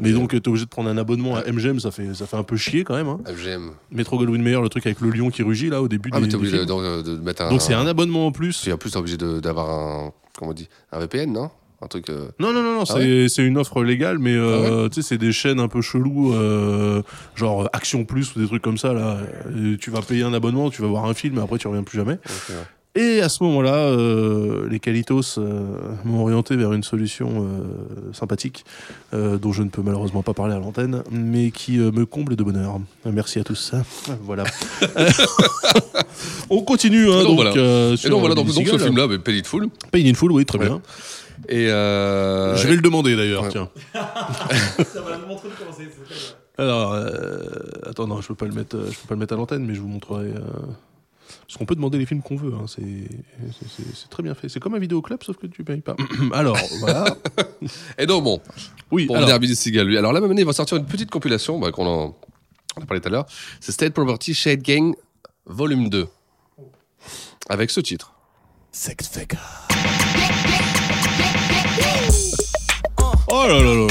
[SPEAKER 1] Mais donc, t'es obligé de prendre un abonnement à MGM, ça fait, ça fait un peu chier quand même. Hein.
[SPEAKER 2] FGM.
[SPEAKER 1] Metro Goldwyn Mayer, le truc avec le lion qui rugit là au début.
[SPEAKER 2] Ah,
[SPEAKER 1] des-
[SPEAKER 2] mais
[SPEAKER 1] des
[SPEAKER 2] t'es obligé de,
[SPEAKER 1] films.
[SPEAKER 2] donc, euh, de mettre un.
[SPEAKER 1] Donc, c'est un abonnement en plus.
[SPEAKER 2] Puis en plus, t'es obligé de- d'avoir un. Comment on dit Un VPN, non Un truc. euh,
[SPEAKER 1] Non, non, non, non
[SPEAKER 2] Ah
[SPEAKER 1] c'est
[SPEAKER 2] ouais Ah
[SPEAKER 1] c'est une offre légale, mais euh, tu sais, c'est des chaînes un peu cheloues, euh, genre euh, Action Plus ou des trucs comme ça. Là. Et tu vas payer un abonnement, tu vas voir un film, et après, tu reviens plus jamais.
[SPEAKER 2] ok, ouais.
[SPEAKER 1] Et à ce moment-là, euh, les Calitos euh, m'ont orienté vers une solution euh, sympathique, euh, dont je ne peux malheureusement pas parler à l'antenne, mais qui euh, me comble de bonheur. Euh, Merci à tous. Voilà. On continue, hein,
[SPEAKER 2] Et donc,
[SPEAKER 1] donc,
[SPEAKER 2] voilà.
[SPEAKER 1] euh,
[SPEAKER 2] Et
[SPEAKER 1] sur
[SPEAKER 2] donc voilà, donc,
[SPEAKER 1] Billy
[SPEAKER 2] donc ce
[SPEAKER 1] Seagal.
[SPEAKER 2] film-là, Paid It Full.
[SPEAKER 1] Paid in Full, oui, très bien.
[SPEAKER 2] Et euh,
[SPEAKER 1] Je vais le demander d'ailleurs,
[SPEAKER 2] Ouais.
[SPEAKER 1] tiens.
[SPEAKER 15] Ça va nous montrer de comment c'est. c'est-
[SPEAKER 1] Alors, euh, attends, non, je peux pas le mettre, euh, je peux pas le mettre à l'antenne, mais je vous montrerai. euh, Parce qu'on peut demander les films qu'on veut, hein, c'est c'est- c'est- c'est très bien fait. C'est comme un vidéoclub, sauf que tu payes pas. alors, voilà.
[SPEAKER 2] Et donc, bon.
[SPEAKER 1] Oui,
[SPEAKER 2] Pour
[SPEAKER 1] alors-
[SPEAKER 2] revenir à Billy Seagal, lui. Alors, la même année, il va sortir une petite compilation, bah, qu'on en, on a parlé tout à l'heure. C'est State Property Shade Gang, volume 2. Avec ce titre.
[SPEAKER 1] Sex Oh là là là.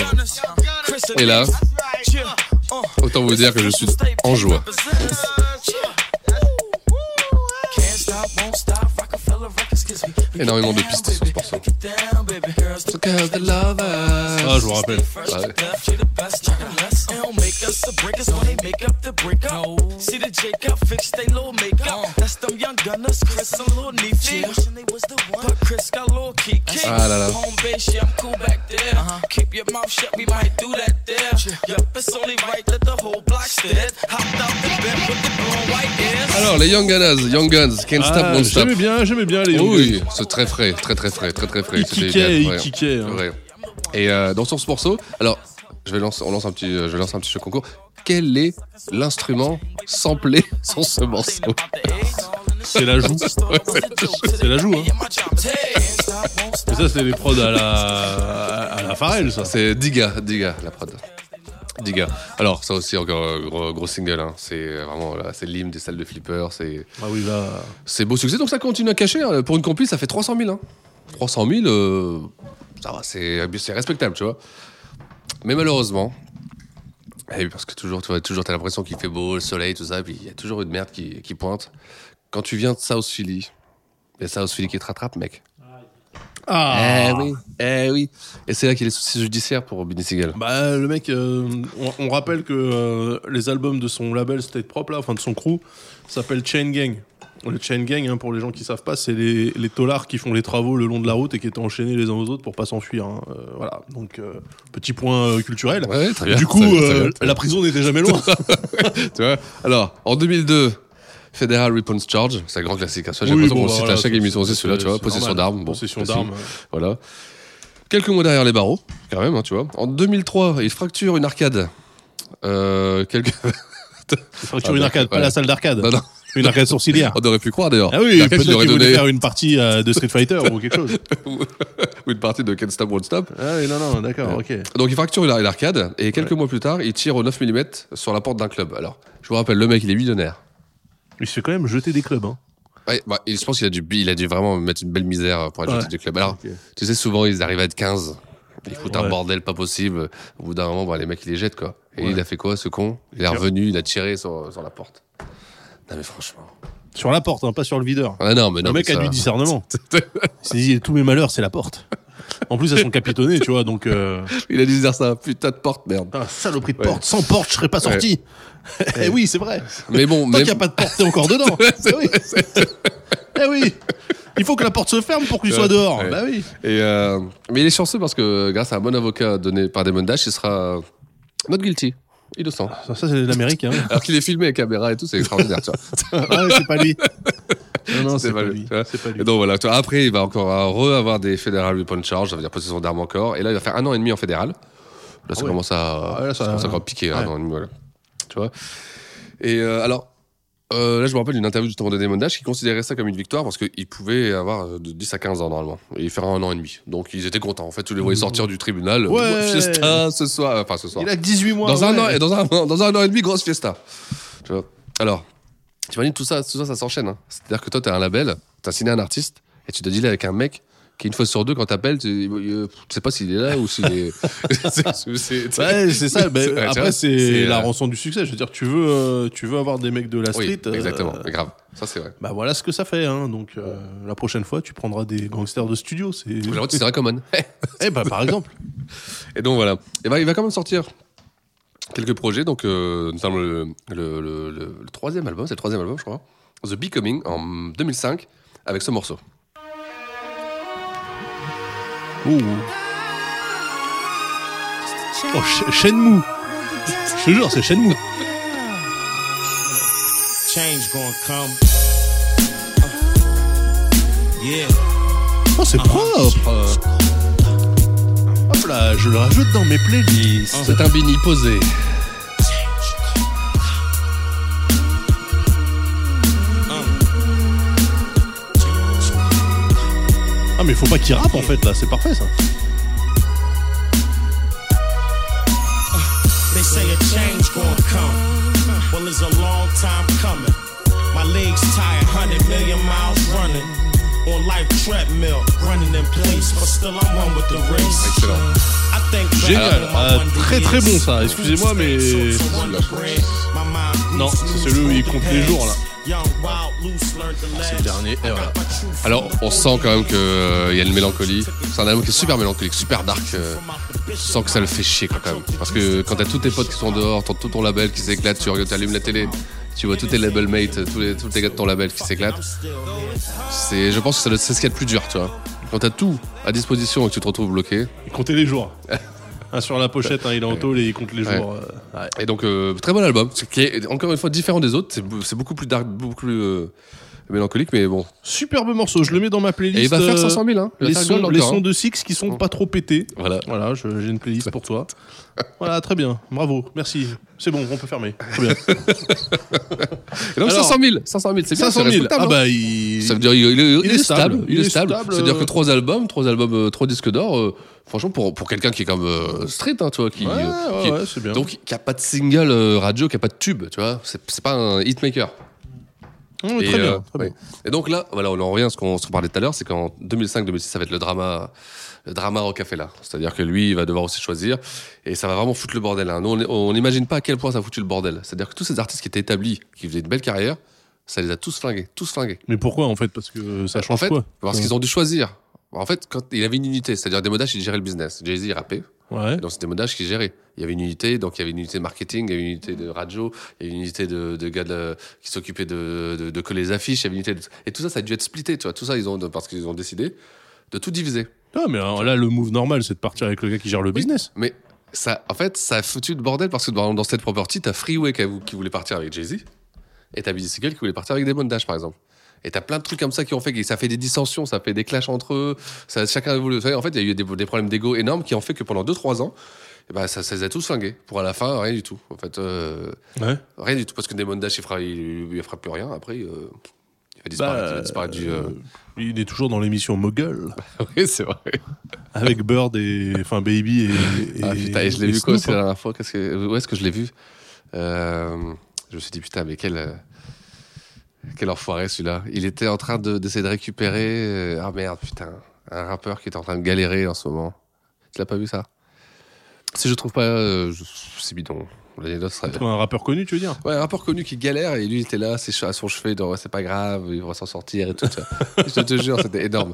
[SPEAKER 2] Et là,
[SPEAKER 12] Uh,
[SPEAKER 2] autant vous dire que je suis en joie.
[SPEAKER 16] Can't stop, won't stop. Rockefeller Records gives me
[SPEAKER 2] énormément de pistes sur ce morceau. Ah, je vous rappelle.
[SPEAKER 1] Uh.
[SPEAKER 12] Ah là là.
[SPEAKER 1] Uh-huh.
[SPEAKER 2] Alors, les Young Guns, Young Guns, Can't Stop,
[SPEAKER 1] Ah,
[SPEAKER 2] Won't Stop.
[SPEAKER 1] j'aimais bien, j'aimais bien les Young
[SPEAKER 2] Oui, c'est très frais, très très frais, très très frais.
[SPEAKER 1] Il
[SPEAKER 2] C'était
[SPEAKER 1] kickait,
[SPEAKER 2] idéal,
[SPEAKER 1] il
[SPEAKER 2] ouais.
[SPEAKER 1] kickait, hein.
[SPEAKER 2] C'est vrai. Et euh, dans ce morceau, alors, je vais lancer, on lance un petit, euh, je lance un petit jeu concours. Quel est l'instrument samplé sur ce morceau
[SPEAKER 1] C'est la joue. C'est la joue, hein. Mais ça, c'est les prods à la, à la Pharrell, ça.
[SPEAKER 2] C'est Diga, Diga, la prod. Diga. Alors, ça aussi, encore gros, gros single. hein. C'est vraiment là, c'est l'hymne des salles de flippers. C'est
[SPEAKER 1] Ah oui, là.
[SPEAKER 2] c'est beau succès. Donc, ça continue à cacher. hein. Pour une compil, ça fait 300 000. hein. 300 000, euh, ça va, c'est c'est respectable, tu vois. Mais malheureusement, eh oui, parce que toujours, tu vois, toujours, t'as l'impression qu'il fait beau, le soleil, tout ça, puis il y a toujours une merde qui, qui pointe. Quand tu viens de South Philly, il y a South Philly qui te rattrape, mec.
[SPEAKER 1] Ah.
[SPEAKER 2] Eh oui, eh oui. Et c'est là qu'il y a les soucis judiciaires pour Benny Siegel.
[SPEAKER 1] Bah, le mec, euh, on, on rappelle que euh, les albums de son label State Prop, là, enfin de son crew, s'appellent Chain Gang. Le Chain Gang, hein, pour les gens qui savent pas, c'est les, les taulards qui font les travaux le long de la route et qui étaient enchaînés les uns aux autres pour pas s'enfuir. hein. Euh, voilà, donc euh, petit point euh, culturel.
[SPEAKER 2] Ouais, très bien,
[SPEAKER 1] du coup,
[SPEAKER 2] très bien, très
[SPEAKER 1] euh,
[SPEAKER 2] bien,
[SPEAKER 1] la
[SPEAKER 2] très bien. Ah,
[SPEAKER 1] prison n'était jamais loin.
[SPEAKER 2] tu vois Alors, en 2002, Federal Response Charge, c'est un grand classique. hein. Ça, J'ai
[SPEAKER 1] Oui,
[SPEAKER 2] l'impression
[SPEAKER 1] bon,
[SPEAKER 2] qu'on
[SPEAKER 1] bah,
[SPEAKER 2] cite
[SPEAKER 1] voilà,
[SPEAKER 2] à chaque
[SPEAKER 1] c'est-
[SPEAKER 2] émission aussi,
[SPEAKER 1] c'est-
[SPEAKER 2] celui-là, tu vois.
[SPEAKER 1] c'est
[SPEAKER 2] Possession
[SPEAKER 1] normal.
[SPEAKER 2] d'armes. Bon,
[SPEAKER 1] Possession
[SPEAKER 2] facile.
[SPEAKER 1] d'armes, ouais.
[SPEAKER 2] Voilà. Quelques mois derrière les barreaux, quand même, hein, tu vois. En 2003, il fracture une arcade. Euh, quelques...
[SPEAKER 1] fracture une arcade, pas la salle d'arcade.
[SPEAKER 2] Non, non.
[SPEAKER 1] Une arcade sourcilière.
[SPEAKER 2] On aurait pu croire d'ailleurs.
[SPEAKER 1] Ah oui,
[SPEAKER 2] L'arcade
[SPEAKER 1] peut-être
[SPEAKER 2] qu'il
[SPEAKER 1] qu'il
[SPEAKER 2] aurait
[SPEAKER 1] voulait
[SPEAKER 2] donné
[SPEAKER 1] faire une partie euh, de Street Fighter ou quelque chose.
[SPEAKER 2] ou une partie de Can't Stop Won't Stop.
[SPEAKER 1] Ah oui, non, non, d'accord, ok.
[SPEAKER 2] Donc il fracture la- l'arcade et quelques mois plus tard, il tire au 9 mm sur la porte d'un club. Alors, je vous rappelle, le mec, il est millionnaire.
[SPEAKER 1] Il se fait quand même jeter des clubs. Hein.
[SPEAKER 2] Ouais, bah, il- je pense qu'il a dû, il a dû vraiment mettre une belle misère pour être
[SPEAKER 1] Ouais.
[SPEAKER 2] jeté du club. Alors, tu sais, souvent, ils arrivent à être 15. Ils foutent un bordel pas possible. Au bout d'un moment, bah, les mecs, ils les jettent, quoi. Et
[SPEAKER 1] Ouais.
[SPEAKER 2] il a fait quoi, ce con Il est
[SPEAKER 1] Tiens.
[SPEAKER 2] revenu, il a tiré sur, sur la porte. Non, mais franchement.
[SPEAKER 1] Sur la porte, hein, pas sur le videur.
[SPEAKER 2] Ah non, mais non,
[SPEAKER 1] le mec
[SPEAKER 2] mais
[SPEAKER 1] a
[SPEAKER 2] ça-
[SPEAKER 1] du discernement. il s'est dit, tous mes malheurs, c'est la porte. En plus, elles sont capitonnées, tu vois, donc. euh,
[SPEAKER 2] Il a dû se dire ça, putain de porte, merde.
[SPEAKER 1] Ah, saloperie de porte, sans porte, je serais pas sorti. eh oui, c'est vrai.
[SPEAKER 2] Mais bon,
[SPEAKER 1] Tant
[SPEAKER 2] mais-
[SPEAKER 1] qu'il n'y a pas de porte, t'es encore dedans. eh, oui. eh oui. Il faut que la porte se ferme pour qu'il soit
[SPEAKER 2] Ouais,
[SPEAKER 1] dehors.
[SPEAKER 2] ouais.
[SPEAKER 1] Bah oui.
[SPEAKER 2] Et euh, mais il est chanceux parce que grâce à un bon avocat donné par Damon Dash, il sera euh, not guilty, innocent.
[SPEAKER 1] Ça, ça, c'est de l'Amérique. Hein.
[SPEAKER 2] Alors qu'il est filmé à caméra et tout, c'est extraordinaire, tu vois.
[SPEAKER 1] Ah ouais, c'est pas lui. Non, non, c'est pas lui.
[SPEAKER 2] tu vois. Et donc voilà, tu vois, après, il va encore euh, re-avoir des fédérales weapon charge, ça veut dire possession d'armes encore. Et là, il va faire un an et demi en fédéral. Là, ça
[SPEAKER 1] ouais.
[SPEAKER 2] commence à,
[SPEAKER 1] Ah ouais, là, ça-
[SPEAKER 2] ça commence à encore piquer,
[SPEAKER 1] ouais.
[SPEAKER 2] un an et demi, voilà. Tu vois. Et euh, alors, euh, là, je me rappelle d'une interview justement de Damon Dash qui considérait ça comme une victoire parce qu'il pouvait avoir euh, de 10 à 15 ans normalement et faire un an et demi. Donc, ils étaient contents. En fait, tu les voyais sortir du tribunal.
[SPEAKER 1] Mmh. Ouais.
[SPEAKER 2] euh, Fiesta ce soir. Enfin, ce soir.
[SPEAKER 1] Il a 18 mois,
[SPEAKER 2] Dans, un
[SPEAKER 1] ouais.
[SPEAKER 2] an, et dans, un, dans un an et demi, grosse fiesta. Tu vois. Alors, tu imagines tout ça, tout ça, ça s'enchaîne. hein. C'est-à-dire que toi, t'as un label, t'as signé un artiste, et tu te dealé avec un mec qui, une fois sur deux, quand t'appelles, tu, euh, tu sais pas s'il est là ou s'il est. c'est- c'est-
[SPEAKER 1] Ouais, c'est ça. ben,
[SPEAKER 2] Ouais, tu vois,
[SPEAKER 1] après, c'est la
[SPEAKER 2] euh,
[SPEAKER 1] rançon du succès. Je veux dire, tu veux, euh, tu veux avoir des mecs de la
[SPEAKER 2] Oui,
[SPEAKER 1] street. euh,
[SPEAKER 2] exactement, grave. Ça, c'est vrai.
[SPEAKER 1] Bah voilà ce que ça fait, hein. donc euh, la prochaine fois tu prendras des gangsters de studio. C'est...
[SPEAKER 2] Ou alors, tu seras comme Anne.
[SPEAKER 1] Eh bah par exemple.
[SPEAKER 2] Et donc voilà. Et ben, il va quand même sortir quelques projets, donc euh, notamment le, le- le- le- le troisième album, c'est le troisième album, je crois, The Becoming en 2005, avec ce morceau.
[SPEAKER 1] Oh, Sh- Shenmue Je te jure, c'est Shenmue
[SPEAKER 11] Change gonna come.
[SPEAKER 1] Oh, c'est
[SPEAKER 2] Ah,
[SPEAKER 1] propre Hop là, je le rajoute dans mes playlists.
[SPEAKER 2] C'est un béni posé.
[SPEAKER 1] Ah, mais faut pas qu'il rappe en fait là, c'est parfait ça.
[SPEAKER 11] They say a change gonna come. Well, it's a long time coming. My legs tired, 100 million miles running. On life treadmill, running in place, but still I'm one with the race. I think back
[SPEAKER 1] Génial.
[SPEAKER 11] on
[SPEAKER 1] Ah,
[SPEAKER 11] my one
[SPEAKER 1] très très bon
[SPEAKER 11] years.
[SPEAKER 1] ça, excusez-moi mais.
[SPEAKER 11] My mind
[SPEAKER 1] Non, c'est celui où il compte les jours là.
[SPEAKER 2] C'est le dernier. Et voilà. Alors, on sent quand même qu'il y a une mélancolie. C'est un album qui est super mélancolique, super dark. euh, je sens que ça le fait chier quoi, quand même. Parce que quand t'as tous tes potes qui sont dehors, t'as tout ton label qui s'éclate, tu regardes- t'allumes la télé, tu vois tous tes label mates, tous les, tous les gars de ton label qui s'éclatent. C'est, je pense que ça doit- c'est ce qu'il y a de plus dur, tu vois. Quand t'as tout à disposition et que tu te retrouves bloqué.
[SPEAKER 1] Comptez les jours. Ah, sur la pochette, hein, il est en tôle et il compte les
[SPEAKER 2] Ouais.
[SPEAKER 1] jours. euh.
[SPEAKER 2] Et donc, euh, très bon album, ce qui est encore une fois différent des autres. C'est bou- C'est beaucoup plus dark, beaucoup plus euh, mélancolique, mais bon.
[SPEAKER 1] Superbe morceau, je le mets dans ma playlist.
[SPEAKER 2] Et il va faire
[SPEAKER 1] euh,
[SPEAKER 2] 500 000, hein. Il va
[SPEAKER 1] Les
[SPEAKER 2] faire
[SPEAKER 1] sons,
[SPEAKER 2] gold
[SPEAKER 1] les
[SPEAKER 2] encore,
[SPEAKER 1] sons
[SPEAKER 2] hein.
[SPEAKER 1] de Six qui sont pas trop pétés.
[SPEAKER 2] Voilà.
[SPEAKER 1] Voilà, je- j'ai une playlist pour toi. Voilà, très bien. Bravo, merci. C'est bon, on peut fermer. Très bien.
[SPEAKER 2] Et donc
[SPEAKER 1] Alors,
[SPEAKER 2] 500 000, 500 000, c'est bien.
[SPEAKER 1] 500
[SPEAKER 2] c'est
[SPEAKER 1] 000.
[SPEAKER 2] respectable,
[SPEAKER 1] Ah
[SPEAKER 2] hein.
[SPEAKER 1] bah, il-
[SPEAKER 2] Ça veut dire il, il- il
[SPEAKER 1] il
[SPEAKER 2] est stable, il est stable.
[SPEAKER 1] stable,
[SPEAKER 2] C'est-à-dire que
[SPEAKER 1] euh,
[SPEAKER 2] trois albums, trois albums, euh, trois disques d'or. euh, franchement, pour pour quelqu'un qui est comme euh, street, hein, tu vois, qui,
[SPEAKER 1] Ouais,
[SPEAKER 2] euh, qui
[SPEAKER 1] ouais,
[SPEAKER 2] est-
[SPEAKER 1] ouais, c'est bien.
[SPEAKER 2] donc qui a pas de single euh, radio, qui a pas de tube, tu vois, c'est c'est pas un hitmaker.
[SPEAKER 1] Mmh, très bien,
[SPEAKER 2] euh,
[SPEAKER 1] très bien.
[SPEAKER 2] ouais. Et donc là, voilà, on en revient à ce qu'on se parlait tout à l'heure, c'est qu'en 2005-2006, ça va être le drama, le drama au café là. C'est-à-dire que lui, il va devoir aussi choisir, et ça va vraiment foutre le bordel. hein. Nous, on- on n'imagine pas à quel point ça a foutu le bordel. C'est-à-dire que tous ces artistes qui étaient établis, qui faisaient une belle carrière, ça les a tous flingués, tous flingués.
[SPEAKER 1] Mais pourquoi en fait Parce que ça change
[SPEAKER 2] En fait,
[SPEAKER 1] quoi
[SPEAKER 2] parce qu'ils ont dû choisir. En fait, quand il avait une unité, c'est-à-dire Demodash, il gérait le business. Jay-Z, il rappait.
[SPEAKER 1] Ouais.
[SPEAKER 2] Et Donc c'était Demodash qui gérait. Il y avait une unité, donc il y avait une unité de marketing, il y avait une unité de radio, il y avait une unité de, de gars de la- qui s'occupaient de, de, de coller les affiches, il y avait une unité de- Et tout ça, ça a dû être splitté, tu vois. Tout ça, ils ont, parce qu'ils ont décidé de tout diviser.
[SPEAKER 1] Non, mais alors là, le move normal, c'est de partir avec le gars qui gère le business.
[SPEAKER 2] Mais ça, en fait, ça a foutu le bordel parce que dans, dans cette property, t'as Freeway qui, a- qui voulait partir avec Jay-Z et t'as Busy Siegel qui voulait partir avec Damon Dash, par exemple. Et t'as plein de trucs comme ça qui ont fait que ça fait des dissensions, ça fait des clashs entre eux. Ça, chacun a voulu. vous savez, En fait, il y a eu des, des problèmes d'ego énormes qui ont fait que pendant 2-3 ans, eh ben, ça, ça les a tous flingués. Pour à la fin, rien du tout. En fait, euh,
[SPEAKER 1] Ouais.
[SPEAKER 2] rien du tout. Parce que Damon Dash, il fera, il, il fera plus rien. Après, euh, il va disparaître.
[SPEAKER 1] Bah,
[SPEAKER 2] il va disparaître du. euh,
[SPEAKER 1] Il est toujours dans l'émission Mogul.
[SPEAKER 2] oui, c'est vrai.
[SPEAKER 1] Avec Bird et. Enfin, Baby et. et-
[SPEAKER 2] Ah putain, et je l'ai
[SPEAKER 1] et
[SPEAKER 2] vu quoi
[SPEAKER 1] Snoop,
[SPEAKER 2] aussi
[SPEAKER 1] hein.
[SPEAKER 2] la dernière fois Qu'est-ce que... Où est-ce que je l'ai vu Euh, Je me suis dit putain, mais quel. euh, Quel enfoiré celui-là. Il était en train de- d'essayer de, récupérer. euh, Ah merde, putain. Un rappeur qui est en train de galérer en ce moment. Tu l'as pas vu ça Si je trouve pas. euh, je- C'est bidon. L'anecdote serait.
[SPEAKER 1] Un rappeur connu, tu veux dire
[SPEAKER 2] Ouais, un rappeur connu qui galère et lui il était là c'est ch- à son chevet, genre, ouais, c'est pas grave, il va s'en sortir et tout. tu vois. je te jure, c'était énorme.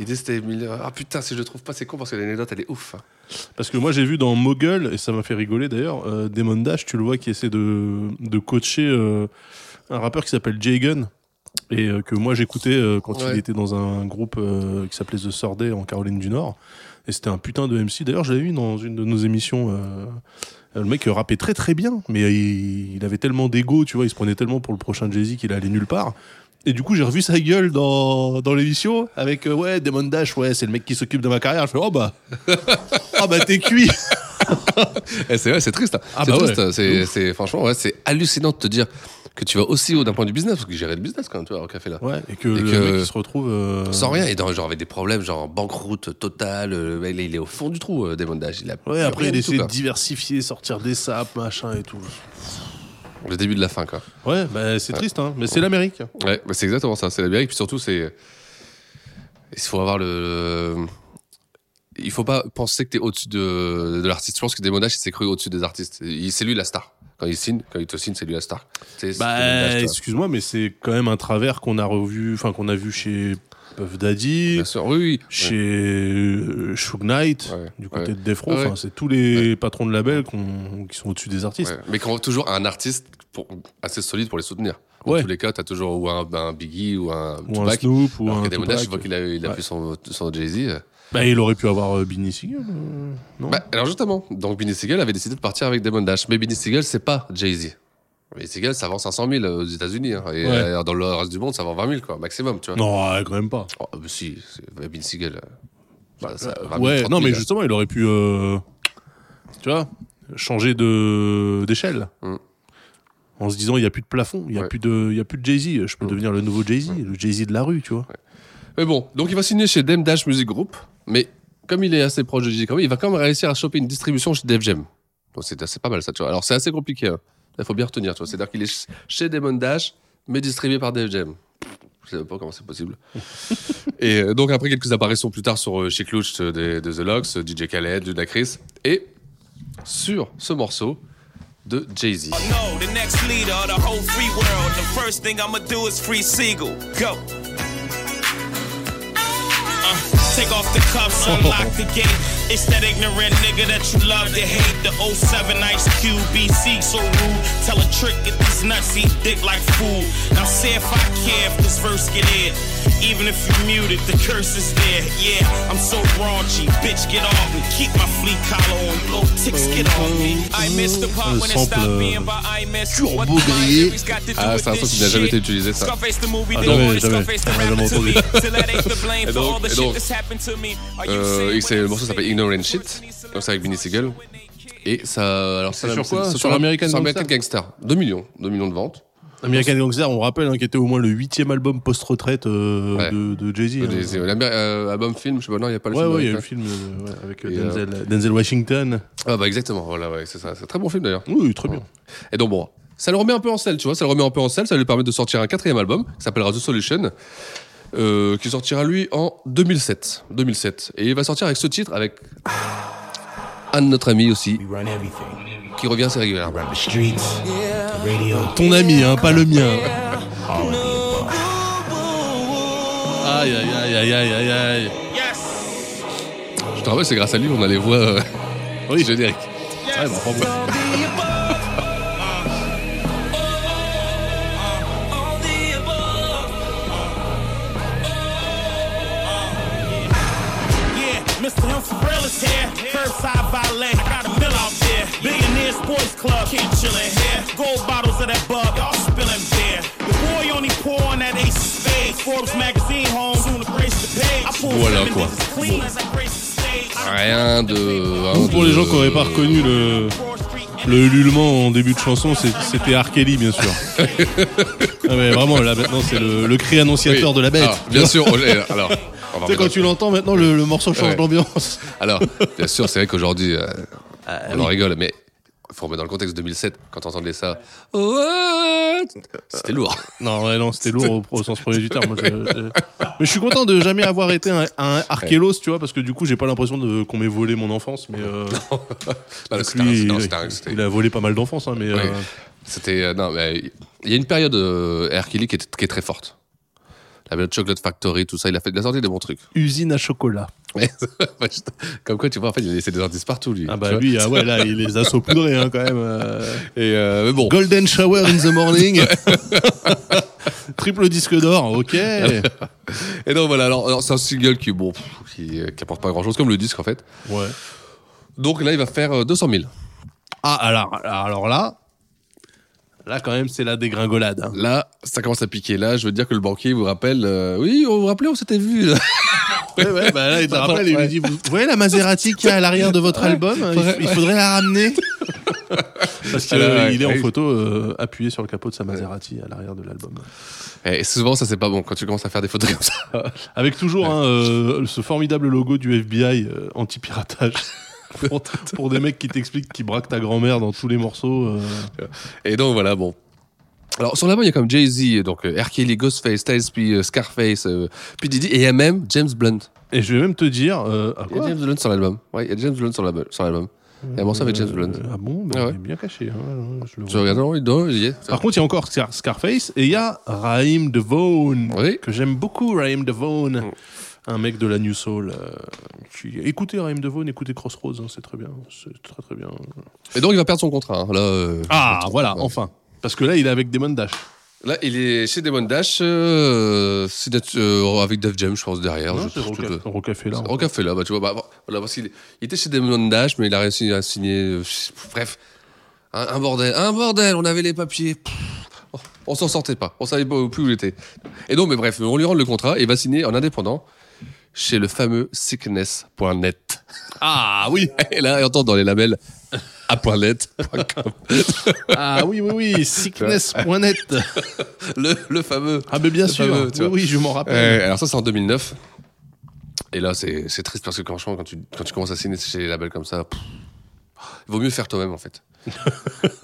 [SPEAKER 2] Il dit c'était. mille- Ah putain, si je le trouve pas, c'est con parce que l'anecdote elle est ouf. hein.
[SPEAKER 1] Parce que moi j'ai vu dans Mogul, et ça m'a fait rigoler d'ailleurs, euh, Damon Dash, tu le vois qui essaie de, de coacher euh, un rappeur qui s'appelle Jay Gunn, et euh, que moi j'écoutais euh, quand il
[SPEAKER 2] Ouais.
[SPEAKER 1] était dans un groupe euh, qui s'appelait The Sorday en Caroline du Nord. Et c'était un putain de MC. D'ailleurs, j'avais vu dans une de nos émissions. euh, euh, le mec euh, rappait très très bien, mais il, il avait tellement d'ego, tu vois, il se prenait tellement pour le prochain Jay-Z qu'il allait nulle part. Et du coup, j'ai revu sa gueule dans, dans l'émission avec euh, ouais, Damon Dash, ouais, c'est le mec qui s'occupe de ma carrière. Je fais oh bah, oh bah t'es cuit.
[SPEAKER 2] Eh, c'est vrai, c'est triste.
[SPEAKER 1] Ah
[SPEAKER 2] c'est
[SPEAKER 1] bah
[SPEAKER 2] triste.
[SPEAKER 1] ouais. De
[SPEAKER 2] C'est,
[SPEAKER 1] ouf.
[SPEAKER 2] c'est- franchement, ouais, c'est hallucinant de te dire que tu vas aussi haut d'un point du business, parce que gérer le business quand même, tu vois, au café là.
[SPEAKER 1] Ouais, et que
[SPEAKER 2] Et
[SPEAKER 1] le
[SPEAKER 2] que-
[SPEAKER 1] mec il se retrouve euh,
[SPEAKER 2] Sans rien, et dans, genre avec des problèmes, genre banqueroute totale, euh, le mec, il est au fond du trou, euh, Damon Dash. Il a
[SPEAKER 1] Ouais,
[SPEAKER 2] plus
[SPEAKER 1] après
[SPEAKER 2] rien
[SPEAKER 1] il
[SPEAKER 2] du
[SPEAKER 1] essaie
[SPEAKER 2] tout,
[SPEAKER 1] de
[SPEAKER 2] quoi.
[SPEAKER 1] diversifier, sortir des sapes, machin et tout.
[SPEAKER 2] Le début de la fin, quoi.
[SPEAKER 1] Ouais, bah c'est triste, hein, mais c'est l'Amérique.
[SPEAKER 2] Ouais, bah, c'est exactement ça, c'est l'Amérique. Puis surtout, c'est. Il faut avoir le. Il faut pas penser que t'es au-dessus de, de l'artiste. Je pense que Damon Dash, il s'est cru au-dessus des artistes. Il- C'est lui la star. Quand il signe, quand il te signe, c'est lui la star. C'est- c'est Damon Dash,
[SPEAKER 1] Bah,
[SPEAKER 2] tu vois.
[SPEAKER 1] excuse-moi, mais c'est quand même un travers qu'on a revu, enfin qu'on a vu chez Puff Daddy, chez euh, Suge Knight, du côté de Defro.
[SPEAKER 2] Ouais.
[SPEAKER 1] Enfin, c'est tous les patrons de label qu'on- qui sont au-dessus des artistes.
[SPEAKER 2] Ouais, Mais quand toujours un artiste pour- assez solide pour les soutenir. Dans tous les cas, t'as toujours ou un, un Biggie ou un
[SPEAKER 1] Ou un
[SPEAKER 2] Tupac.
[SPEAKER 1] Snoop, ou
[SPEAKER 2] alors
[SPEAKER 1] un
[SPEAKER 2] que Damon Dash,
[SPEAKER 1] Tupac.
[SPEAKER 2] je vois qu'il a, il a fait son, son Jay-Z.
[SPEAKER 1] Bah, il aurait pu avoir euh, Benny Siegel, euh, non
[SPEAKER 2] Bah, alors justement, donc Benny Siegel avait décidé de partir avec Damon Dash. Mais Benny Siegel, c'est pas Jay-Z. Benny Siegel, ça vend 500 000 aux États-Unis. hein. et
[SPEAKER 1] Ouais.
[SPEAKER 2] euh, dans le reste du monde, ça vend 20 000, quoi, maximum, tu vois.
[SPEAKER 1] Non, ouais, quand même pas.
[SPEAKER 2] Oh, mais si, c'est- Benny Siegel. euh, ça- ça- 20 000,
[SPEAKER 1] Bah, Ouais,
[SPEAKER 2] 30
[SPEAKER 1] non,
[SPEAKER 2] 000,
[SPEAKER 1] mais
[SPEAKER 2] hein.
[SPEAKER 1] justement, il aurait pu, euh, tu vois, changer de d'échelle.
[SPEAKER 2] Mm.
[SPEAKER 1] En se disant, il n'y a plus de plafond, il n'y a, plus de- il y a plus de Jay-Z,
[SPEAKER 2] Mm.
[SPEAKER 1] je peux devenir le nouveau Jay-Z, le Jay-Z de la rue, tu vois.
[SPEAKER 2] Mais bon, donc il va signer chez Dame Dash Music Group, mais comme il est assez proche de J. Cole, il va quand même réussir à choper une distribution chez Def Jam. Donc c'est assez pas mal ça, tu vois. Alors c'est assez compliqué, hein. il faut bien retenir, tu vois. C'est-à-dire qu'il est ch- chez Damon Dash, mais distribué par Def Jam. Je sais pas comment c'est possible. et euh, donc après quelques apparitions plus tard sur, euh, chez Clutch euh, des- de, The Locks, euh, DJ Khaled, Ludacris, et sur ce morceau, de Jay-Z.
[SPEAKER 12] Oh no, the next leader of the whole free world. The first thing I'ma do is free Siegel. Go. Uh, Take off the cuffs, unlock the gate. It's that ignorant nigga that you love to hate. The 07 Ice Cube, BC, so rude. Tell a trick, get these nuts, eat dick like fool. Now say if I care if this verse get aired. Even if you muted, the curse is there. Yeah, I'm so raunchy. Bitch, get off me. Keep my fleet collar on. Blow ticks, get on me. I miss the part
[SPEAKER 2] Le
[SPEAKER 12] when it stopped
[SPEAKER 2] sample,
[SPEAKER 12] being
[SPEAKER 2] euh,
[SPEAKER 12] by I miss. What the
[SPEAKER 2] Turbo grillé.
[SPEAKER 12] Ivory's got to do
[SPEAKER 2] Ah,
[SPEAKER 12] with
[SPEAKER 2] c'est un
[SPEAKER 12] this
[SPEAKER 2] truc qui n'a jamais
[SPEAKER 12] shit.
[SPEAKER 2] été utilisé, ça.
[SPEAKER 12] Scarface the movie,
[SPEAKER 2] Ah,
[SPEAKER 12] they
[SPEAKER 2] jamais,
[SPEAKER 12] wanted
[SPEAKER 2] jamais.
[SPEAKER 12] Scarface to
[SPEAKER 2] Ah,
[SPEAKER 12] rap
[SPEAKER 2] jamais
[SPEAKER 12] it to
[SPEAKER 2] entendu.
[SPEAKER 12] me. Till that ain't the blame
[SPEAKER 2] Et
[SPEAKER 12] for all
[SPEAKER 2] donc-
[SPEAKER 12] the
[SPEAKER 2] et
[SPEAKER 12] shit
[SPEAKER 2] donc,
[SPEAKER 12] that's happened to me. Are you
[SPEAKER 2] Euh,
[SPEAKER 12] serious?
[SPEAKER 2] et c'est- le morceau s'appelle Ignorant Shit, donc c'est avec Vinny Siegel. Et ça. Alors,
[SPEAKER 1] C'est
[SPEAKER 2] ça-
[SPEAKER 1] sur quoi
[SPEAKER 2] c'est
[SPEAKER 1] Sur
[SPEAKER 2] la-
[SPEAKER 1] American
[SPEAKER 2] sur
[SPEAKER 1] Gangster
[SPEAKER 2] American Gangster. 2 millions. 2 millions de ventes.
[SPEAKER 1] American Gangster, on rappelle, hein, qui était au moins le huitième album post-retraite euh,
[SPEAKER 2] Ouais.
[SPEAKER 1] de, de Jay-Z. hein.
[SPEAKER 2] Jay-Z, ouais. L'Amer- euh, album film, je sais pas, non, il n'y a pas le
[SPEAKER 1] Ouais,
[SPEAKER 2] film.
[SPEAKER 1] ouais, il y a
[SPEAKER 2] avec,
[SPEAKER 1] eu le
[SPEAKER 2] hein.
[SPEAKER 1] film euh, ouais, avec euh,
[SPEAKER 2] Et, euh,
[SPEAKER 1] Denzel, Denzel Washington.
[SPEAKER 2] Ah bah exactement, voilà, ouais, c'est ça. C'est un très bon film d'ailleurs.
[SPEAKER 1] Oui, très bien.
[SPEAKER 2] Et donc bon, ça le remet un peu en selle, tu vois, ça le remet un peu en selle, ça lui permet de sortir un quatrième album qui s'appellera The Solution, euh, qui sortira lui en 2007. 2007. Et il va sortir avec ce titre, avec un de notre ami aussi, qui revient assez régulièrement.
[SPEAKER 1] Ton ami, hein, pas le mien. Aïe, aïe, aïe, aïe, aïe, aïe, aïe.
[SPEAKER 2] Je te rappelle, c'est grâce à lui on a les voix euh, oui. génériques. Ouais, bah, enfin, bref.
[SPEAKER 11] Yeah, Mr. Him for real is here. Curbside valet, I got a bill out there. Billionaire sports club, can't chill in here. Gold bottles of that bug, y'all spilling beer. The boy only pouring that ace of spades. Forbes magazine home, soon to grace the page. I pull
[SPEAKER 2] Voilà,
[SPEAKER 11] seven
[SPEAKER 2] quoi.
[SPEAKER 11] digits clean as I grace the stage.
[SPEAKER 2] Rien de.
[SPEAKER 1] Donc,
[SPEAKER 2] hein,
[SPEAKER 1] pour
[SPEAKER 2] de-
[SPEAKER 1] les gens qui n'auraient pas reconnu le, le ululement en début de chanson, c'est- c'était R. Kelly, bien sûr. Ah, mais vraiment, là maintenant, c'est le, le cri annonciateur
[SPEAKER 2] Oui.
[SPEAKER 1] de la bête.
[SPEAKER 2] Ah, bien sûr, on est- alors, on va
[SPEAKER 1] Tu sais, quand
[SPEAKER 2] remettre-
[SPEAKER 1] tu l'entends maintenant, le, le morceau change
[SPEAKER 2] Ouais.
[SPEAKER 1] d'ambiance.
[SPEAKER 2] Alors, bien sûr, c'est vrai qu'aujourd'hui, euh, on en rigole, mais il faut remettre dans le contexte 2007, quand entendait ça, c'était lourd.
[SPEAKER 1] Non, ouais, non, c'était lourd au, au sens premier du terme. Moi, je- je- Mais je suis content de jamais avoir été un, un Archélos, tu vois, parce que du coup, j'ai pas l'impression de- qu'on m'ait volé mon enfance. Mais euh,
[SPEAKER 2] Non,
[SPEAKER 1] donc
[SPEAKER 2] c'était
[SPEAKER 1] lui, il-
[SPEAKER 2] un- c'était un- c'était un- c'était-
[SPEAKER 1] il a volé pas mal d'enfance, hein, mais
[SPEAKER 2] Ouais.
[SPEAKER 1] euh,
[SPEAKER 2] C'était. euh, non, mais il y a une période euh, R. Kelly qui, est- qui est très forte. La période Chocolate Factory, tout ça, il a fait de la sortie des bons trucs.
[SPEAKER 1] usine à chocolat.
[SPEAKER 2] Ouais, juste- Comme quoi, tu vois, en fait, il a laissé des indices partout, lui.
[SPEAKER 1] Ah bah lui, ah ouais, là, il les a saupoudrés hein, quand même. euh.
[SPEAKER 2] Et euh, mais bon.
[SPEAKER 1] Golden Shower in the Morning. Triple disque d'or, ok.
[SPEAKER 2] Et donc voilà, alors, alors, c'est un single qui, bon, pff, qui, euh, qui apporte pas grand chose, comme le disque en fait.
[SPEAKER 1] Ouais.
[SPEAKER 2] Donc là, il va faire euh, 200 000.
[SPEAKER 1] Ah, alors, alors là, là quand même, c'est la dégringolade. hein.
[SPEAKER 2] Là, ça commence à piquer. Là, je veux dire que le banquier vous rappelle. euh, oui, on vous rappelait, on s'était vu. là.
[SPEAKER 1] Ouais, ouais, bah là, il te rappelle, il lui dit Vous voyez la Maserati qu'il y a à l'arrière de votre album hein, Il f- Il faudrait la ramener. Parce qu'il
[SPEAKER 2] Ah là, ouais,
[SPEAKER 1] est en
[SPEAKER 2] ouais.
[SPEAKER 1] photo euh, appuyé sur le capot de sa Maserati à l'arrière de l'album.
[SPEAKER 2] Et souvent, ça, c'est pas bon quand tu commences à faire des photos comme ça.
[SPEAKER 1] Avec toujours hein, euh, ce formidable logo du FBI euh, anti-piratage. Pour, pour des mecs qui t'expliquent qu'ils braquent ta grand-mère dans tous les morceaux. euh.
[SPEAKER 2] Et donc voilà, bon. Alors sur l'album, il y a comme Jay-Z, donc euh, R. Kelly, Ghostface, Styles P, euh, Scarface, euh, P. Diddy, et il y a même James Blunt.
[SPEAKER 1] Et je vais même te dire. euh, ah,
[SPEAKER 2] Il y a
[SPEAKER 1] quoi Mmh.
[SPEAKER 2] James Blunt sur l'album. Ouais, il y a James Blunt sur l'album. sur l'album. Il y a un morceau avec James Blunt.
[SPEAKER 1] Ah bon bah,
[SPEAKER 2] Ah ouais.
[SPEAKER 1] il est bien caché. hein, ouais, je le
[SPEAKER 2] Tu
[SPEAKER 1] vois.
[SPEAKER 2] regardes, non, il non, il y est.
[SPEAKER 1] Par contre, il y a encore Scar- Scarface et il y a Raheem Devon,
[SPEAKER 2] Oui.
[SPEAKER 1] que j'aime beaucoup, Raheem Devon. Un mec de la New Soul. euh, qui- Écoutez Raheem Devon, écoutez Crossroads, hein, c'est très bien. C'est très très bien.
[SPEAKER 2] Et donc il va perdre son contrat. hein. Là, euh,
[SPEAKER 1] Ah, voilà, enfin. Parce que là, il est avec Damon Dash. Ah,
[SPEAKER 2] là, il est chez Demon Dash, euh, c'est d'être, euh, avec Def Jam, je pense, derrière.
[SPEAKER 1] Non,
[SPEAKER 2] je, euh,
[SPEAKER 1] c'est
[SPEAKER 2] je- je-
[SPEAKER 1] Roca- Rocafella.
[SPEAKER 2] C'est Rocafella, bah, tu vois, bah, voilà, parce qu'il il était chez Damon Dash, mais il a réussi à signer. euh, bref, un, un bordel, un bordel, on avait les papiers. pff, on- on s'en sortait pas, on savait pas plus où il était. Et donc, mais bref, on lui rend le contrat et il va signer en indépendant chez le fameux sickness.net.
[SPEAKER 1] Ah oui
[SPEAKER 2] Et là, il entend dans les labels à.net.com.
[SPEAKER 1] Ah oui, oui, oui, sickness.net.
[SPEAKER 2] le, le fameux.
[SPEAKER 1] Ah, mais bien
[SPEAKER 2] le
[SPEAKER 1] sûr.
[SPEAKER 2] fameux, tu
[SPEAKER 1] oui,
[SPEAKER 2] vois.
[SPEAKER 1] oui, je m'en
[SPEAKER 2] Euh,
[SPEAKER 1] rappelle.
[SPEAKER 2] alors ça, c'est en 2009. Et là, c'est c'est triste parce que franchement, quand tu, quand tu commences à signer chez les labels comme ça, pff, il vaut mieux faire toi-même en fait.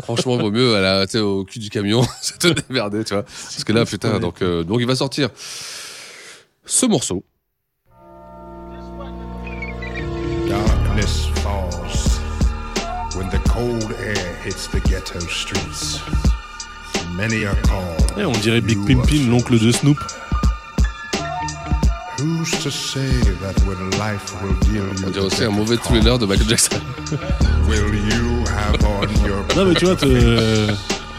[SPEAKER 2] franchement, il vaut mieux à la- tu sais, au cul du camion se te démerder, tu vois. Parce que là, putain, donc, euh, donc il va sortir ce morceau.
[SPEAKER 16] Darkness falls when the cold air It's the ghetto streets. Many are called.
[SPEAKER 1] Eh, on dirait Big Pimpin, l'oncle de Snoop.
[SPEAKER 16] Who's to say that when life will deal
[SPEAKER 2] On
[SPEAKER 16] you
[SPEAKER 2] dirait aussi un mauvais thriller de Michael Jackson.
[SPEAKER 16] Will you have on your
[SPEAKER 1] Non, mais tu vois, te- euh,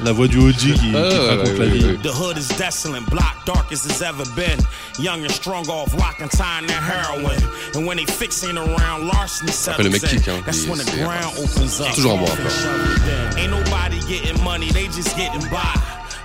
[SPEAKER 1] la voix du OG qui, qui te
[SPEAKER 2] Ah,
[SPEAKER 1] raconte la vie. Ah,
[SPEAKER 11] The hood is desolate, block dark as it's ever been. Young and strong off rock and tying their heroin. And when they fix ain't around, larceny
[SPEAKER 2] Après, le mec
[SPEAKER 11] settles
[SPEAKER 2] kick,
[SPEAKER 11] in.
[SPEAKER 2] hein,
[SPEAKER 11] That's
[SPEAKER 2] puis
[SPEAKER 11] when the
[SPEAKER 2] c'est-
[SPEAKER 11] ground opens up.
[SPEAKER 2] Toujours en bois, quoi.
[SPEAKER 11] Ain't nobody getting money, they just getting by.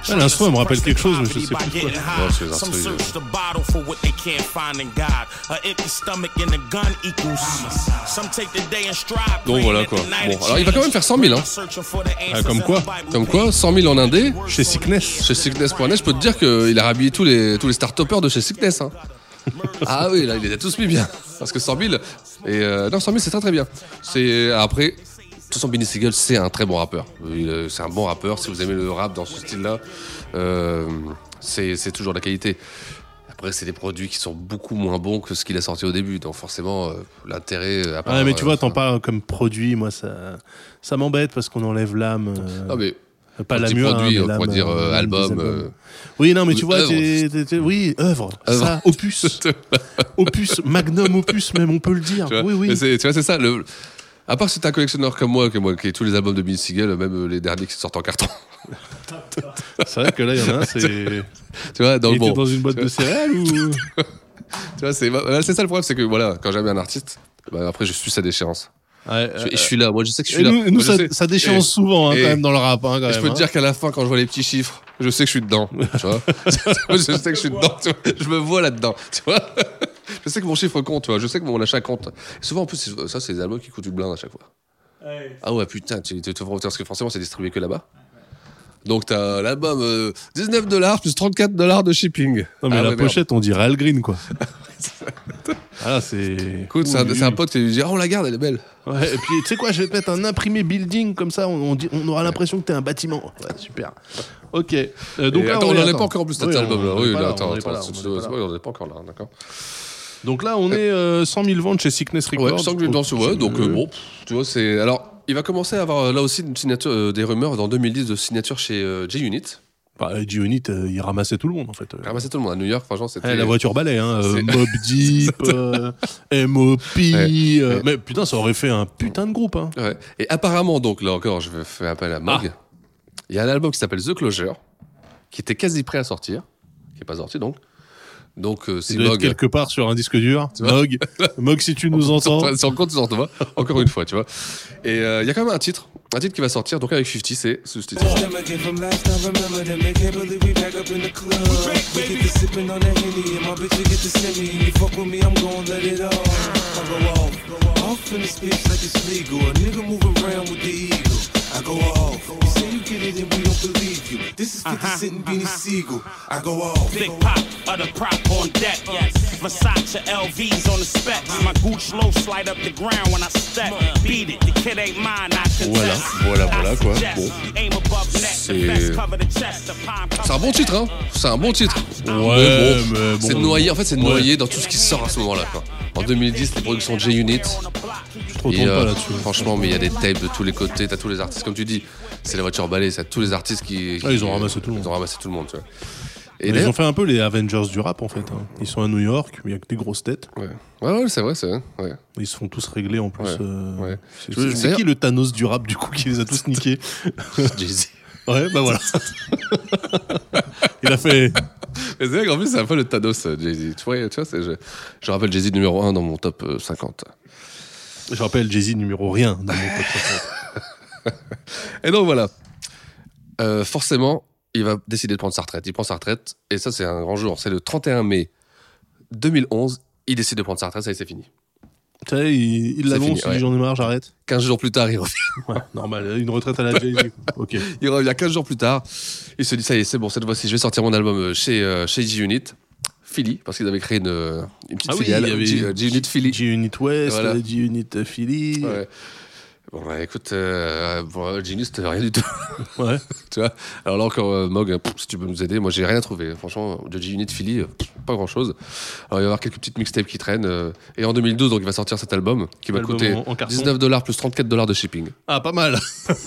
[SPEAKER 1] Ah, L'instru, elle me rappelle quelque chose, mais je sais
[SPEAKER 11] By
[SPEAKER 1] plus quoi.
[SPEAKER 11] getting high, some search the bottle for what they can't find in God. An empty stomach and a gun equals. homicide. Some take the day and strive.
[SPEAKER 2] Donc voilà quoi. Bon, alors il va quand même faire 100 000. Hein.
[SPEAKER 1] comme
[SPEAKER 2] quoi Comme quoi, 100 000 en indé. Chez Sickness. Chez Sickness.net, je peux te dire qu'il a rhabillé tous les, tous les start-uppers de chez Sickness. hein. ah oui, là, il les a tous mis bien. Parce que 100 000. Et euh, non, 100 000, c'est très très bien. C'est après. De toute façon, Benny Siegel, c'est un très bon rappeur. Il, euh, C'est un bon rappeur. Si vous aimez le rap dans ce style-là, euh, c'est c'est toujours de la qualité. Après, c'est des produits qui sont beaucoup moins bons que ce qu'il a sorti au début. Donc, forcément, euh, l'intérêt. à part,
[SPEAKER 1] Ouais, mais tu
[SPEAKER 2] euh,
[SPEAKER 1] vois, t'en parles comme produit, moi, ça, ça m'embête parce qu'on enlève l'âme. euh,
[SPEAKER 2] Ah, mais.
[SPEAKER 1] Pas
[SPEAKER 2] on
[SPEAKER 1] la
[SPEAKER 2] dit
[SPEAKER 1] mue, hein,
[SPEAKER 2] produit,
[SPEAKER 1] mais
[SPEAKER 2] on pourrait
[SPEAKER 1] l'âme,
[SPEAKER 2] dire
[SPEAKER 1] l'âme
[SPEAKER 2] euh,
[SPEAKER 1] des
[SPEAKER 2] album.
[SPEAKER 1] albums.
[SPEAKER 2] euh,
[SPEAKER 1] Oui, non, mais
[SPEAKER 2] ou
[SPEAKER 1] tu vois,
[SPEAKER 2] œuvre.
[SPEAKER 1] t'es- t'es- t'es- oui, œuvre,
[SPEAKER 2] Œuvre.
[SPEAKER 1] ça, opus, opus, magnum opus, même on peut le dire.
[SPEAKER 2] Tu vois,
[SPEAKER 1] Ah, Oui,
[SPEAKER 2] Mais
[SPEAKER 1] oui.
[SPEAKER 2] c'est- Tu vois, c'est ça. Le... À part si t'es un collectionneur comme moi, que moi, qui ai tous les albums de Bill Siegel, même euh, les derniers qui sortent en carton.
[SPEAKER 1] C'est vrai que là, il y en a un, c'est.
[SPEAKER 2] tu vois, dans
[SPEAKER 1] il
[SPEAKER 2] le bon.
[SPEAKER 1] était dans une boîte
[SPEAKER 2] tu
[SPEAKER 1] de
[SPEAKER 2] vois.
[SPEAKER 1] céréales ou
[SPEAKER 2] Tu vois, c'est bah, voilà, c'est ça le problème, c'est que voilà, quand j'aime un artiste, bah, après je suis sa déchéance. je, je suis là, moi je sais que je suis
[SPEAKER 1] Euh, Et
[SPEAKER 2] là.
[SPEAKER 1] nous- nous,
[SPEAKER 2] Moi, je
[SPEAKER 1] ça-
[SPEAKER 2] sais-
[SPEAKER 1] ça déchéance souvent, hein, quand même, dans le rap, hein, quand
[SPEAKER 2] et je
[SPEAKER 1] même,
[SPEAKER 2] peux
[SPEAKER 1] hein.
[SPEAKER 2] te dire qu'à la fin, quand je vois les petits chiffres, je sais que je suis dedans. Tu vois je sais que je suis dedans. tu vois. je me vois là-dedans. Tu vois je sais que mon chiffre compte. Tu vois je sais que mon achat compte. Et souvent en plus, c'est- ça c'est des albums qui coûtent une blinde à chaque fois. Ah ouais, putain, tu te fais parce que forcément c'est distribué que là-bas. Donc t'as l'album euh, 19 dollars plus 34 dollars de shipping.
[SPEAKER 1] Non, mais la
[SPEAKER 2] Ah ouais, merde.
[SPEAKER 1] pochette, on dirait Al Green, quoi. ah, c'est.
[SPEAKER 2] Écoute, c'est un,
[SPEAKER 1] Ouh,
[SPEAKER 2] c'est un pote qui lui dit Oh, la garde, elle est belle.
[SPEAKER 1] Ouais, et puis tu sais quoi, je vais te mettre un imprimé building comme ça, on, on dit- on aura l'impression que t'es un bâtiment. Ouais, super. Ok. Euh, donc
[SPEAKER 2] Et
[SPEAKER 1] là,
[SPEAKER 2] attends,
[SPEAKER 1] on
[SPEAKER 2] on
[SPEAKER 1] est-
[SPEAKER 2] n'en est
[SPEAKER 1] attends.
[SPEAKER 2] pas encore en plus, cet
[SPEAKER 1] Oui, on-
[SPEAKER 2] album-là.
[SPEAKER 1] on est pas
[SPEAKER 2] Oui,
[SPEAKER 1] là,
[SPEAKER 2] là,
[SPEAKER 1] on
[SPEAKER 2] attends,
[SPEAKER 1] est pas
[SPEAKER 2] attends,
[SPEAKER 1] là,
[SPEAKER 2] c'est-
[SPEAKER 1] on est
[SPEAKER 2] c'est-
[SPEAKER 1] pas là.
[SPEAKER 2] ouais, on n'est pas encore là, d'accord.
[SPEAKER 1] Donc là, on est euh, 100 000 ventes chez Sickness Records.
[SPEAKER 2] Ouais, je sens que je danse, ouais, donc euh, bon, pff, tu vois, c'est. Alors, il va commencer à avoir euh, là aussi une signature, euh, des rumeurs dans 2010 de signature chez euh, J-Unit.
[SPEAKER 1] Bah, euh, G-Unit, euh, il ramassait tout le monde en fait. Euh,
[SPEAKER 2] Ah, bah, c'est tout le monde à New York, franchement, c'était.
[SPEAKER 1] eh, la voiture balai, hein, euh,
[SPEAKER 2] C'est-
[SPEAKER 1] Mob Deep, euh, MOP. euh,
[SPEAKER 2] ouais.
[SPEAKER 1] Mais putain, ça aurait fait un putain de Ah. groupe. Hein.
[SPEAKER 2] Ouais. Et apparemment, donc là encore, je vais faire appel à Morgue. Il y a un album qui s'appelle The Closure, qui était quasi prêt à sortir, qui n'est pas sorti donc. Donc, euh,
[SPEAKER 1] C'est
[SPEAKER 2] si Mog.
[SPEAKER 1] quelque part sur un disque dur.
[SPEAKER 2] Tu vois
[SPEAKER 1] Mog, Mog, si tu nous entends.
[SPEAKER 2] Sur- Sur le compte, tu nous entends pas. Encore une fois, tu vois. Et euh, il y a quand même un titre, un titre qui va sortir, donc avec 50, c'est ce titre.
[SPEAKER 17] Stomaching from last I remember them. They can't believe we back up in the club. We get to sipping on that henny, and my bitch you get to send me. You fuck with me, I'm gon' let it off. I go off, off in this bitch like it's legal. A nigga move around with the eagle. I go off. You say you get it and we don't believe you. This is 50
[SPEAKER 8] Uh-huh.
[SPEAKER 17] Cent and Beanie Siegel. I go off.
[SPEAKER 11] Big pop, other prop on deck. Versace LVs on the specs. My gooch low slide up the ground when I step. Beat it, the kid ain't mine. I can
[SPEAKER 2] Voilà, voilà, voilà quoi. Bon,
[SPEAKER 11] aim above neck. The
[SPEAKER 2] C'est-
[SPEAKER 11] best cover the chest. The palm
[SPEAKER 2] c'est un bon titre, hein. C'est un bon titre.
[SPEAKER 1] Ouais, mais bon.
[SPEAKER 2] c'est noyé. En fait, c'est
[SPEAKER 1] Ouais.
[SPEAKER 2] noyé dans tout ce qui sort à ce moment-là. quoi. En 2010, les productions de
[SPEAKER 1] Je
[SPEAKER 2] J-Unit.
[SPEAKER 1] te retourne
[SPEAKER 2] Et, euh,
[SPEAKER 1] pas là-dessus.
[SPEAKER 2] Franchement, mais il y a des tapes de tous les côtés. T'as tous les artistes, comme tu dis. C'est la voiture balai. C'est tous les artistes qui.
[SPEAKER 1] Ah, ils
[SPEAKER 2] qui-
[SPEAKER 1] ont ramassé tout le monde.
[SPEAKER 2] Ils ont ramassé tout le monde. Tu vois. Et
[SPEAKER 1] Ils
[SPEAKER 2] d'ailleurs-
[SPEAKER 1] ont fait un peu les Avengers du rap en fait. hein. Ils sont à New York, il y a que des grosses têtes.
[SPEAKER 2] Ouais, ouais, c'est vrai, c'est vrai. ouais.
[SPEAKER 1] Ils se font tous régler en plus.
[SPEAKER 2] Ouais,
[SPEAKER 1] euh,
[SPEAKER 2] ouais.
[SPEAKER 1] c'est-
[SPEAKER 2] Je veux-
[SPEAKER 1] C'est
[SPEAKER 2] d'ailleurs-
[SPEAKER 1] qui le Thanos du rap du coup qui les a tous niqués
[SPEAKER 2] Jay-Z.
[SPEAKER 1] Ouais, bah voilà. il a fait.
[SPEAKER 2] Mais c'est vrai qu'en plus, c'est un peu le Thanos, euh, Jay-Z. Tu vois, tu vois c'est- je, je rappelle Jay-Z numéro 1 dans mon top euh, 50.
[SPEAKER 1] Je rappelle Jay-Z numéro rien dans mon podcast.
[SPEAKER 2] Et donc voilà. Euh, forcément, il va décider de prendre sa retraite. Il prend sa retraite, et ça, c'est un grand jour. C'est le 31 mai 2011. Il décide de prendre sa retraite, ça y est, c'est fini.
[SPEAKER 1] Tu sais, il il
[SPEAKER 2] C'est
[SPEAKER 1] l'annonce,
[SPEAKER 2] fini,
[SPEAKER 1] il dit
[SPEAKER 2] ouais.
[SPEAKER 1] j'en ai marre, j'arrête.
[SPEAKER 2] 15 jours plus tard, il revient.
[SPEAKER 1] Ouais, normal, une retraite à la Jay-Z. Ok.
[SPEAKER 2] Il revient 15 jours plus tard. Il se dit, ça y est, c'est bon, cette fois-ci, je vais sortir mon album euh, chez, euh, chez G-Unit. Philly, parce qu'ils avaient créé une, euh,
[SPEAKER 1] Ah
[SPEAKER 2] une petite filiale. G- euh, G-Unit euh, Philly.
[SPEAKER 1] G-Unit West,
[SPEAKER 2] Voilà.
[SPEAKER 1] G-Unit Philly.
[SPEAKER 2] Ouais. Bon, bah, écoute, euh, bon, Genius, t'avais rien du tout.
[SPEAKER 1] Ouais.
[SPEAKER 2] tu vois Alors là, encore, euh, Mog, pff, si tu peux nous aider, moi, j'ai rien trouvé. Franchement, de G-Unit Philly, euh, pff, pas grand chose. Alors, il va y avoir quelques petites mixtapes qui traînent. euh, et en 2012, donc, il va sortir cet album qui va
[SPEAKER 1] Album
[SPEAKER 2] coûter
[SPEAKER 1] en- en carton.
[SPEAKER 2] 19 dollars plus 34 dollars de shipping.
[SPEAKER 1] Ah, pas mal.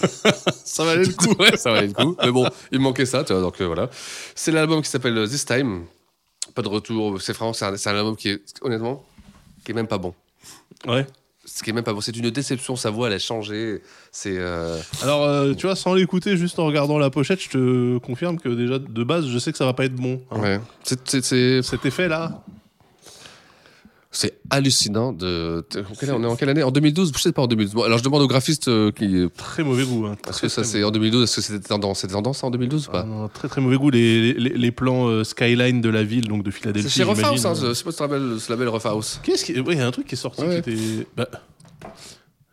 [SPEAKER 1] ça valait le coup.
[SPEAKER 2] Ouais, ça valait le coup. Mais bon, il me manquait ça, tu vois, donc euh, voilà. C'est l'album qui s'appelle euh, This Time. Pas de retour. C'est vraiment, c'est un, c'est un album qui est, honnêtement, qui est même pas bon.
[SPEAKER 1] Ouais.
[SPEAKER 2] Ce qui est même pas bon. C'est une déception, sa voix, elle a changé. C'est. euh,
[SPEAKER 1] Alors, euh, tu vois, sans l'écouter, juste en regardant la pochette, je te confirme que déjà, de base, je sais que ça va pas être bon. hein.
[SPEAKER 2] Ouais. C'est- c'est- C'est
[SPEAKER 1] Cet effet-là.
[SPEAKER 2] c'est hallucinant de. de- en quelle- on est en quelle année En 2012 Je sais pas en 2012. Bon, alors je demande au graphiste euh, qui.
[SPEAKER 1] Très Ah, mauvais goût. hein.
[SPEAKER 2] Est-ce que ça c'est en 2012 Est-ce que c'était tendance, c'était tendance ça, en 2012 ou pas
[SPEAKER 1] Non, très très mauvais goût les, les, les plans euh, skyline de la ville donc de Philadelphie.
[SPEAKER 2] C'est chez Rough House,
[SPEAKER 1] j'imagine. euh.
[SPEAKER 2] hein, je sais pas si tu te rappelles ce label Rough House.
[SPEAKER 1] Qu'est-ce qui Oui, il y a un truc qui est sorti qui était. Bah,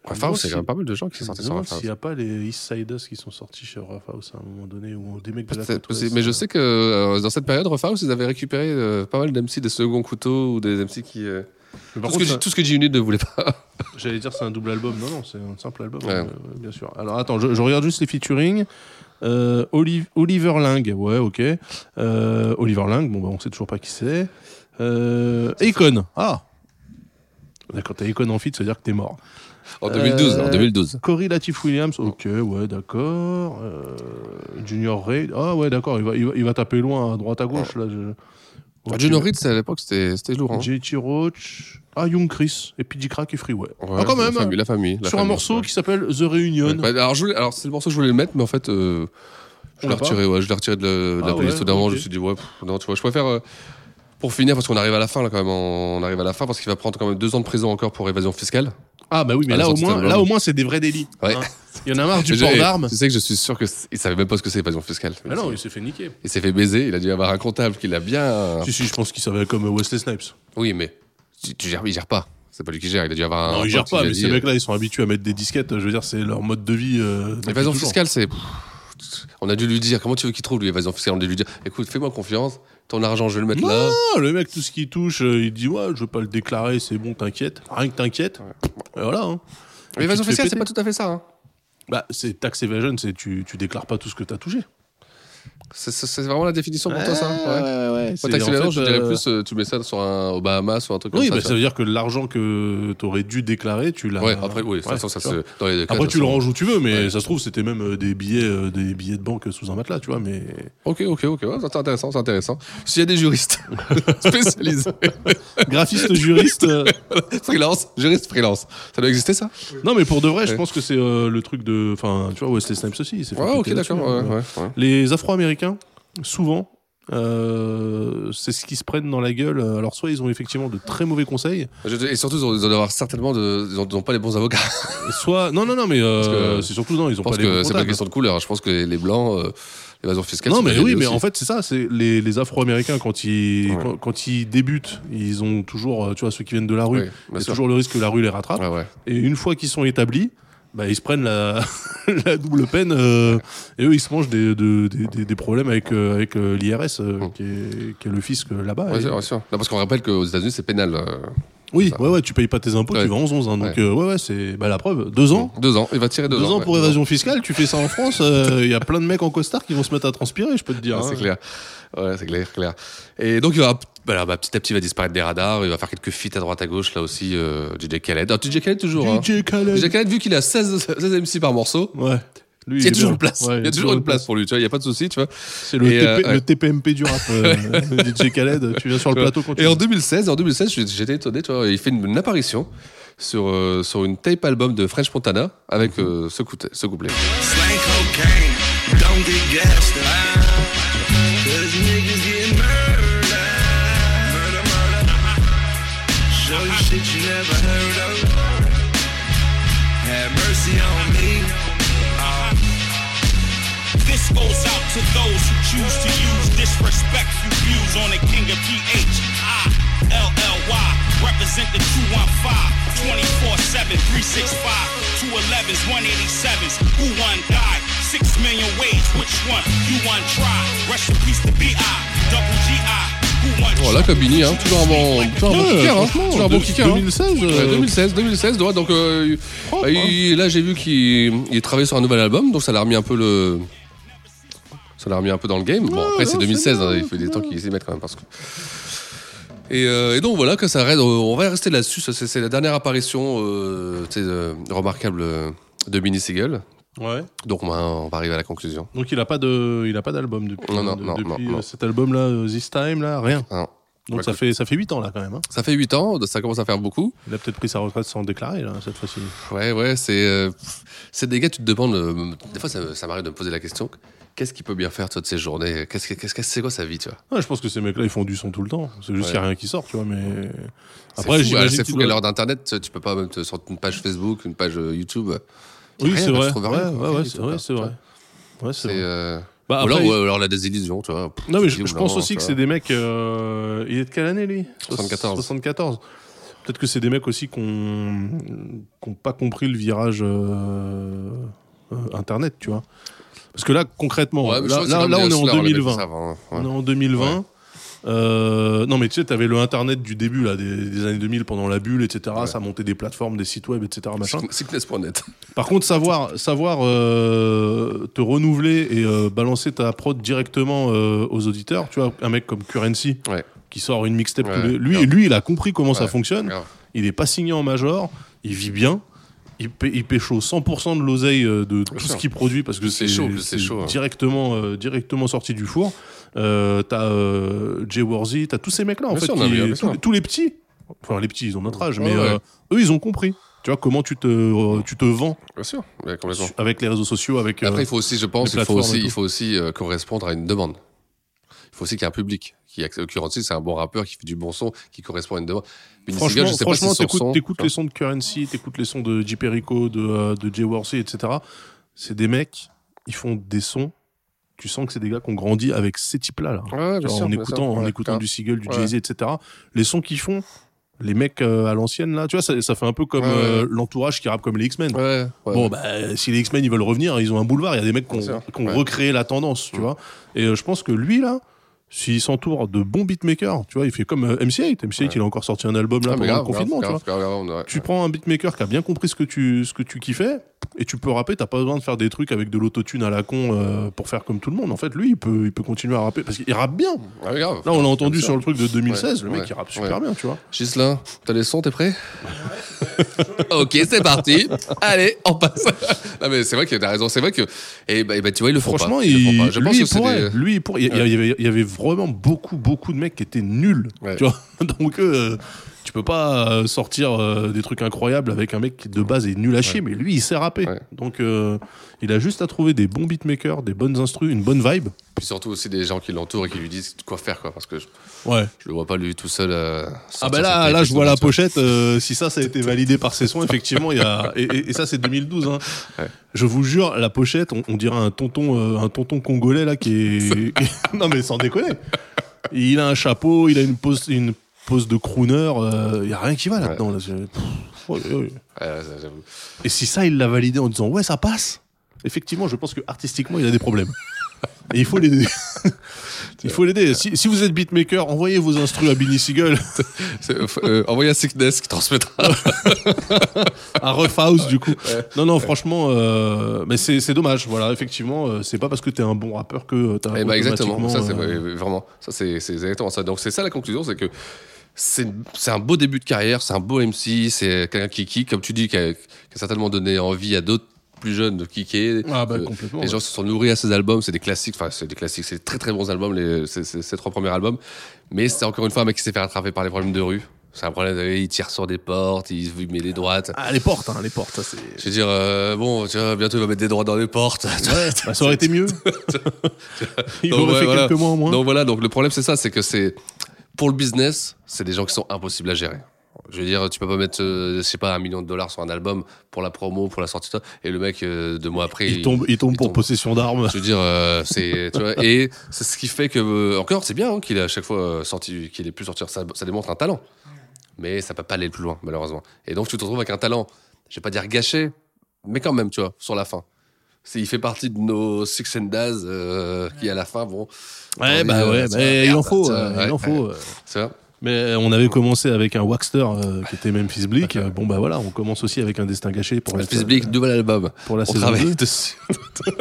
[SPEAKER 2] Rough
[SPEAKER 1] Non,
[SPEAKER 2] House, il y a
[SPEAKER 1] si-
[SPEAKER 2] quand même pas mal de gens qui sont sortis
[SPEAKER 1] je me
[SPEAKER 2] sur
[SPEAKER 1] demande
[SPEAKER 2] Rough House.
[SPEAKER 1] S'il n'y a pas les Eastsiders qui sont sortis chez Rough House à un moment donné ou des mecs de la
[SPEAKER 2] Peut-être
[SPEAKER 1] côte
[SPEAKER 2] possible.
[SPEAKER 1] ouest.
[SPEAKER 2] Mais je sais que euh, dans cette période, Rough House, ils avaient récupéré euh, pas mal d'MC des seconds couteaux ou des MC qui.
[SPEAKER 1] Mais
[SPEAKER 2] euh, tout,
[SPEAKER 1] par
[SPEAKER 2] ce que
[SPEAKER 1] contre, Euh,
[SPEAKER 2] J- tout ce que G-Unit ne voulait pas.
[SPEAKER 1] J'allais dire c'est un double album. Non, non, c'est un simple album,
[SPEAKER 2] Ouais.
[SPEAKER 1] euh, bien sûr. Alors attends, je, je regarde juste les featuring. Euh, Olive- Oliver Ling, ouais, ok. Euh, Oliver Ling, bon, bah, on sait toujours pas qui c'est. Euh, Akon, ah D'accord, t'as Akon en feat, ça veut dire que t'es mort.
[SPEAKER 2] En 2012, en 2012.
[SPEAKER 1] Cory Latif Williams, ok, ouais, d'accord. Euh, Junior Ray, ah ouais, d'accord, il va, il, va, il va taper loin, à droite, à gauche, là. je-
[SPEAKER 2] Ah,
[SPEAKER 1] Ok.
[SPEAKER 2] Juno Reed, c'est à l'époque, c'était c'était lourd. hein.
[SPEAKER 1] J.T. Roach, ah, Young Chris, et PJ Crack et Freeway.
[SPEAKER 2] Ouais,
[SPEAKER 1] ah, quand
[SPEAKER 2] la
[SPEAKER 1] même
[SPEAKER 2] famille, la famille, la
[SPEAKER 1] Sur un
[SPEAKER 2] famille.
[SPEAKER 1] morceau qui s'appelle The Reunion.
[SPEAKER 2] Ouais, bah, alors, je voulais- alors, c'est le morceau que je voulais le mettre, mais en fait, euh, je
[SPEAKER 1] On
[SPEAKER 2] l'ai
[SPEAKER 1] l'a pas
[SPEAKER 2] retiré, ouais, je l'ai retiré de la, de la
[SPEAKER 1] Ah
[SPEAKER 2] playlist.
[SPEAKER 1] ouais,
[SPEAKER 2] Au dernier moment,
[SPEAKER 1] ok.
[SPEAKER 2] je me suis dit, ouais, pff, non, tu vois, je préfère. euh, pour finir, parce qu'on arrive à la fin, là, quand même, on arrive à la fin, parce qu'il va prendre quand même deux ans de prison encore pour évasion fiscale.
[SPEAKER 1] Ah bah oui, mais
[SPEAKER 2] Ah,
[SPEAKER 1] là
[SPEAKER 2] ils
[SPEAKER 1] au,
[SPEAKER 2] ont
[SPEAKER 1] moins,
[SPEAKER 2] sorti
[SPEAKER 1] là
[SPEAKER 2] un
[SPEAKER 1] au moins c'est des vrais délits.
[SPEAKER 2] Ouais.
[SPEAKER 1] hein. Il y en a marre du
[SPEAKER 2] Et j'ai-
[SPEAKER 1] port d'armes.
[SPEAKER 2] Tu sais que je suis sûr qu'il savait même pas ce que c'est évasion fiscale.
[SPEAKER 1] Ah non, il s'est fait niquer.
[SPEAKER 2] Il s'est fait baiser, il a dû avoir un comptable qui l'a bien.
[SPEAKER 1] Si, si, je pense qu'il savait comme euh, Wesley Snipes.
[SPEAKER 2] Oui, mais tu, tu gères, il gère pas. C'est pas lui qui gère, il a dû avoir un.
[SPEAKER 1] non,
[SPEAKER 2] pote
[SPEAKER 1] ils gèrent
[SPEAKER 2] qui
[SPEAKER 1] pas,
[SPEAKER 2] lui a
[SPEAKER 1] mais
[SPEAKER 2] dit,
[SPEAKER 1] ces
[SPEAKER 2] euh,
[SPEAKER 1] mecs-là, ils sont habitués à mettre des disquettes. Je veux dire, c'est leur mode de vie. euh, depuis
[SPEAKER 2] L'évasion
[SPEAKER 1] toujours.
[SPEAKER 2] fiscale, c'est. On a dû lui dire, comment tu veux qu'il trouve lui, évasion fiscale On a dû lui dire, écoute, fais-moi confiance, ton argent, je vais le mettre là.
[SPEAKER 1] Non, le mec, tout ce qu'il touche, euh, il dit Ouais, je veux pas le déclarer, c'est bon, t'inquiète. Rien que t'inquiète. Et voilà. Hein. Et
[SPEAKER 2] L'évasion
[SPEAKER 1] tu te fais
[SPEAKER 2] fiscale, c'est
[SPEAKER 1] péter.
[SPEAKER 2] pas tout à fait ça. hein.
[SPEAKER 1] Bah, c'est tax evasion, c'est tu, tu déclares pas tout ce que t'as touché.
[SPEAKER 2] C'est- C'est c'est vraiment la définition pour toi, ça
[SPEAKER 1] Ouais, ouais, ouais,
[SPEAKER 2] Moi,
[SPEAKER 1] c'est-
[SPEAKER 2] taxe
[SPEAKER 1] en
[SPEAKER 2] évasion,
[SPEAKER 1] fait,
[SPEAKER 2] je dirais
[SPEAKER 1] euh,
[SPEAKER 2] plus, euh, tu mets ça sur un, au Bahamas ou un truc
[SPEAKER 1] Oui,
[SPEAKER 2] comme
[SPEAKER 1] bah,
[SPEAKER 2] ça.
[SPEAKER 1] ça veut dire que l'argent que t'aurais dû déclarer, tu l'as.
[SPEAKER 2] Ouais, après, oui, de
[SPEAKER 1] Ouais,
[SPEAKER 2] toute façon, ça
[SPEAKER 1] tu vois.
[SPEAKER 2] se. Dans les deux cas,
[SPEAKER 1] Après,
[SPEAKER 2] ça
[SPEAKER 1] tu
[SPEAKER 2] se-
[SPEAKER 1] le ranges où tu veux, mais ça se trouve, c'était même euh, des billets, euh, des billets de banque sous un matelas, tu vois. Mais
[SPEAKER 2] Ok, ok, ok, ouais, c'est intéressant, c'est intéressant. S'il y a des juristes spécialisés.
[SPEAKER 1] graphiste, juriste. euh,
[SPEAKER 2] freelance, juriste freelance. Ça doit exister, ça
[SPEAKER 1] Non, mais pour de vrai, je
[SPEAKER 2] Ouais.
[SPEAKER 1] pense que c'est euh, le truc de. Enfin, tu vois, Wesley Snipes aussi. il s'est fait
[SPEAKER 2] Ouais,
[SPEAKER 1] péter
[SPEAKER 2] ok,
[SPEAKER 1] là-dessus,
[SPEAKER 2] d'accord.
[SPEAKER 1] hein.
[SPEAKER 2] ouais, ouais, ouais.
[SPEAKER 1] Les Afro-Américains, souvent, euh, c'est ce qu'ils se prennent dans la gueule. Alors, soit ils ont effectivement de très mauvais conseils,
[SPEAKER 2] Je te- Et surtout, ils ont- ils doivent avoir certainement de, ils ont- ils ont pas les bons avocats.
[SPEAKER 1] soit. Non, non, non, mais euh,
[SPEAKER 2] Parce que-
[SPEAKER 1] c'est surtout. Non, ils
[SPEAKER 2] Je
[SPEAKER 1] ont
[SPEAKER 2] pense
[SPEAKER 1] pas les bons
[SPEAKER 2] que c'est pas une
[SPEAKER 1] comptables.
[SPEAKER 2] question de couleur. Je pense que les, les blancs, euh, l'évasion fiscale.
[SPEAKER 1] Non,
[SPEAKER 2] c'est
[SPEAKER 1] mais
[SPEAKER 2] validé
[SPEAKER 1] oui, mais
[SPEAKER 2] aussi.
[SPEAKER 1] en fait, c'est ça. C'est les, les Afro-Américains quand ils quand, quand ils débutent, ils ont toujours, euh, tu vois, ceux qui viennent de la rue,
[SPEAKER 2] Oui, bien
[SPEAKER 1] il y a
[SPEAKER 2] sûr.
[SPEAKER 1] toujours le risque que la rue les rattrape.
[SPEAKER 2] Ouais, ouais.
[SPEAKER 1] Et une fois qu'ils sont établis, bah, ils se prennent la, la double peine euh, et eux ils se mangent des, de- des, des- des problèmes avec, euh, avec euh, l'IRS euh, qui, est, qui est le fisc euh, là-bas.
[SPEAKER 2] Ouais,
[SPEAKER 1] Et-
[SPEAKER 2] sûr, ouais, sûr. Non, parce qu'on rappelle qu'aux États-Unis, c'est pénal. euh,
[SPEAKER 1] oui, ouais, ouais, tu payes pas tes impôts,
[SPEAKER 2] Ouais.
[SPEAKER 1] tu vas en 11. hein. donc,
[SPEAKER 2] Ouais.
[SPEAKER 1] euh, ouais, ouais, c'est bah, la preuve. Deux ans
[SPEAKER 2] Deux ans. Il va tirer deux,
[SPEAKER 1] Deux, ans,
[SPEAKER 2] ouais.
[SPEAKER 1] pour évasion fiscale, tu fais ça en France, euh, il y a plein de mecs en costard qui vont se mettre à transpirer, je peux te dire.
[SPEAKER 2] Ouais, c'est
[SPEAKER 1] hein.
[SPEAKER 2] clair. Ouais, c'est clair, clair. Et donc, il va, voilà, bah, petit à petit, il va disparaître des radars. Il va faire quelques feats à droite, à gauche. Là aussi, euh, DJ Khaled. Ah, DJ Khaled, toujours. hein.
[SPEAKER 1] DJ Khaled.
[SPEAKER 2] DJ Khaled, vu qu'il a 16, 16 MC par morceau,
[SPEAKER 1] Ouais. Lui,
[SPEAKER 2] il y a
[SPEAKER 1] est
[SPEAKER 2] toujours
[SPEAKER 1] bien.
[SPEAKER 2] une place.
[SPEAKER 1] Ouais,
[SPEAKER 2] il y a toujours une place pour lui. Tu vois, il n'y a pas de souci, tu vois.
[SPEAKER 1] C'est le,
[SPEAKER 2] Et, euh,
[SPEAKER 1] TP
[SPEAKER 2] ouais.
[SPEAKER 1] le TPMP du rap, euh, DJ Khaled. Tu viens sur le plateau quand tu
[SPEAKER 2] Et en
[SPEAKER 1] veux.
[SPEAKER 2] 2016, en 2016, j'ai- j'étais étonné, tu vois, il fait une, une apparition sur, euh, sur une tape album de French Montana avec
[SPEAKER 1] Mhm.
[SPEAKER 2] euh, ce, couplet, ce couplet.
[SPEAKER 18] Slang cocaine, don't get gassed up. Cause niggas get murdered. Murder, murder. Show you shit you never heard of. Have mercy on me.
[SPEAKER 12] This goes out to those who choose to use disrespectful views on the king of PH. I L L Y represent the 215, 24 7, 365, 211s, 187s. Who one died? Six million ways, which one? You one tried. Rest in peace to B.I. Double G.I.
[SPEAKER 2] Voilà, Kabini, hein, toujours un bon, toujours un bon
[SPEAKER 1] Ouais,
[SPEAKER 2] kicker. Hein,
[SPEAKER 1] franchement,
[SPEAKER 2] toujours un bon
[SPEAKER 1] de-
[SPEAKER 2] kicker, hein.
[SPEAKER 1] 2016, euh, hein.
[SPEAKER 2] Ouais, 2016, 2016, ouais, donc euh, bah, il- là j'ai vu qu'il il travaillait sur un nouvel album, donc ça l'a remis un peu le. Ça l'a remis un peu dans le game. Bon, après c'est 2016, hein, il faut des temps qu'ils s'y mettent quand même. Parce que... et, euh, et donc voilà, que ça reste, euh, on va rester là-dessus. ça, C'est c'est la dernière apparition euh, tu sais, euh, remarquable euh, de Mini Seagull.
[SPEAKER 1] Ouais.
[SPEAKER 2] Donc on va, on va arriver à la conclusion.
[SPEAKER 1] Donc il a pas de, il a pas d'album depuis,
[SPEAKER 2] Non, non,
[SPEAKER 1] de-
[SPEAKER 2] non,
[SPEAKER 1] depuis
[SPEAKER 2] non, non.
[SPEAKER 1] euh, cet album là, This Time là, rien.
[SPEAKER 2] Non.
[SPEAKER 1] Donc ça fait ça fait 8 ans là quand même. hein.
[SPEAKER 2] hein. Ça fait 8 ans, ça commence à faire beaucoup.
[SPEAKER 1] Il a peut-être pris sa retraite sans déclarer là cette fois-ci.
[SPEAKER 2] Ouais, ouais, c'est. euh, pff, c'est des gars, tu te demandes. euh, des fois, ça, ça m'arrive de me poser la question qu'est-ce qu'il peut bien faire, toi, de ses journées Qu'est-ce que- qu'est-ce que c'est quoi sa vie, tu vois
[SPEAKER 1] Ouais, je pense que ces mecs là ils font du son tout le temps. C'est juste
[SPEAKER 2] Ouais.
[SPEAKER 1] qu'il n'y a rien qui sort, tu vois. Mais
[SPEAKER 2] C'est
[SPEAKER 1] après
[SPEAKER 2] fou,
[SPEAKER 1] j'imagine
[SPEAKER 2] hein, c'est
[SPEAKER 1] qu'il
[SPEAKER 2] fou qu'à
[SPEAKER 1] doit-
[SPEAKER 2] l'heure d'internet, tu- tu peux pas même te sortir une page Facebook, une page euh, YouTube. Y a
[SPEAKER 1] Oui,
[SPEAKER 2] rien,
[SPEAKER 1] c'est
[SPEAKER 2] tu
[SPEAKER 1] vrai.
[SPEAKER 2] trouves
[SPEAKER 1] Ouais,
[SPEAKER 2] rien,
[SPEAKER 1] ouais,
[SPEAKER 2] rien
[SPEAKER 1] ouais,
[SPEAKER 2] du
[SPEAKER 1] c'est
[SPEAKER 2] tout,
[SPEAKER 1] vrai,
[SPEAKER 2] quoi,
[SPEAKER 1] c'est
[SPEAKER 2] tu vois.
[SPEAKER 1] vrai. Ouais, c'est
[SPEAKER 2] C'est,
[SPEAKER 1] vrai.
[SPEAKER 2] euh,
[SPEAKER 1] Bah,
[SPEAKER 2] ou, alors,
[SPEAKER 1] après,
[SPEAKER 2] ou alors la désillusion, tu vois. Pff,
[SPEAKER 1] Non mais
[SPEAKER 2] tu
[SPEAKER 1] je,
[SPEAKER 2] dis,
[SPEAKER 1] je
[SPEAKER 2] ou
[SPEAKER 1] pense
[SPEAKER 2] non,
[SPEAKER 1] aussi
[SPEAKER 2] tu
[SPEAKER 1] que
[SPEAKER 2] vois.
[SPEAKER 1] c'est des mecs. euh, il est de quelle année lui
[SPEAKER 2] 74.
[SPEAKER 1] 74. Peut-être que c'est des mecs aussi qui n'ont pas compris le virage euh, euh, internet, tu vois. Parce que là, concrètement,
[SPEAKER 2] Ouais, mais
[SPEAKER 1] là,
[SPEAKER 2] je crois que
[SPEAKER 1] là-
[SPEAKER 2] c'est
[SPEAKER 1] là,
[SPEAKER 2] comme
[SPEAKER 1] on est
[SPEAKER 2] des
[SPEAKER 1] en
[SPEAKER 2] hustlers, les mecs qui
[SPEAKER 1] 2020.
[SPEAKER 2] savent, hein, ouais.
[SPEAKER 1] On est en 2020. Euh, non mais tu sais, t'avais le internet du début là, des, des années 2000 pendant la bulle, etc. Ça montait des plateformes, des sites web, etc. Machin.
[SPEAKER 2] Sickness.net.
[SPEAKER 1] Par contre, savoir, savoir euh, te renouveler et euh, balancer ta prod directement euh, aux auditeurs, tu vois, un mec comme Currency qui sort une mixtape, tous
[SPEAKER 2] Ouais,
[SPEAKER 1] les- lui,
[SPEAKER 2] grave.
[SPEAKER 1] lui, il a compris comment ça
[SPEAKER 2] Ouais,
[SPEAKER 1] fonctionne.
[SPEAKER 2] grave.
[SPEAKER 1] Il est pas signé en major, il vit bien. Il, pê- il pêche au 100% de l'oseille euh, de tout
[SPEAKER 2] sûr.
[SPEAKER 1] ce qu'il produit parce que
[SPEAKER 2] C'est
[SPEAKER 1] c'est
[SPEAKER 2] chaud, c'est chaud, hein.
[SPEAKER 1] directement, euh, directement sorti du four. Euh, t'as euh, Jay Warzy, t'as tous ces mecs-là en
[SPEAKER 2] Bien
[SPEAKER 1] fait,
[SPEAKER 2] sûr, non,
[SPEAKER 1] qui-
[SPEAKER 2] mais bien
[SPEAKER 1] tous,
[SPEAKER 2] sûr.
[SPEAKER 1] les- tous les petits, enfin les petits, ils ont notre âge,
[SPEAKER 2] Ouais,
[SPEAKER 1] mais euh,
[SPEAKER 2] ouais.
[SPEAKER 1] eux, ils ont compris. Tu vois comment tu te, euh, tu te vends
[SPEAKER 2] Bien sûr, ouais, complètement.
[SPEAKER 1] avec les réseaux sociaux, avec. euh,
[SPEAKER 2] Après, il faut aussi, je pense,
[SPEAKER 1] les
[SPEAKER 2] il faut
[SPEAKER 1] plateformes
[SPEAKER 2] aussi,
[SPEAKER 1] et tout.
[SPEAKER 2] il faut aussi euh, correspondre à une demande. Il faut aussi qu'il y ait un public. Qui, accepte- Currency, c'est un bon rappeur qui fait du bon son, qui correspond à une demande. Benny
[SPEAKER 1] Franchement,
[SPEAKER 2] Siegel, je sais pas
[SPEAKER 1] franchement
[SPEAKER 2] si son
[SPEAKER 1] t'écoutes,
[SPEAKER 2] son-
[SPEAKER 1] t'écoutes les sons de Currency, t'écoutes les sons de J. Perico, de, euh, de Jay Worsey, etc. C'est des mecs, ils font des sons. Tu sens que c'est des gars qui ont grandi avec ces types-là. Là.
[SPEAKER 2] Ouais, bien
[SPEAKER 1] Tu vois,
[SPEAKER 2] sûr,
[SPEAKER 1] en
[SPEAKER 2] bien
[SPEAKER 1] écoutant,
[SPEAKER 2] sûr.
[SPEAKER 1] en
[SPEAKER 2] Ouais,
[SPEAKER 1] écoutant
[SPEAKER 2] grave.
[SPEAKER 1] du Seagull, du
[SPEAKER 2] Ouais.
[SPEAKER 1] Jay-Z, etc. Les sons qu'ils font, les mecs euh, à l'ancienne, là, tu vois, ça, ça fait un peu comme
[SPEAKER 2] Ouais, ouais.
[SPEAKER 1] euh, l'entourage qui rappe comme les X-Men. Bon, bah, si les X-Men, ils veulent revenir, hein, ils ont un boulevard. Il y a des mecs qui ont,
[SPEAKER 2] Bien sûr.
[SPEAKER 1] qui ont
[SPEAKER 2] Ouais. Mm.
[SPEAKER 1] recréé la tendance, tu vois. Et euh, je pense que lui, là, s'il s'entoure de bons beatmakers, tu vois, il fait comme euh, MC8. MC8, il a encore sorti un album là
[SPEAKER 2] Ah,
[SPEAKER 1] pendant
[SPEAKER 2] mais grave,
[SPEAKER 1] le confinement,
[SPEAKER 2] grave,
[SPEAKER 1] tu vois.
[SPEAKER 2] grave, grave, on aurait-
[SPEAKER 1] Tu prends un beatmaker qui a bien compris ce que tu, ce que tu kiffais, et tu peux rapper, t'as pas besoin de faire des trucs avec de l'autotune à la con euh, pour faire comme tout le monde. En fait, lui, il peut, il peut continuer à rapper, parce qu'il rappe bien.
[SPEAKER 2] Ah, mais grave.
[SPEAKER 1] Là, on l'a entendu
[SPEAKER 2] Comme ça.
[SPEAKER 1] sur le truc de 2016,
[SPEAKER 2] Ouais,
[SPEAKER 1] le mec,
[SPEAKER 2] ouais,
[SPEAKER 1] il rappe super
[SPEAKER 2] ouais.
[SPEAKER 1] bien, tu vois.
[SPEAKER 2] Ghislain, t'as les sons, t'es prêt Ok, c'est parti. Allez, on passe. non, mais c'est vrai que t'as raison. C'est vrai que. Et bah, et bah, tu vois, ils le font
[SPEAKER 1] Franchement,
[SPEAKER 2] pas. Ils le font
[SPEAKER 1] il,
[SPEAKER 2] pas. Je
[SPEAKER 1] lui,
[SPEAKER 2] pense
[SPEAKER 1] il
[SPEAKER 2] que c'est
[SPEAKER 1] pourrait.
[SPEAKER 2] des-
[SPEAKER 1] Lui, il pourrait. Il y,
[SPEAKER 2] Ouais.
[SPEAKER 1] il y avait, il y avait vraiment beaucoup, beaucoup de mecs qui étaient nuls.
[SPEAKER 2] Ouais.
[SPEAKER 1] Tu vois Donc, euh, tu peux pas euh, sortir euh, des trucs incroyables avec un mec qui, de base, est nul à chier, mais lui, il sait rapper. Donc, euh, il a juste à trouver des bons beatmakers, des bonnes instrus, une bonne vibe.
[SPEAKER 2] Puis surtout aussi des gens qui l'entourent et qui lui disent quoi faire, quoi. Parce que je,
[SPEAKER 1] Ouais.
[SPEAKER 2] je le vois pas lui tout seul. euh,
[SPEAKER 1] Ah
[SPEAKER 2] sortir
[SPEAKER 1] bah
[SPEAKER 2] sa
[SPEAKER 1] là,
[SPEAKER 2] tête
[SPEAKER 1] là
[SPEAKER 2] et
[SPEAKER 1] je
[SPEAKER 2] tout,
[SPEAKER 1] vois
[SPEAKER 2] tu
[SPEAKER 1] la
[SPEAKER 2] vois.
[SPEAKER 1] pochette. euh, si ça, ça a été validé par ses soins, effectivement, il y a et, et- et ça c'est 2012. hein. Je vous jure, la pochette, on, on dirait un tonton, euh, un tonton congolais là qui est. qui- non mais sans déconner. Il a un chapeau, il a une pose, une pose de crooner. euh, Il y a rien qui va là-dedans. là. C'est- pff, oh, ouais, ouais.
[SPEAKER 2] Ouais, ça, j'avoue.
[SPEAKER 1] Et si ça, il l'a validé en disant ouais, ça passe. Effectivement, je pense que artistiquement, il a des problèmes. Et il faut l'aider. il faut l'aider. Si, si vous êtes beatmaker, envoyez vos instrus à Billy Seagull.
[SPEAKER 2] C'est- euh, euh, envoyez à Sickness qui transmettra.
[SPEAKER 1] Ah, à Rough House du coup. Non non franchement euh, mais c'est c'est dommage voilà effectivement euh, c'est pas parce que t'es un bon rappeur que euh, t'as
[SPEAKER 2] Eh ben exactement,
[SPEAKER 1] automatiquement,
[SPEAKER 2] ça c'est
[SPEAKER 1] euh,
[SPEAKER 2] ouais, ouais, vraiment, ça c'est c'est exactement ça. Donc c'est ça la conclusion, c'est que c'est c'est un beau début de carrière, c'est un beau MC, c'est quelqu'un qui kick, comme tu dis, qui a, qui a certainement donné envie à d'autres plus jeunes de kicker.
[SPEAKER 1] Ah bah,
[SPEAKER 2] Euh,
[SPEAKER 1] complètement,
[SPEAKER 2] Les
[SPEAKER 1] ouais.
[SPEAKER 2] gens se sont nourris à ces albums, c'est des classiques, enfin c'est des classiques, c'est des très très bons albums, les, ces- ces- ces trois premiers albums. Mais c'est encore une fois un mec qui s'est fait rattraper par les problèmes de rue. C'est un problème, de- il tire sur des portes, il il met les droites.
[SPEAKER 1] ah, les portes hein, les portes ça c'est
[SPEAKER 2] Je veux dire, euh, bon, tu vois, bientôt il va mettre des droits dans les portes.
[SPEAKER 1] bah, ça aurait été mieux il aurait fait
[SPEAKER 2] voilà.
[SPEAKER 1] quelques mois en moins
[SPEAKER 2] Donc voilà, donc le problème c'est ça, c'est que c'est pour le business, c'est des gens qui sont impossibles à gérer. Je veux dire, tu peux pas mettre, euh, je sais pas, un million de dollars sur un album pour la promo, pour la sortie, tout ça, et le mec euh, deux mois après,
[SPEAKER 1] il tombe il tombe pour possession d'armes
[SPEAKER 2] Je veux dire, euh, c'est tu vois, et c'est ce qui fait que euh, encore, c'est bien hein, qu'il ait à chaque fois euh, sorti, qu'il ait pu sortir, ça, ça démontre un talent, mais ça peut pas aller plus loin malheureusement. Et donc tu te retrouves avec un talent, je vais pas dire gâché, mais quand même, tu vois, sur la fin. C'est- Il fait partie de nos Six and Daz euh, qui, à la fin, vont. euh,
[SPEAKER 1] Ouais,
[SPEAKER 2] vont
[SPEAKER 1] bah
[SPEAKER 2] dire,
[SPEAKER 1] ouais,
[SPEAKER 2] tiens,
[SPEAKER 1] mais il
[SPEAKER 2] merde,
[SPEAKER 1] en faut,
[SPEAKER 2] tiens,
[SPEAKER 1] euh, il
[SPEAKER 2] ouais,
[SPEAKER 1] en faut.
[SPEAKER 2] ouais.
[SPEAKER 1] euh.
[SPEAKER 2] C'est vrai.
[SPEAKER 1] Mais euh, on avait commencé avec un Waxter euh, qui était Memphis Bleak. Euh, Bon bah voilà, on commence aussi avec un destin gâché pour la-
[SPEAKER 2] Memphis Bleak, nouvel album.
[SPEAKER 1] Pour la
[SPEAKER 2] on
[SPEAKER 1] saison
[SPEAKER 2] travaille
[SPEAKER 1] 2.
[SPEAKER 2] dessus.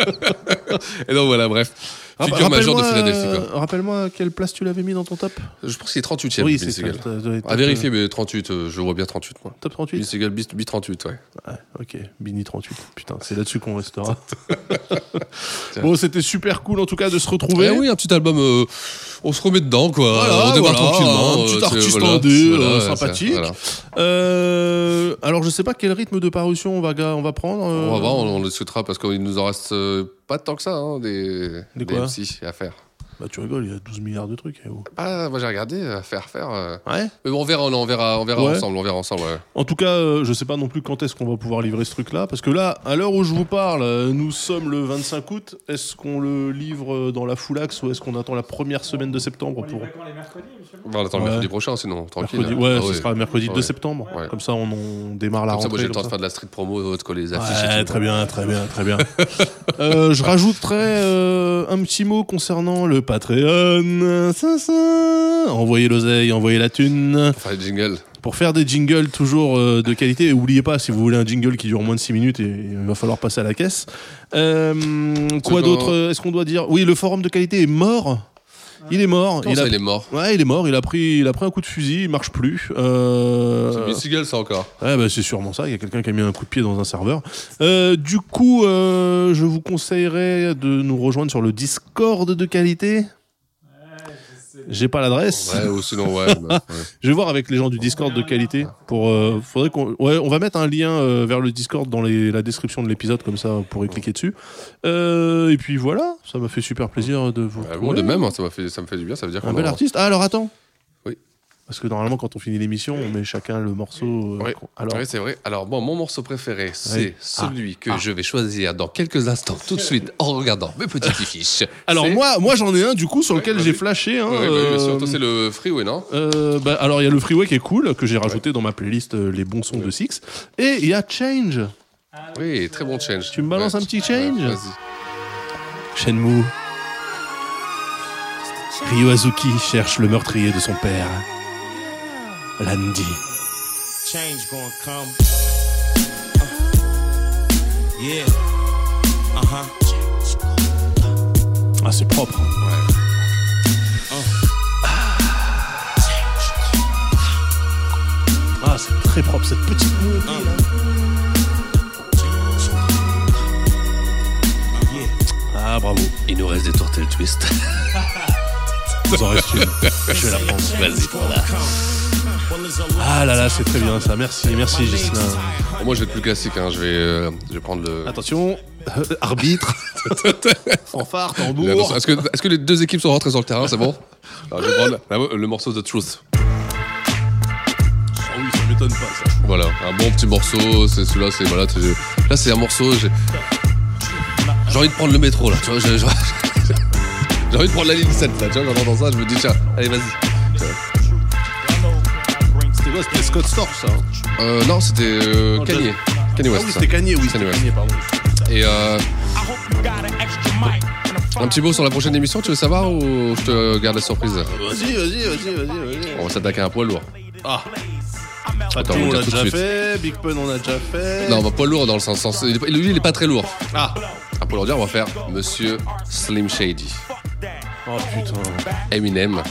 [SPEAKER 2] Et donc voilà, bref.
[SPEAKER 1] Rapp-
[SPEAKER 2] Figure majeure de
[SPEAKER 1] rappelle-moi,
[SPEAKER 2] Philadelphie. quoi.
[SPEAKER 1] euh, Rappelle-moi quelle place tu l'avais mis dans ton top
[SPEAKER 2] Je pense qu'il est 38 e
[SPEAKER 1] Oui, c'est ça, ça doit être
[SPEAKER 2] À
[SPEAKER 1] top,
[SPEAKER 2] vérifier,
[SPEAKER 1] euh,
[SPEAKER 2] mais 38, euh, je le vois bien 38. Moi.
[SPEAKER 1] Top 38
[SPEAKER 2] Vinny Seagal, bis- bis 38, ouais.
[SPEAKER 1] Ouais, ok, Bini 38. Putain, c'est là-dessus qu'on restera. bon, c'était super cool en tout cas de se retrouver.
[SPEAKER 2] Eh oui, un petit album, euh, on se remet dedans, quoi.
[SPEAKER 1] Voilà,
[SPEAKER 2] on démarre
[SPEAKER 1] voilà,
[SPEAKER 2] tranquillement.
[SPEAKER 1] Un
[SPEAKER 2] euh,
[SPEAKER 1] petit
[SPEAKER 2] tu-
[SPEAKER 1] artiste
[SPEAKER 2] voilà,
[SPEAKER 1] indé,
[SPEAKER 2] voilà,
[SPEAKER 1] euh,
[SPEAKER 2] ça,
[SPEAKER 1] sympathique.
[SPEAKER 2] voilà.
[SPEAKER 1] Euh, alors, je sais pas quel rythme de parution on va, ga- on va prendre. euh,
[SPEAKER 2] On va voir, on, on le sautera parce qu'il nous en reste euh, pas tant que ça, hein, des,
[SPEAKER 1] Des
[SPEAKER 2] des
[SPEAKER 1] quoi
[SPEAKER 2] MC à faire.
[SPEAKER 1] Bah, tu rigoles, il y a 12 milliards de trucs. eh oh.
[SPEAKER 2] Ah, moi j'ai regardé, à faire, faire. euh.
[SPEAKER 1] Ouais.
[SPEAKER 2] Mais bon, on verra, on, on verra, on verra
[SPEAKER 1] Ouais.
[SPEAKER 2] ensemble, on verra ensemble. ouais.
[SPEAKER 1] En tout cas, euh, je sais pas non plus quand est-ce qu'on va pouvoir livrer ce truc-là. Parce que là, à l'heure où je vous parle, euh, nous sommes le 25 août. Est-ce qu'on le livre euh, dans la foulax ou est-ce qu'on attend la première semaine de septembre pour.
[SPEAKER 2] Bon, on attend le
[SPEAKER 1] Ouais.
[SPEAKER 2] mercredi prochain, sinon tranquille.
[SPEAKER 1] Mercredi-
[SPEAKER 2] hein.
[SPEAKER 1] ouais,
[SPEAKER 2] Ah
[SPEAKER 1] ce sera mercredi 2
[SPEAKER 2] Ouais.
[SPEAKER 1] septembre.
[SPEAKER 2] Ouais.
[SPEAKER 1] Comme ça, on, on démarre la
[SPEAKER 2] Comme ça, moi
[SPEAKER 1] rentrée.
[SPEAKER 2] j'ai
[SPEAKER 1] comme
[SPEAKER 2] le temps de
[SPEAKER 1] ça.
[SPEAKER 2] faire de la street promo, de coller les affiches.
[SPEAKER 1] Ouais,
[SPEAKER 2] et tout,
[SPEAKER 1] très
[SPEAKER 2] quoi.
[SPEAKER 1] bien, très bien, très bien. Euh, je rajouterai euh, un petit mot concernant le Patreon. Ça, ça. Envoyez l'oseille, envoyez la thune.
[SPEAKER 2] Faire les jingles.
[SPEAKER 1] Pour faire des jingles toujours euh, de qualité, et oubliez pas, si vous voulez un jingle qui dure moins de 6 minutes, et il va falloir passer à la caisse. Euh, quoi
[SPEAKER 2] Toujours-
[SPEAKER 1] d'autre euh, Est-ce qu'on doit dire Oui, le forum de qualité est mort. Il est mort.
[SPEAKER 2] Comment ça, il est mort
[SPEAKER 1] Ouais, il est mort. Il a pris, il a pris un coup de fusil. Il marche plus. Euh,
[SPEAKER 2] C'est Vinny Seagal, ça encore.
[SPEAKER 1] Ouais, bah, c'est sûrement ça. Il y a quelqu'un qui a mis un coup de pied dans un serveur. Euh, du coup, euh, je vous conseillerais de nous rejoindre sur le Discord de qualité. J'ai pas l'adresse.
[SPEAKER 2] Ouais, ou sinon, ouais. bah, ouais.
[SPEAKER 1] je vais voir avec les gens du Discord de qualité. Pour, euh, faudrait qu'on, ouais, on va mettre un lien euh, vers le Discord dans les- la description de l'épisode, comme ça vous pourrez cliquer dessus. Euh, et puis voilà, ça m'a fait super plaisir de vous.
[SPEAKER 2] Ah,
[SPEAKER 1] retrouver.
[SPEAKER 2] bon, de même, hein, ça, m'a fait, ça me fait du bien, ça veut dire
[SPEAKER 1] Un
[SPEAKER 2] qu'on
[SPEAKER 1] bel
[SPEAKER 2] en-
[SPEAKER 1] artiste. Ah, alors attends.
[SPEAKER 2] Oui.
[SPEAKER 1] Parce que normalement, quand on finit l'émission, on met chacun le morceau. euh,
[SPEAKER 2] Oui,
[SPEAKER 1] qu'on- alors,
[SPEAKER 2] Oui, c'est vrai. Alors, bon, mon morceau préféré, c'est
[SPEAKER 1] Oui.
[SPEAKER 2] celui
[SPEAKER 1] Ah.
[SPEAKER 2] que
[SPEAKER 1] Ah.
[SPEAKER 2] je vais choisir dans quelques instants, tout de suite, en regardant mes petites fiches.
[SPEAKER 1] alors moi, moi j'en ai un du coup sur lequel j'ai flashé. hein,
[SPEAKER 2] bah,
[SPEAKER 1] euh,
[SPEAKER 2] c'est le Freeway, non
[SPEAKER 1] euh, bah, alors il y a le Freeway qui est cool, que j'ai rajouté dans ma playlist euh, Les bons sons de Six. Et il y a Change.
[SPEAKER 2] Oui, très bon change.
[SPEAKER 1] Tu me balances un petit Change
[SPEAKER 2] Vas-y.
[SPEAKER 1] Shenmue. Ryo Azuki cherche le meurtrier de son père. Landy.
[SPEAKER 11] Change gonna come. Uh, yeah. Uh huh.
[SPEAKER 1] Ah c'est propre. Ah c'est très propre cette petite mélodie là. Ah bravo.
[SPEAKER 2] Il nous reste des tortelles twist.
[SPEAKER 1] Vous en reste une. Je vais la prendre.
[SPEAKER 2] Vas-y, voilà.
[SPEAKER 1] Ah là là, c'est très bien ça. Merci, merci Gislin.
[SPEAKER 2] Bon, moi, je vais être plus classique, hein. je, vais, euh, je vais prendre le.
[SPEAKER 1] Attention, Euh, arbitre. Fanfare, tambour.
[SPEAKER 2] Attention, Est-ce que, est-ce que les deux équipes sont rentrées sur le terrain C'est bon Alors, Je vais prendre la- le morceau de Truth.
[SPEAKER 1] Ah oui, ça m'étonne pas ça.
[SPEAKER 2] Voilà, un bon petit morceau. C'est celui-là, c'est voilà. c'est- Là, c'est un morceau. J'ai j'ai envie de prendre le métro là. Tu vois, j'ai j'ai- j'ai envie de prendre la ligne 7 là. Tu vois, quand j'entends ça, je me dis tiens, allez vas-y. Tu vois.
[SPEAKER 1] C'était quoi C'était Scott Storch ça. hein
[SPEAKER 2] Euh, non, c'était euh,
[SPEAKER 1] Non,
[SPEAKER 2] Kanye.
[SPEAKER 1] Jazz.
[SPEAKER 2] Kanye
[SPEAKER 1] Oh,
[SPEAKER 2] West.
[SPEAKER 1] Ah oui,
[SPEAKER 2] ça.
[SPEAKER 1] c'était Kanye, oui,
[SPEAKER 2] Kanye
[SPEAKER 1] c'était
[SPEAKER 2] West.
[SPEAKER 1] Kanye, pardon.
[SPEAKER 2] Et euh, un petit mot sur la prochaine émission. Tu veux savoir ou je te garde la surprise
[SPEAKER 1] Vas-y, vas-y, vas-y, vas-y, vas-y.
[SPEAKER 2] On va s'attaquer à un poids lourd.
[SPEAKER 1] Ah.
[SPEAKER 2] Attends,
[SPEAKER 1] Patoum,
[SPEAKER 2] on
[SPEAKER 1] on
[SPEAKER 2] le
[SPEAKER 1] l'a
[SPEAKER 2] dit tout
[SPEAKER 1] déjà
[SPEAKER 2] de suite.
[SPEAKER 1] fait, Big Pun on l'a déjà fait.
[SPEAKER 2] Non, on va poids lourd dans le sens. sens- il est pas- Lui, il est pas très lourd.
[SPEAKER 1] Ah.
[SPEAKER 2] Un poids lourd, dire, on va faire Monsieur Slim Shady.
[SPEAKER 1] Oh putain.
[SPEAKER 2] Eminem.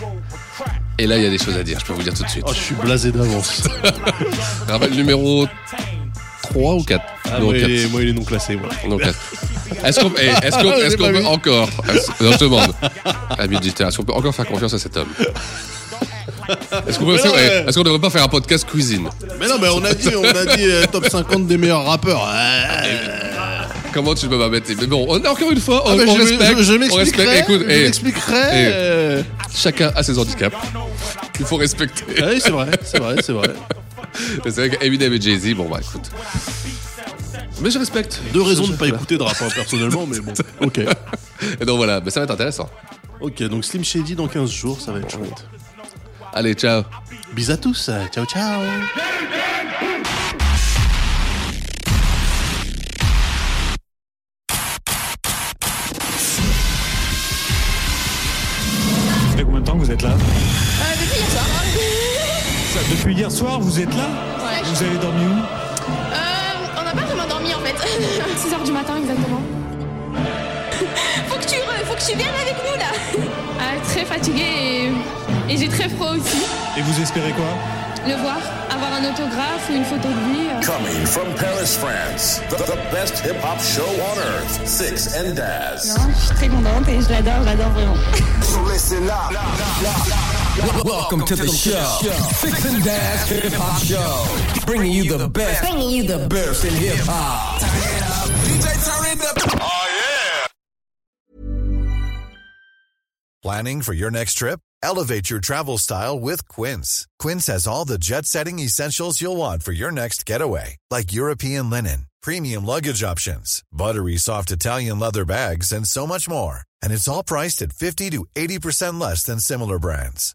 [SPEAKER 2] Et là, il y a des choses à dire, je peux vous dire tout de suite.
[SPEAKER 1] Oh, je suis blasé
[SPEAKER 2] Ah,
[SPEAKER 1] d'avance.
[SPEAKER 2] Rappel numéro 3 ou 4
[SPEAKER 1] Ah, moi, il est- moi, il est non classé, moi.
[SPEAKER 2] Est-ce qu'on eh, est-ce qu'on- est-ce
[SPEAKER 1] J'ai
[SPEAKER 2] qu'on
[SPEAKER 1] pas
[SPEAKER 2] peut
[SPEAKER 1] vu.
[SPEAKER 2] encore. est-ce- non, je demande. Ami auditeur, est-ce qu'on peut encore faire confiance à cet homme Est-ce qu'on
[SPEAKER 1] Mais
[SPEAKER 2] peut- est-ce qu'on-
[SPEAKER 1] non,
[SPEAKER 2] eh,
[SPEAKER 1] mais-
[SPEAKER 2] est-ce qu'on devrait pas faire un podcast cuisine
[SPEAKER 1] Mais non, mais on a dit, on a dit euh, top 50 des meilleurs rappeurs. Euh,
[SPEAKER 2] Comment tu peux m'embêter Mais bon, on, encore une fois, on,
[SPEAKER 1] Ah, mais
[SPEAKER 2] on
[SPEAKER 1] je-
[SPEAKER 2] respecte.
[SPEAKER 1] je- je
[SPEAKER 2] on
[SPEAKER 1] m'expliquerai,
[SPEAKER 2] respecte. Écoute,
[SPEAKER 1] je
[SPEAKER 2] eh,
[SPEAKER 1] m'expliquerai,
[SPEAKER 2] eh,
[SPEAKER 1] euh.
[SPEAKER 2] Chacun a ses handicaps. Il faut respecter.
[SPEAKER 1] Ah oui, c'est vrai, c'est vrai, c'est vrai.
[SPEAKER 2] Mais C'est vrai qu'Eminem et Jay-Z, bon bah écoute. Mais je respecte.
[SPEAKER 1] Deux raisons de pas écouter de rappeurs personnellement, mais bon. Ok.
[SPEAKER 2] Et donc voilà, mais ça va être intéressant.
[SPEAKER 1] Ok, donc Slim Shady dans 15 jours, ça va être chouette.
[SPEAKER 2] Allez, ciao.
[SPEAKER 1] Bis à tous, euh, ciao ciao.
[SPEAKER 17] fait combien de temps que vous êtes là
[SPEAKER 4] Euh, depuis hier soir.
[SPEAKER 17] Ça, Depuis hier soir, vous êtes là
[SPEAKER 4] Ouais.
[SPEAKER 17] Vous avez dormi où
[SPEAKER 4] Euh, on n'a pas vraiment dormi en fait. 6 heures du matin exactement. faut que tu re- faut que tu viennes avec nous là. Ah, très fatiguée et, et j'ai très froid aussi.
[SPEAKER 17] Et vous espérez quoi
[SPEAKER 4] Le voir, avoir un autographe ou une photo de lui. euh.
[SPEAKER 5] Coming from Paris, France, the, the best hip hop show on earth, Six and Daz.
[SPEAKER 14] Non, je suis très contente et je l'adore, je l'adore vraiment.
[SPEAKER 19] Welcome to the show. Fix and Dash Hip Hop Show. Bringing you the best. Bringing you the best in hip hop.
[SPEAKER 5] Oh,
[SPEAKER 10] Planning for your next trip? Elevate your travel style with Quince. Quince has all the jet setting essentials you'll want for your next getaway, like European linen, premium luggage options, buttery soft Italian leather bags, and so much more. And it's all priced at 50 to 80% less than similar brands.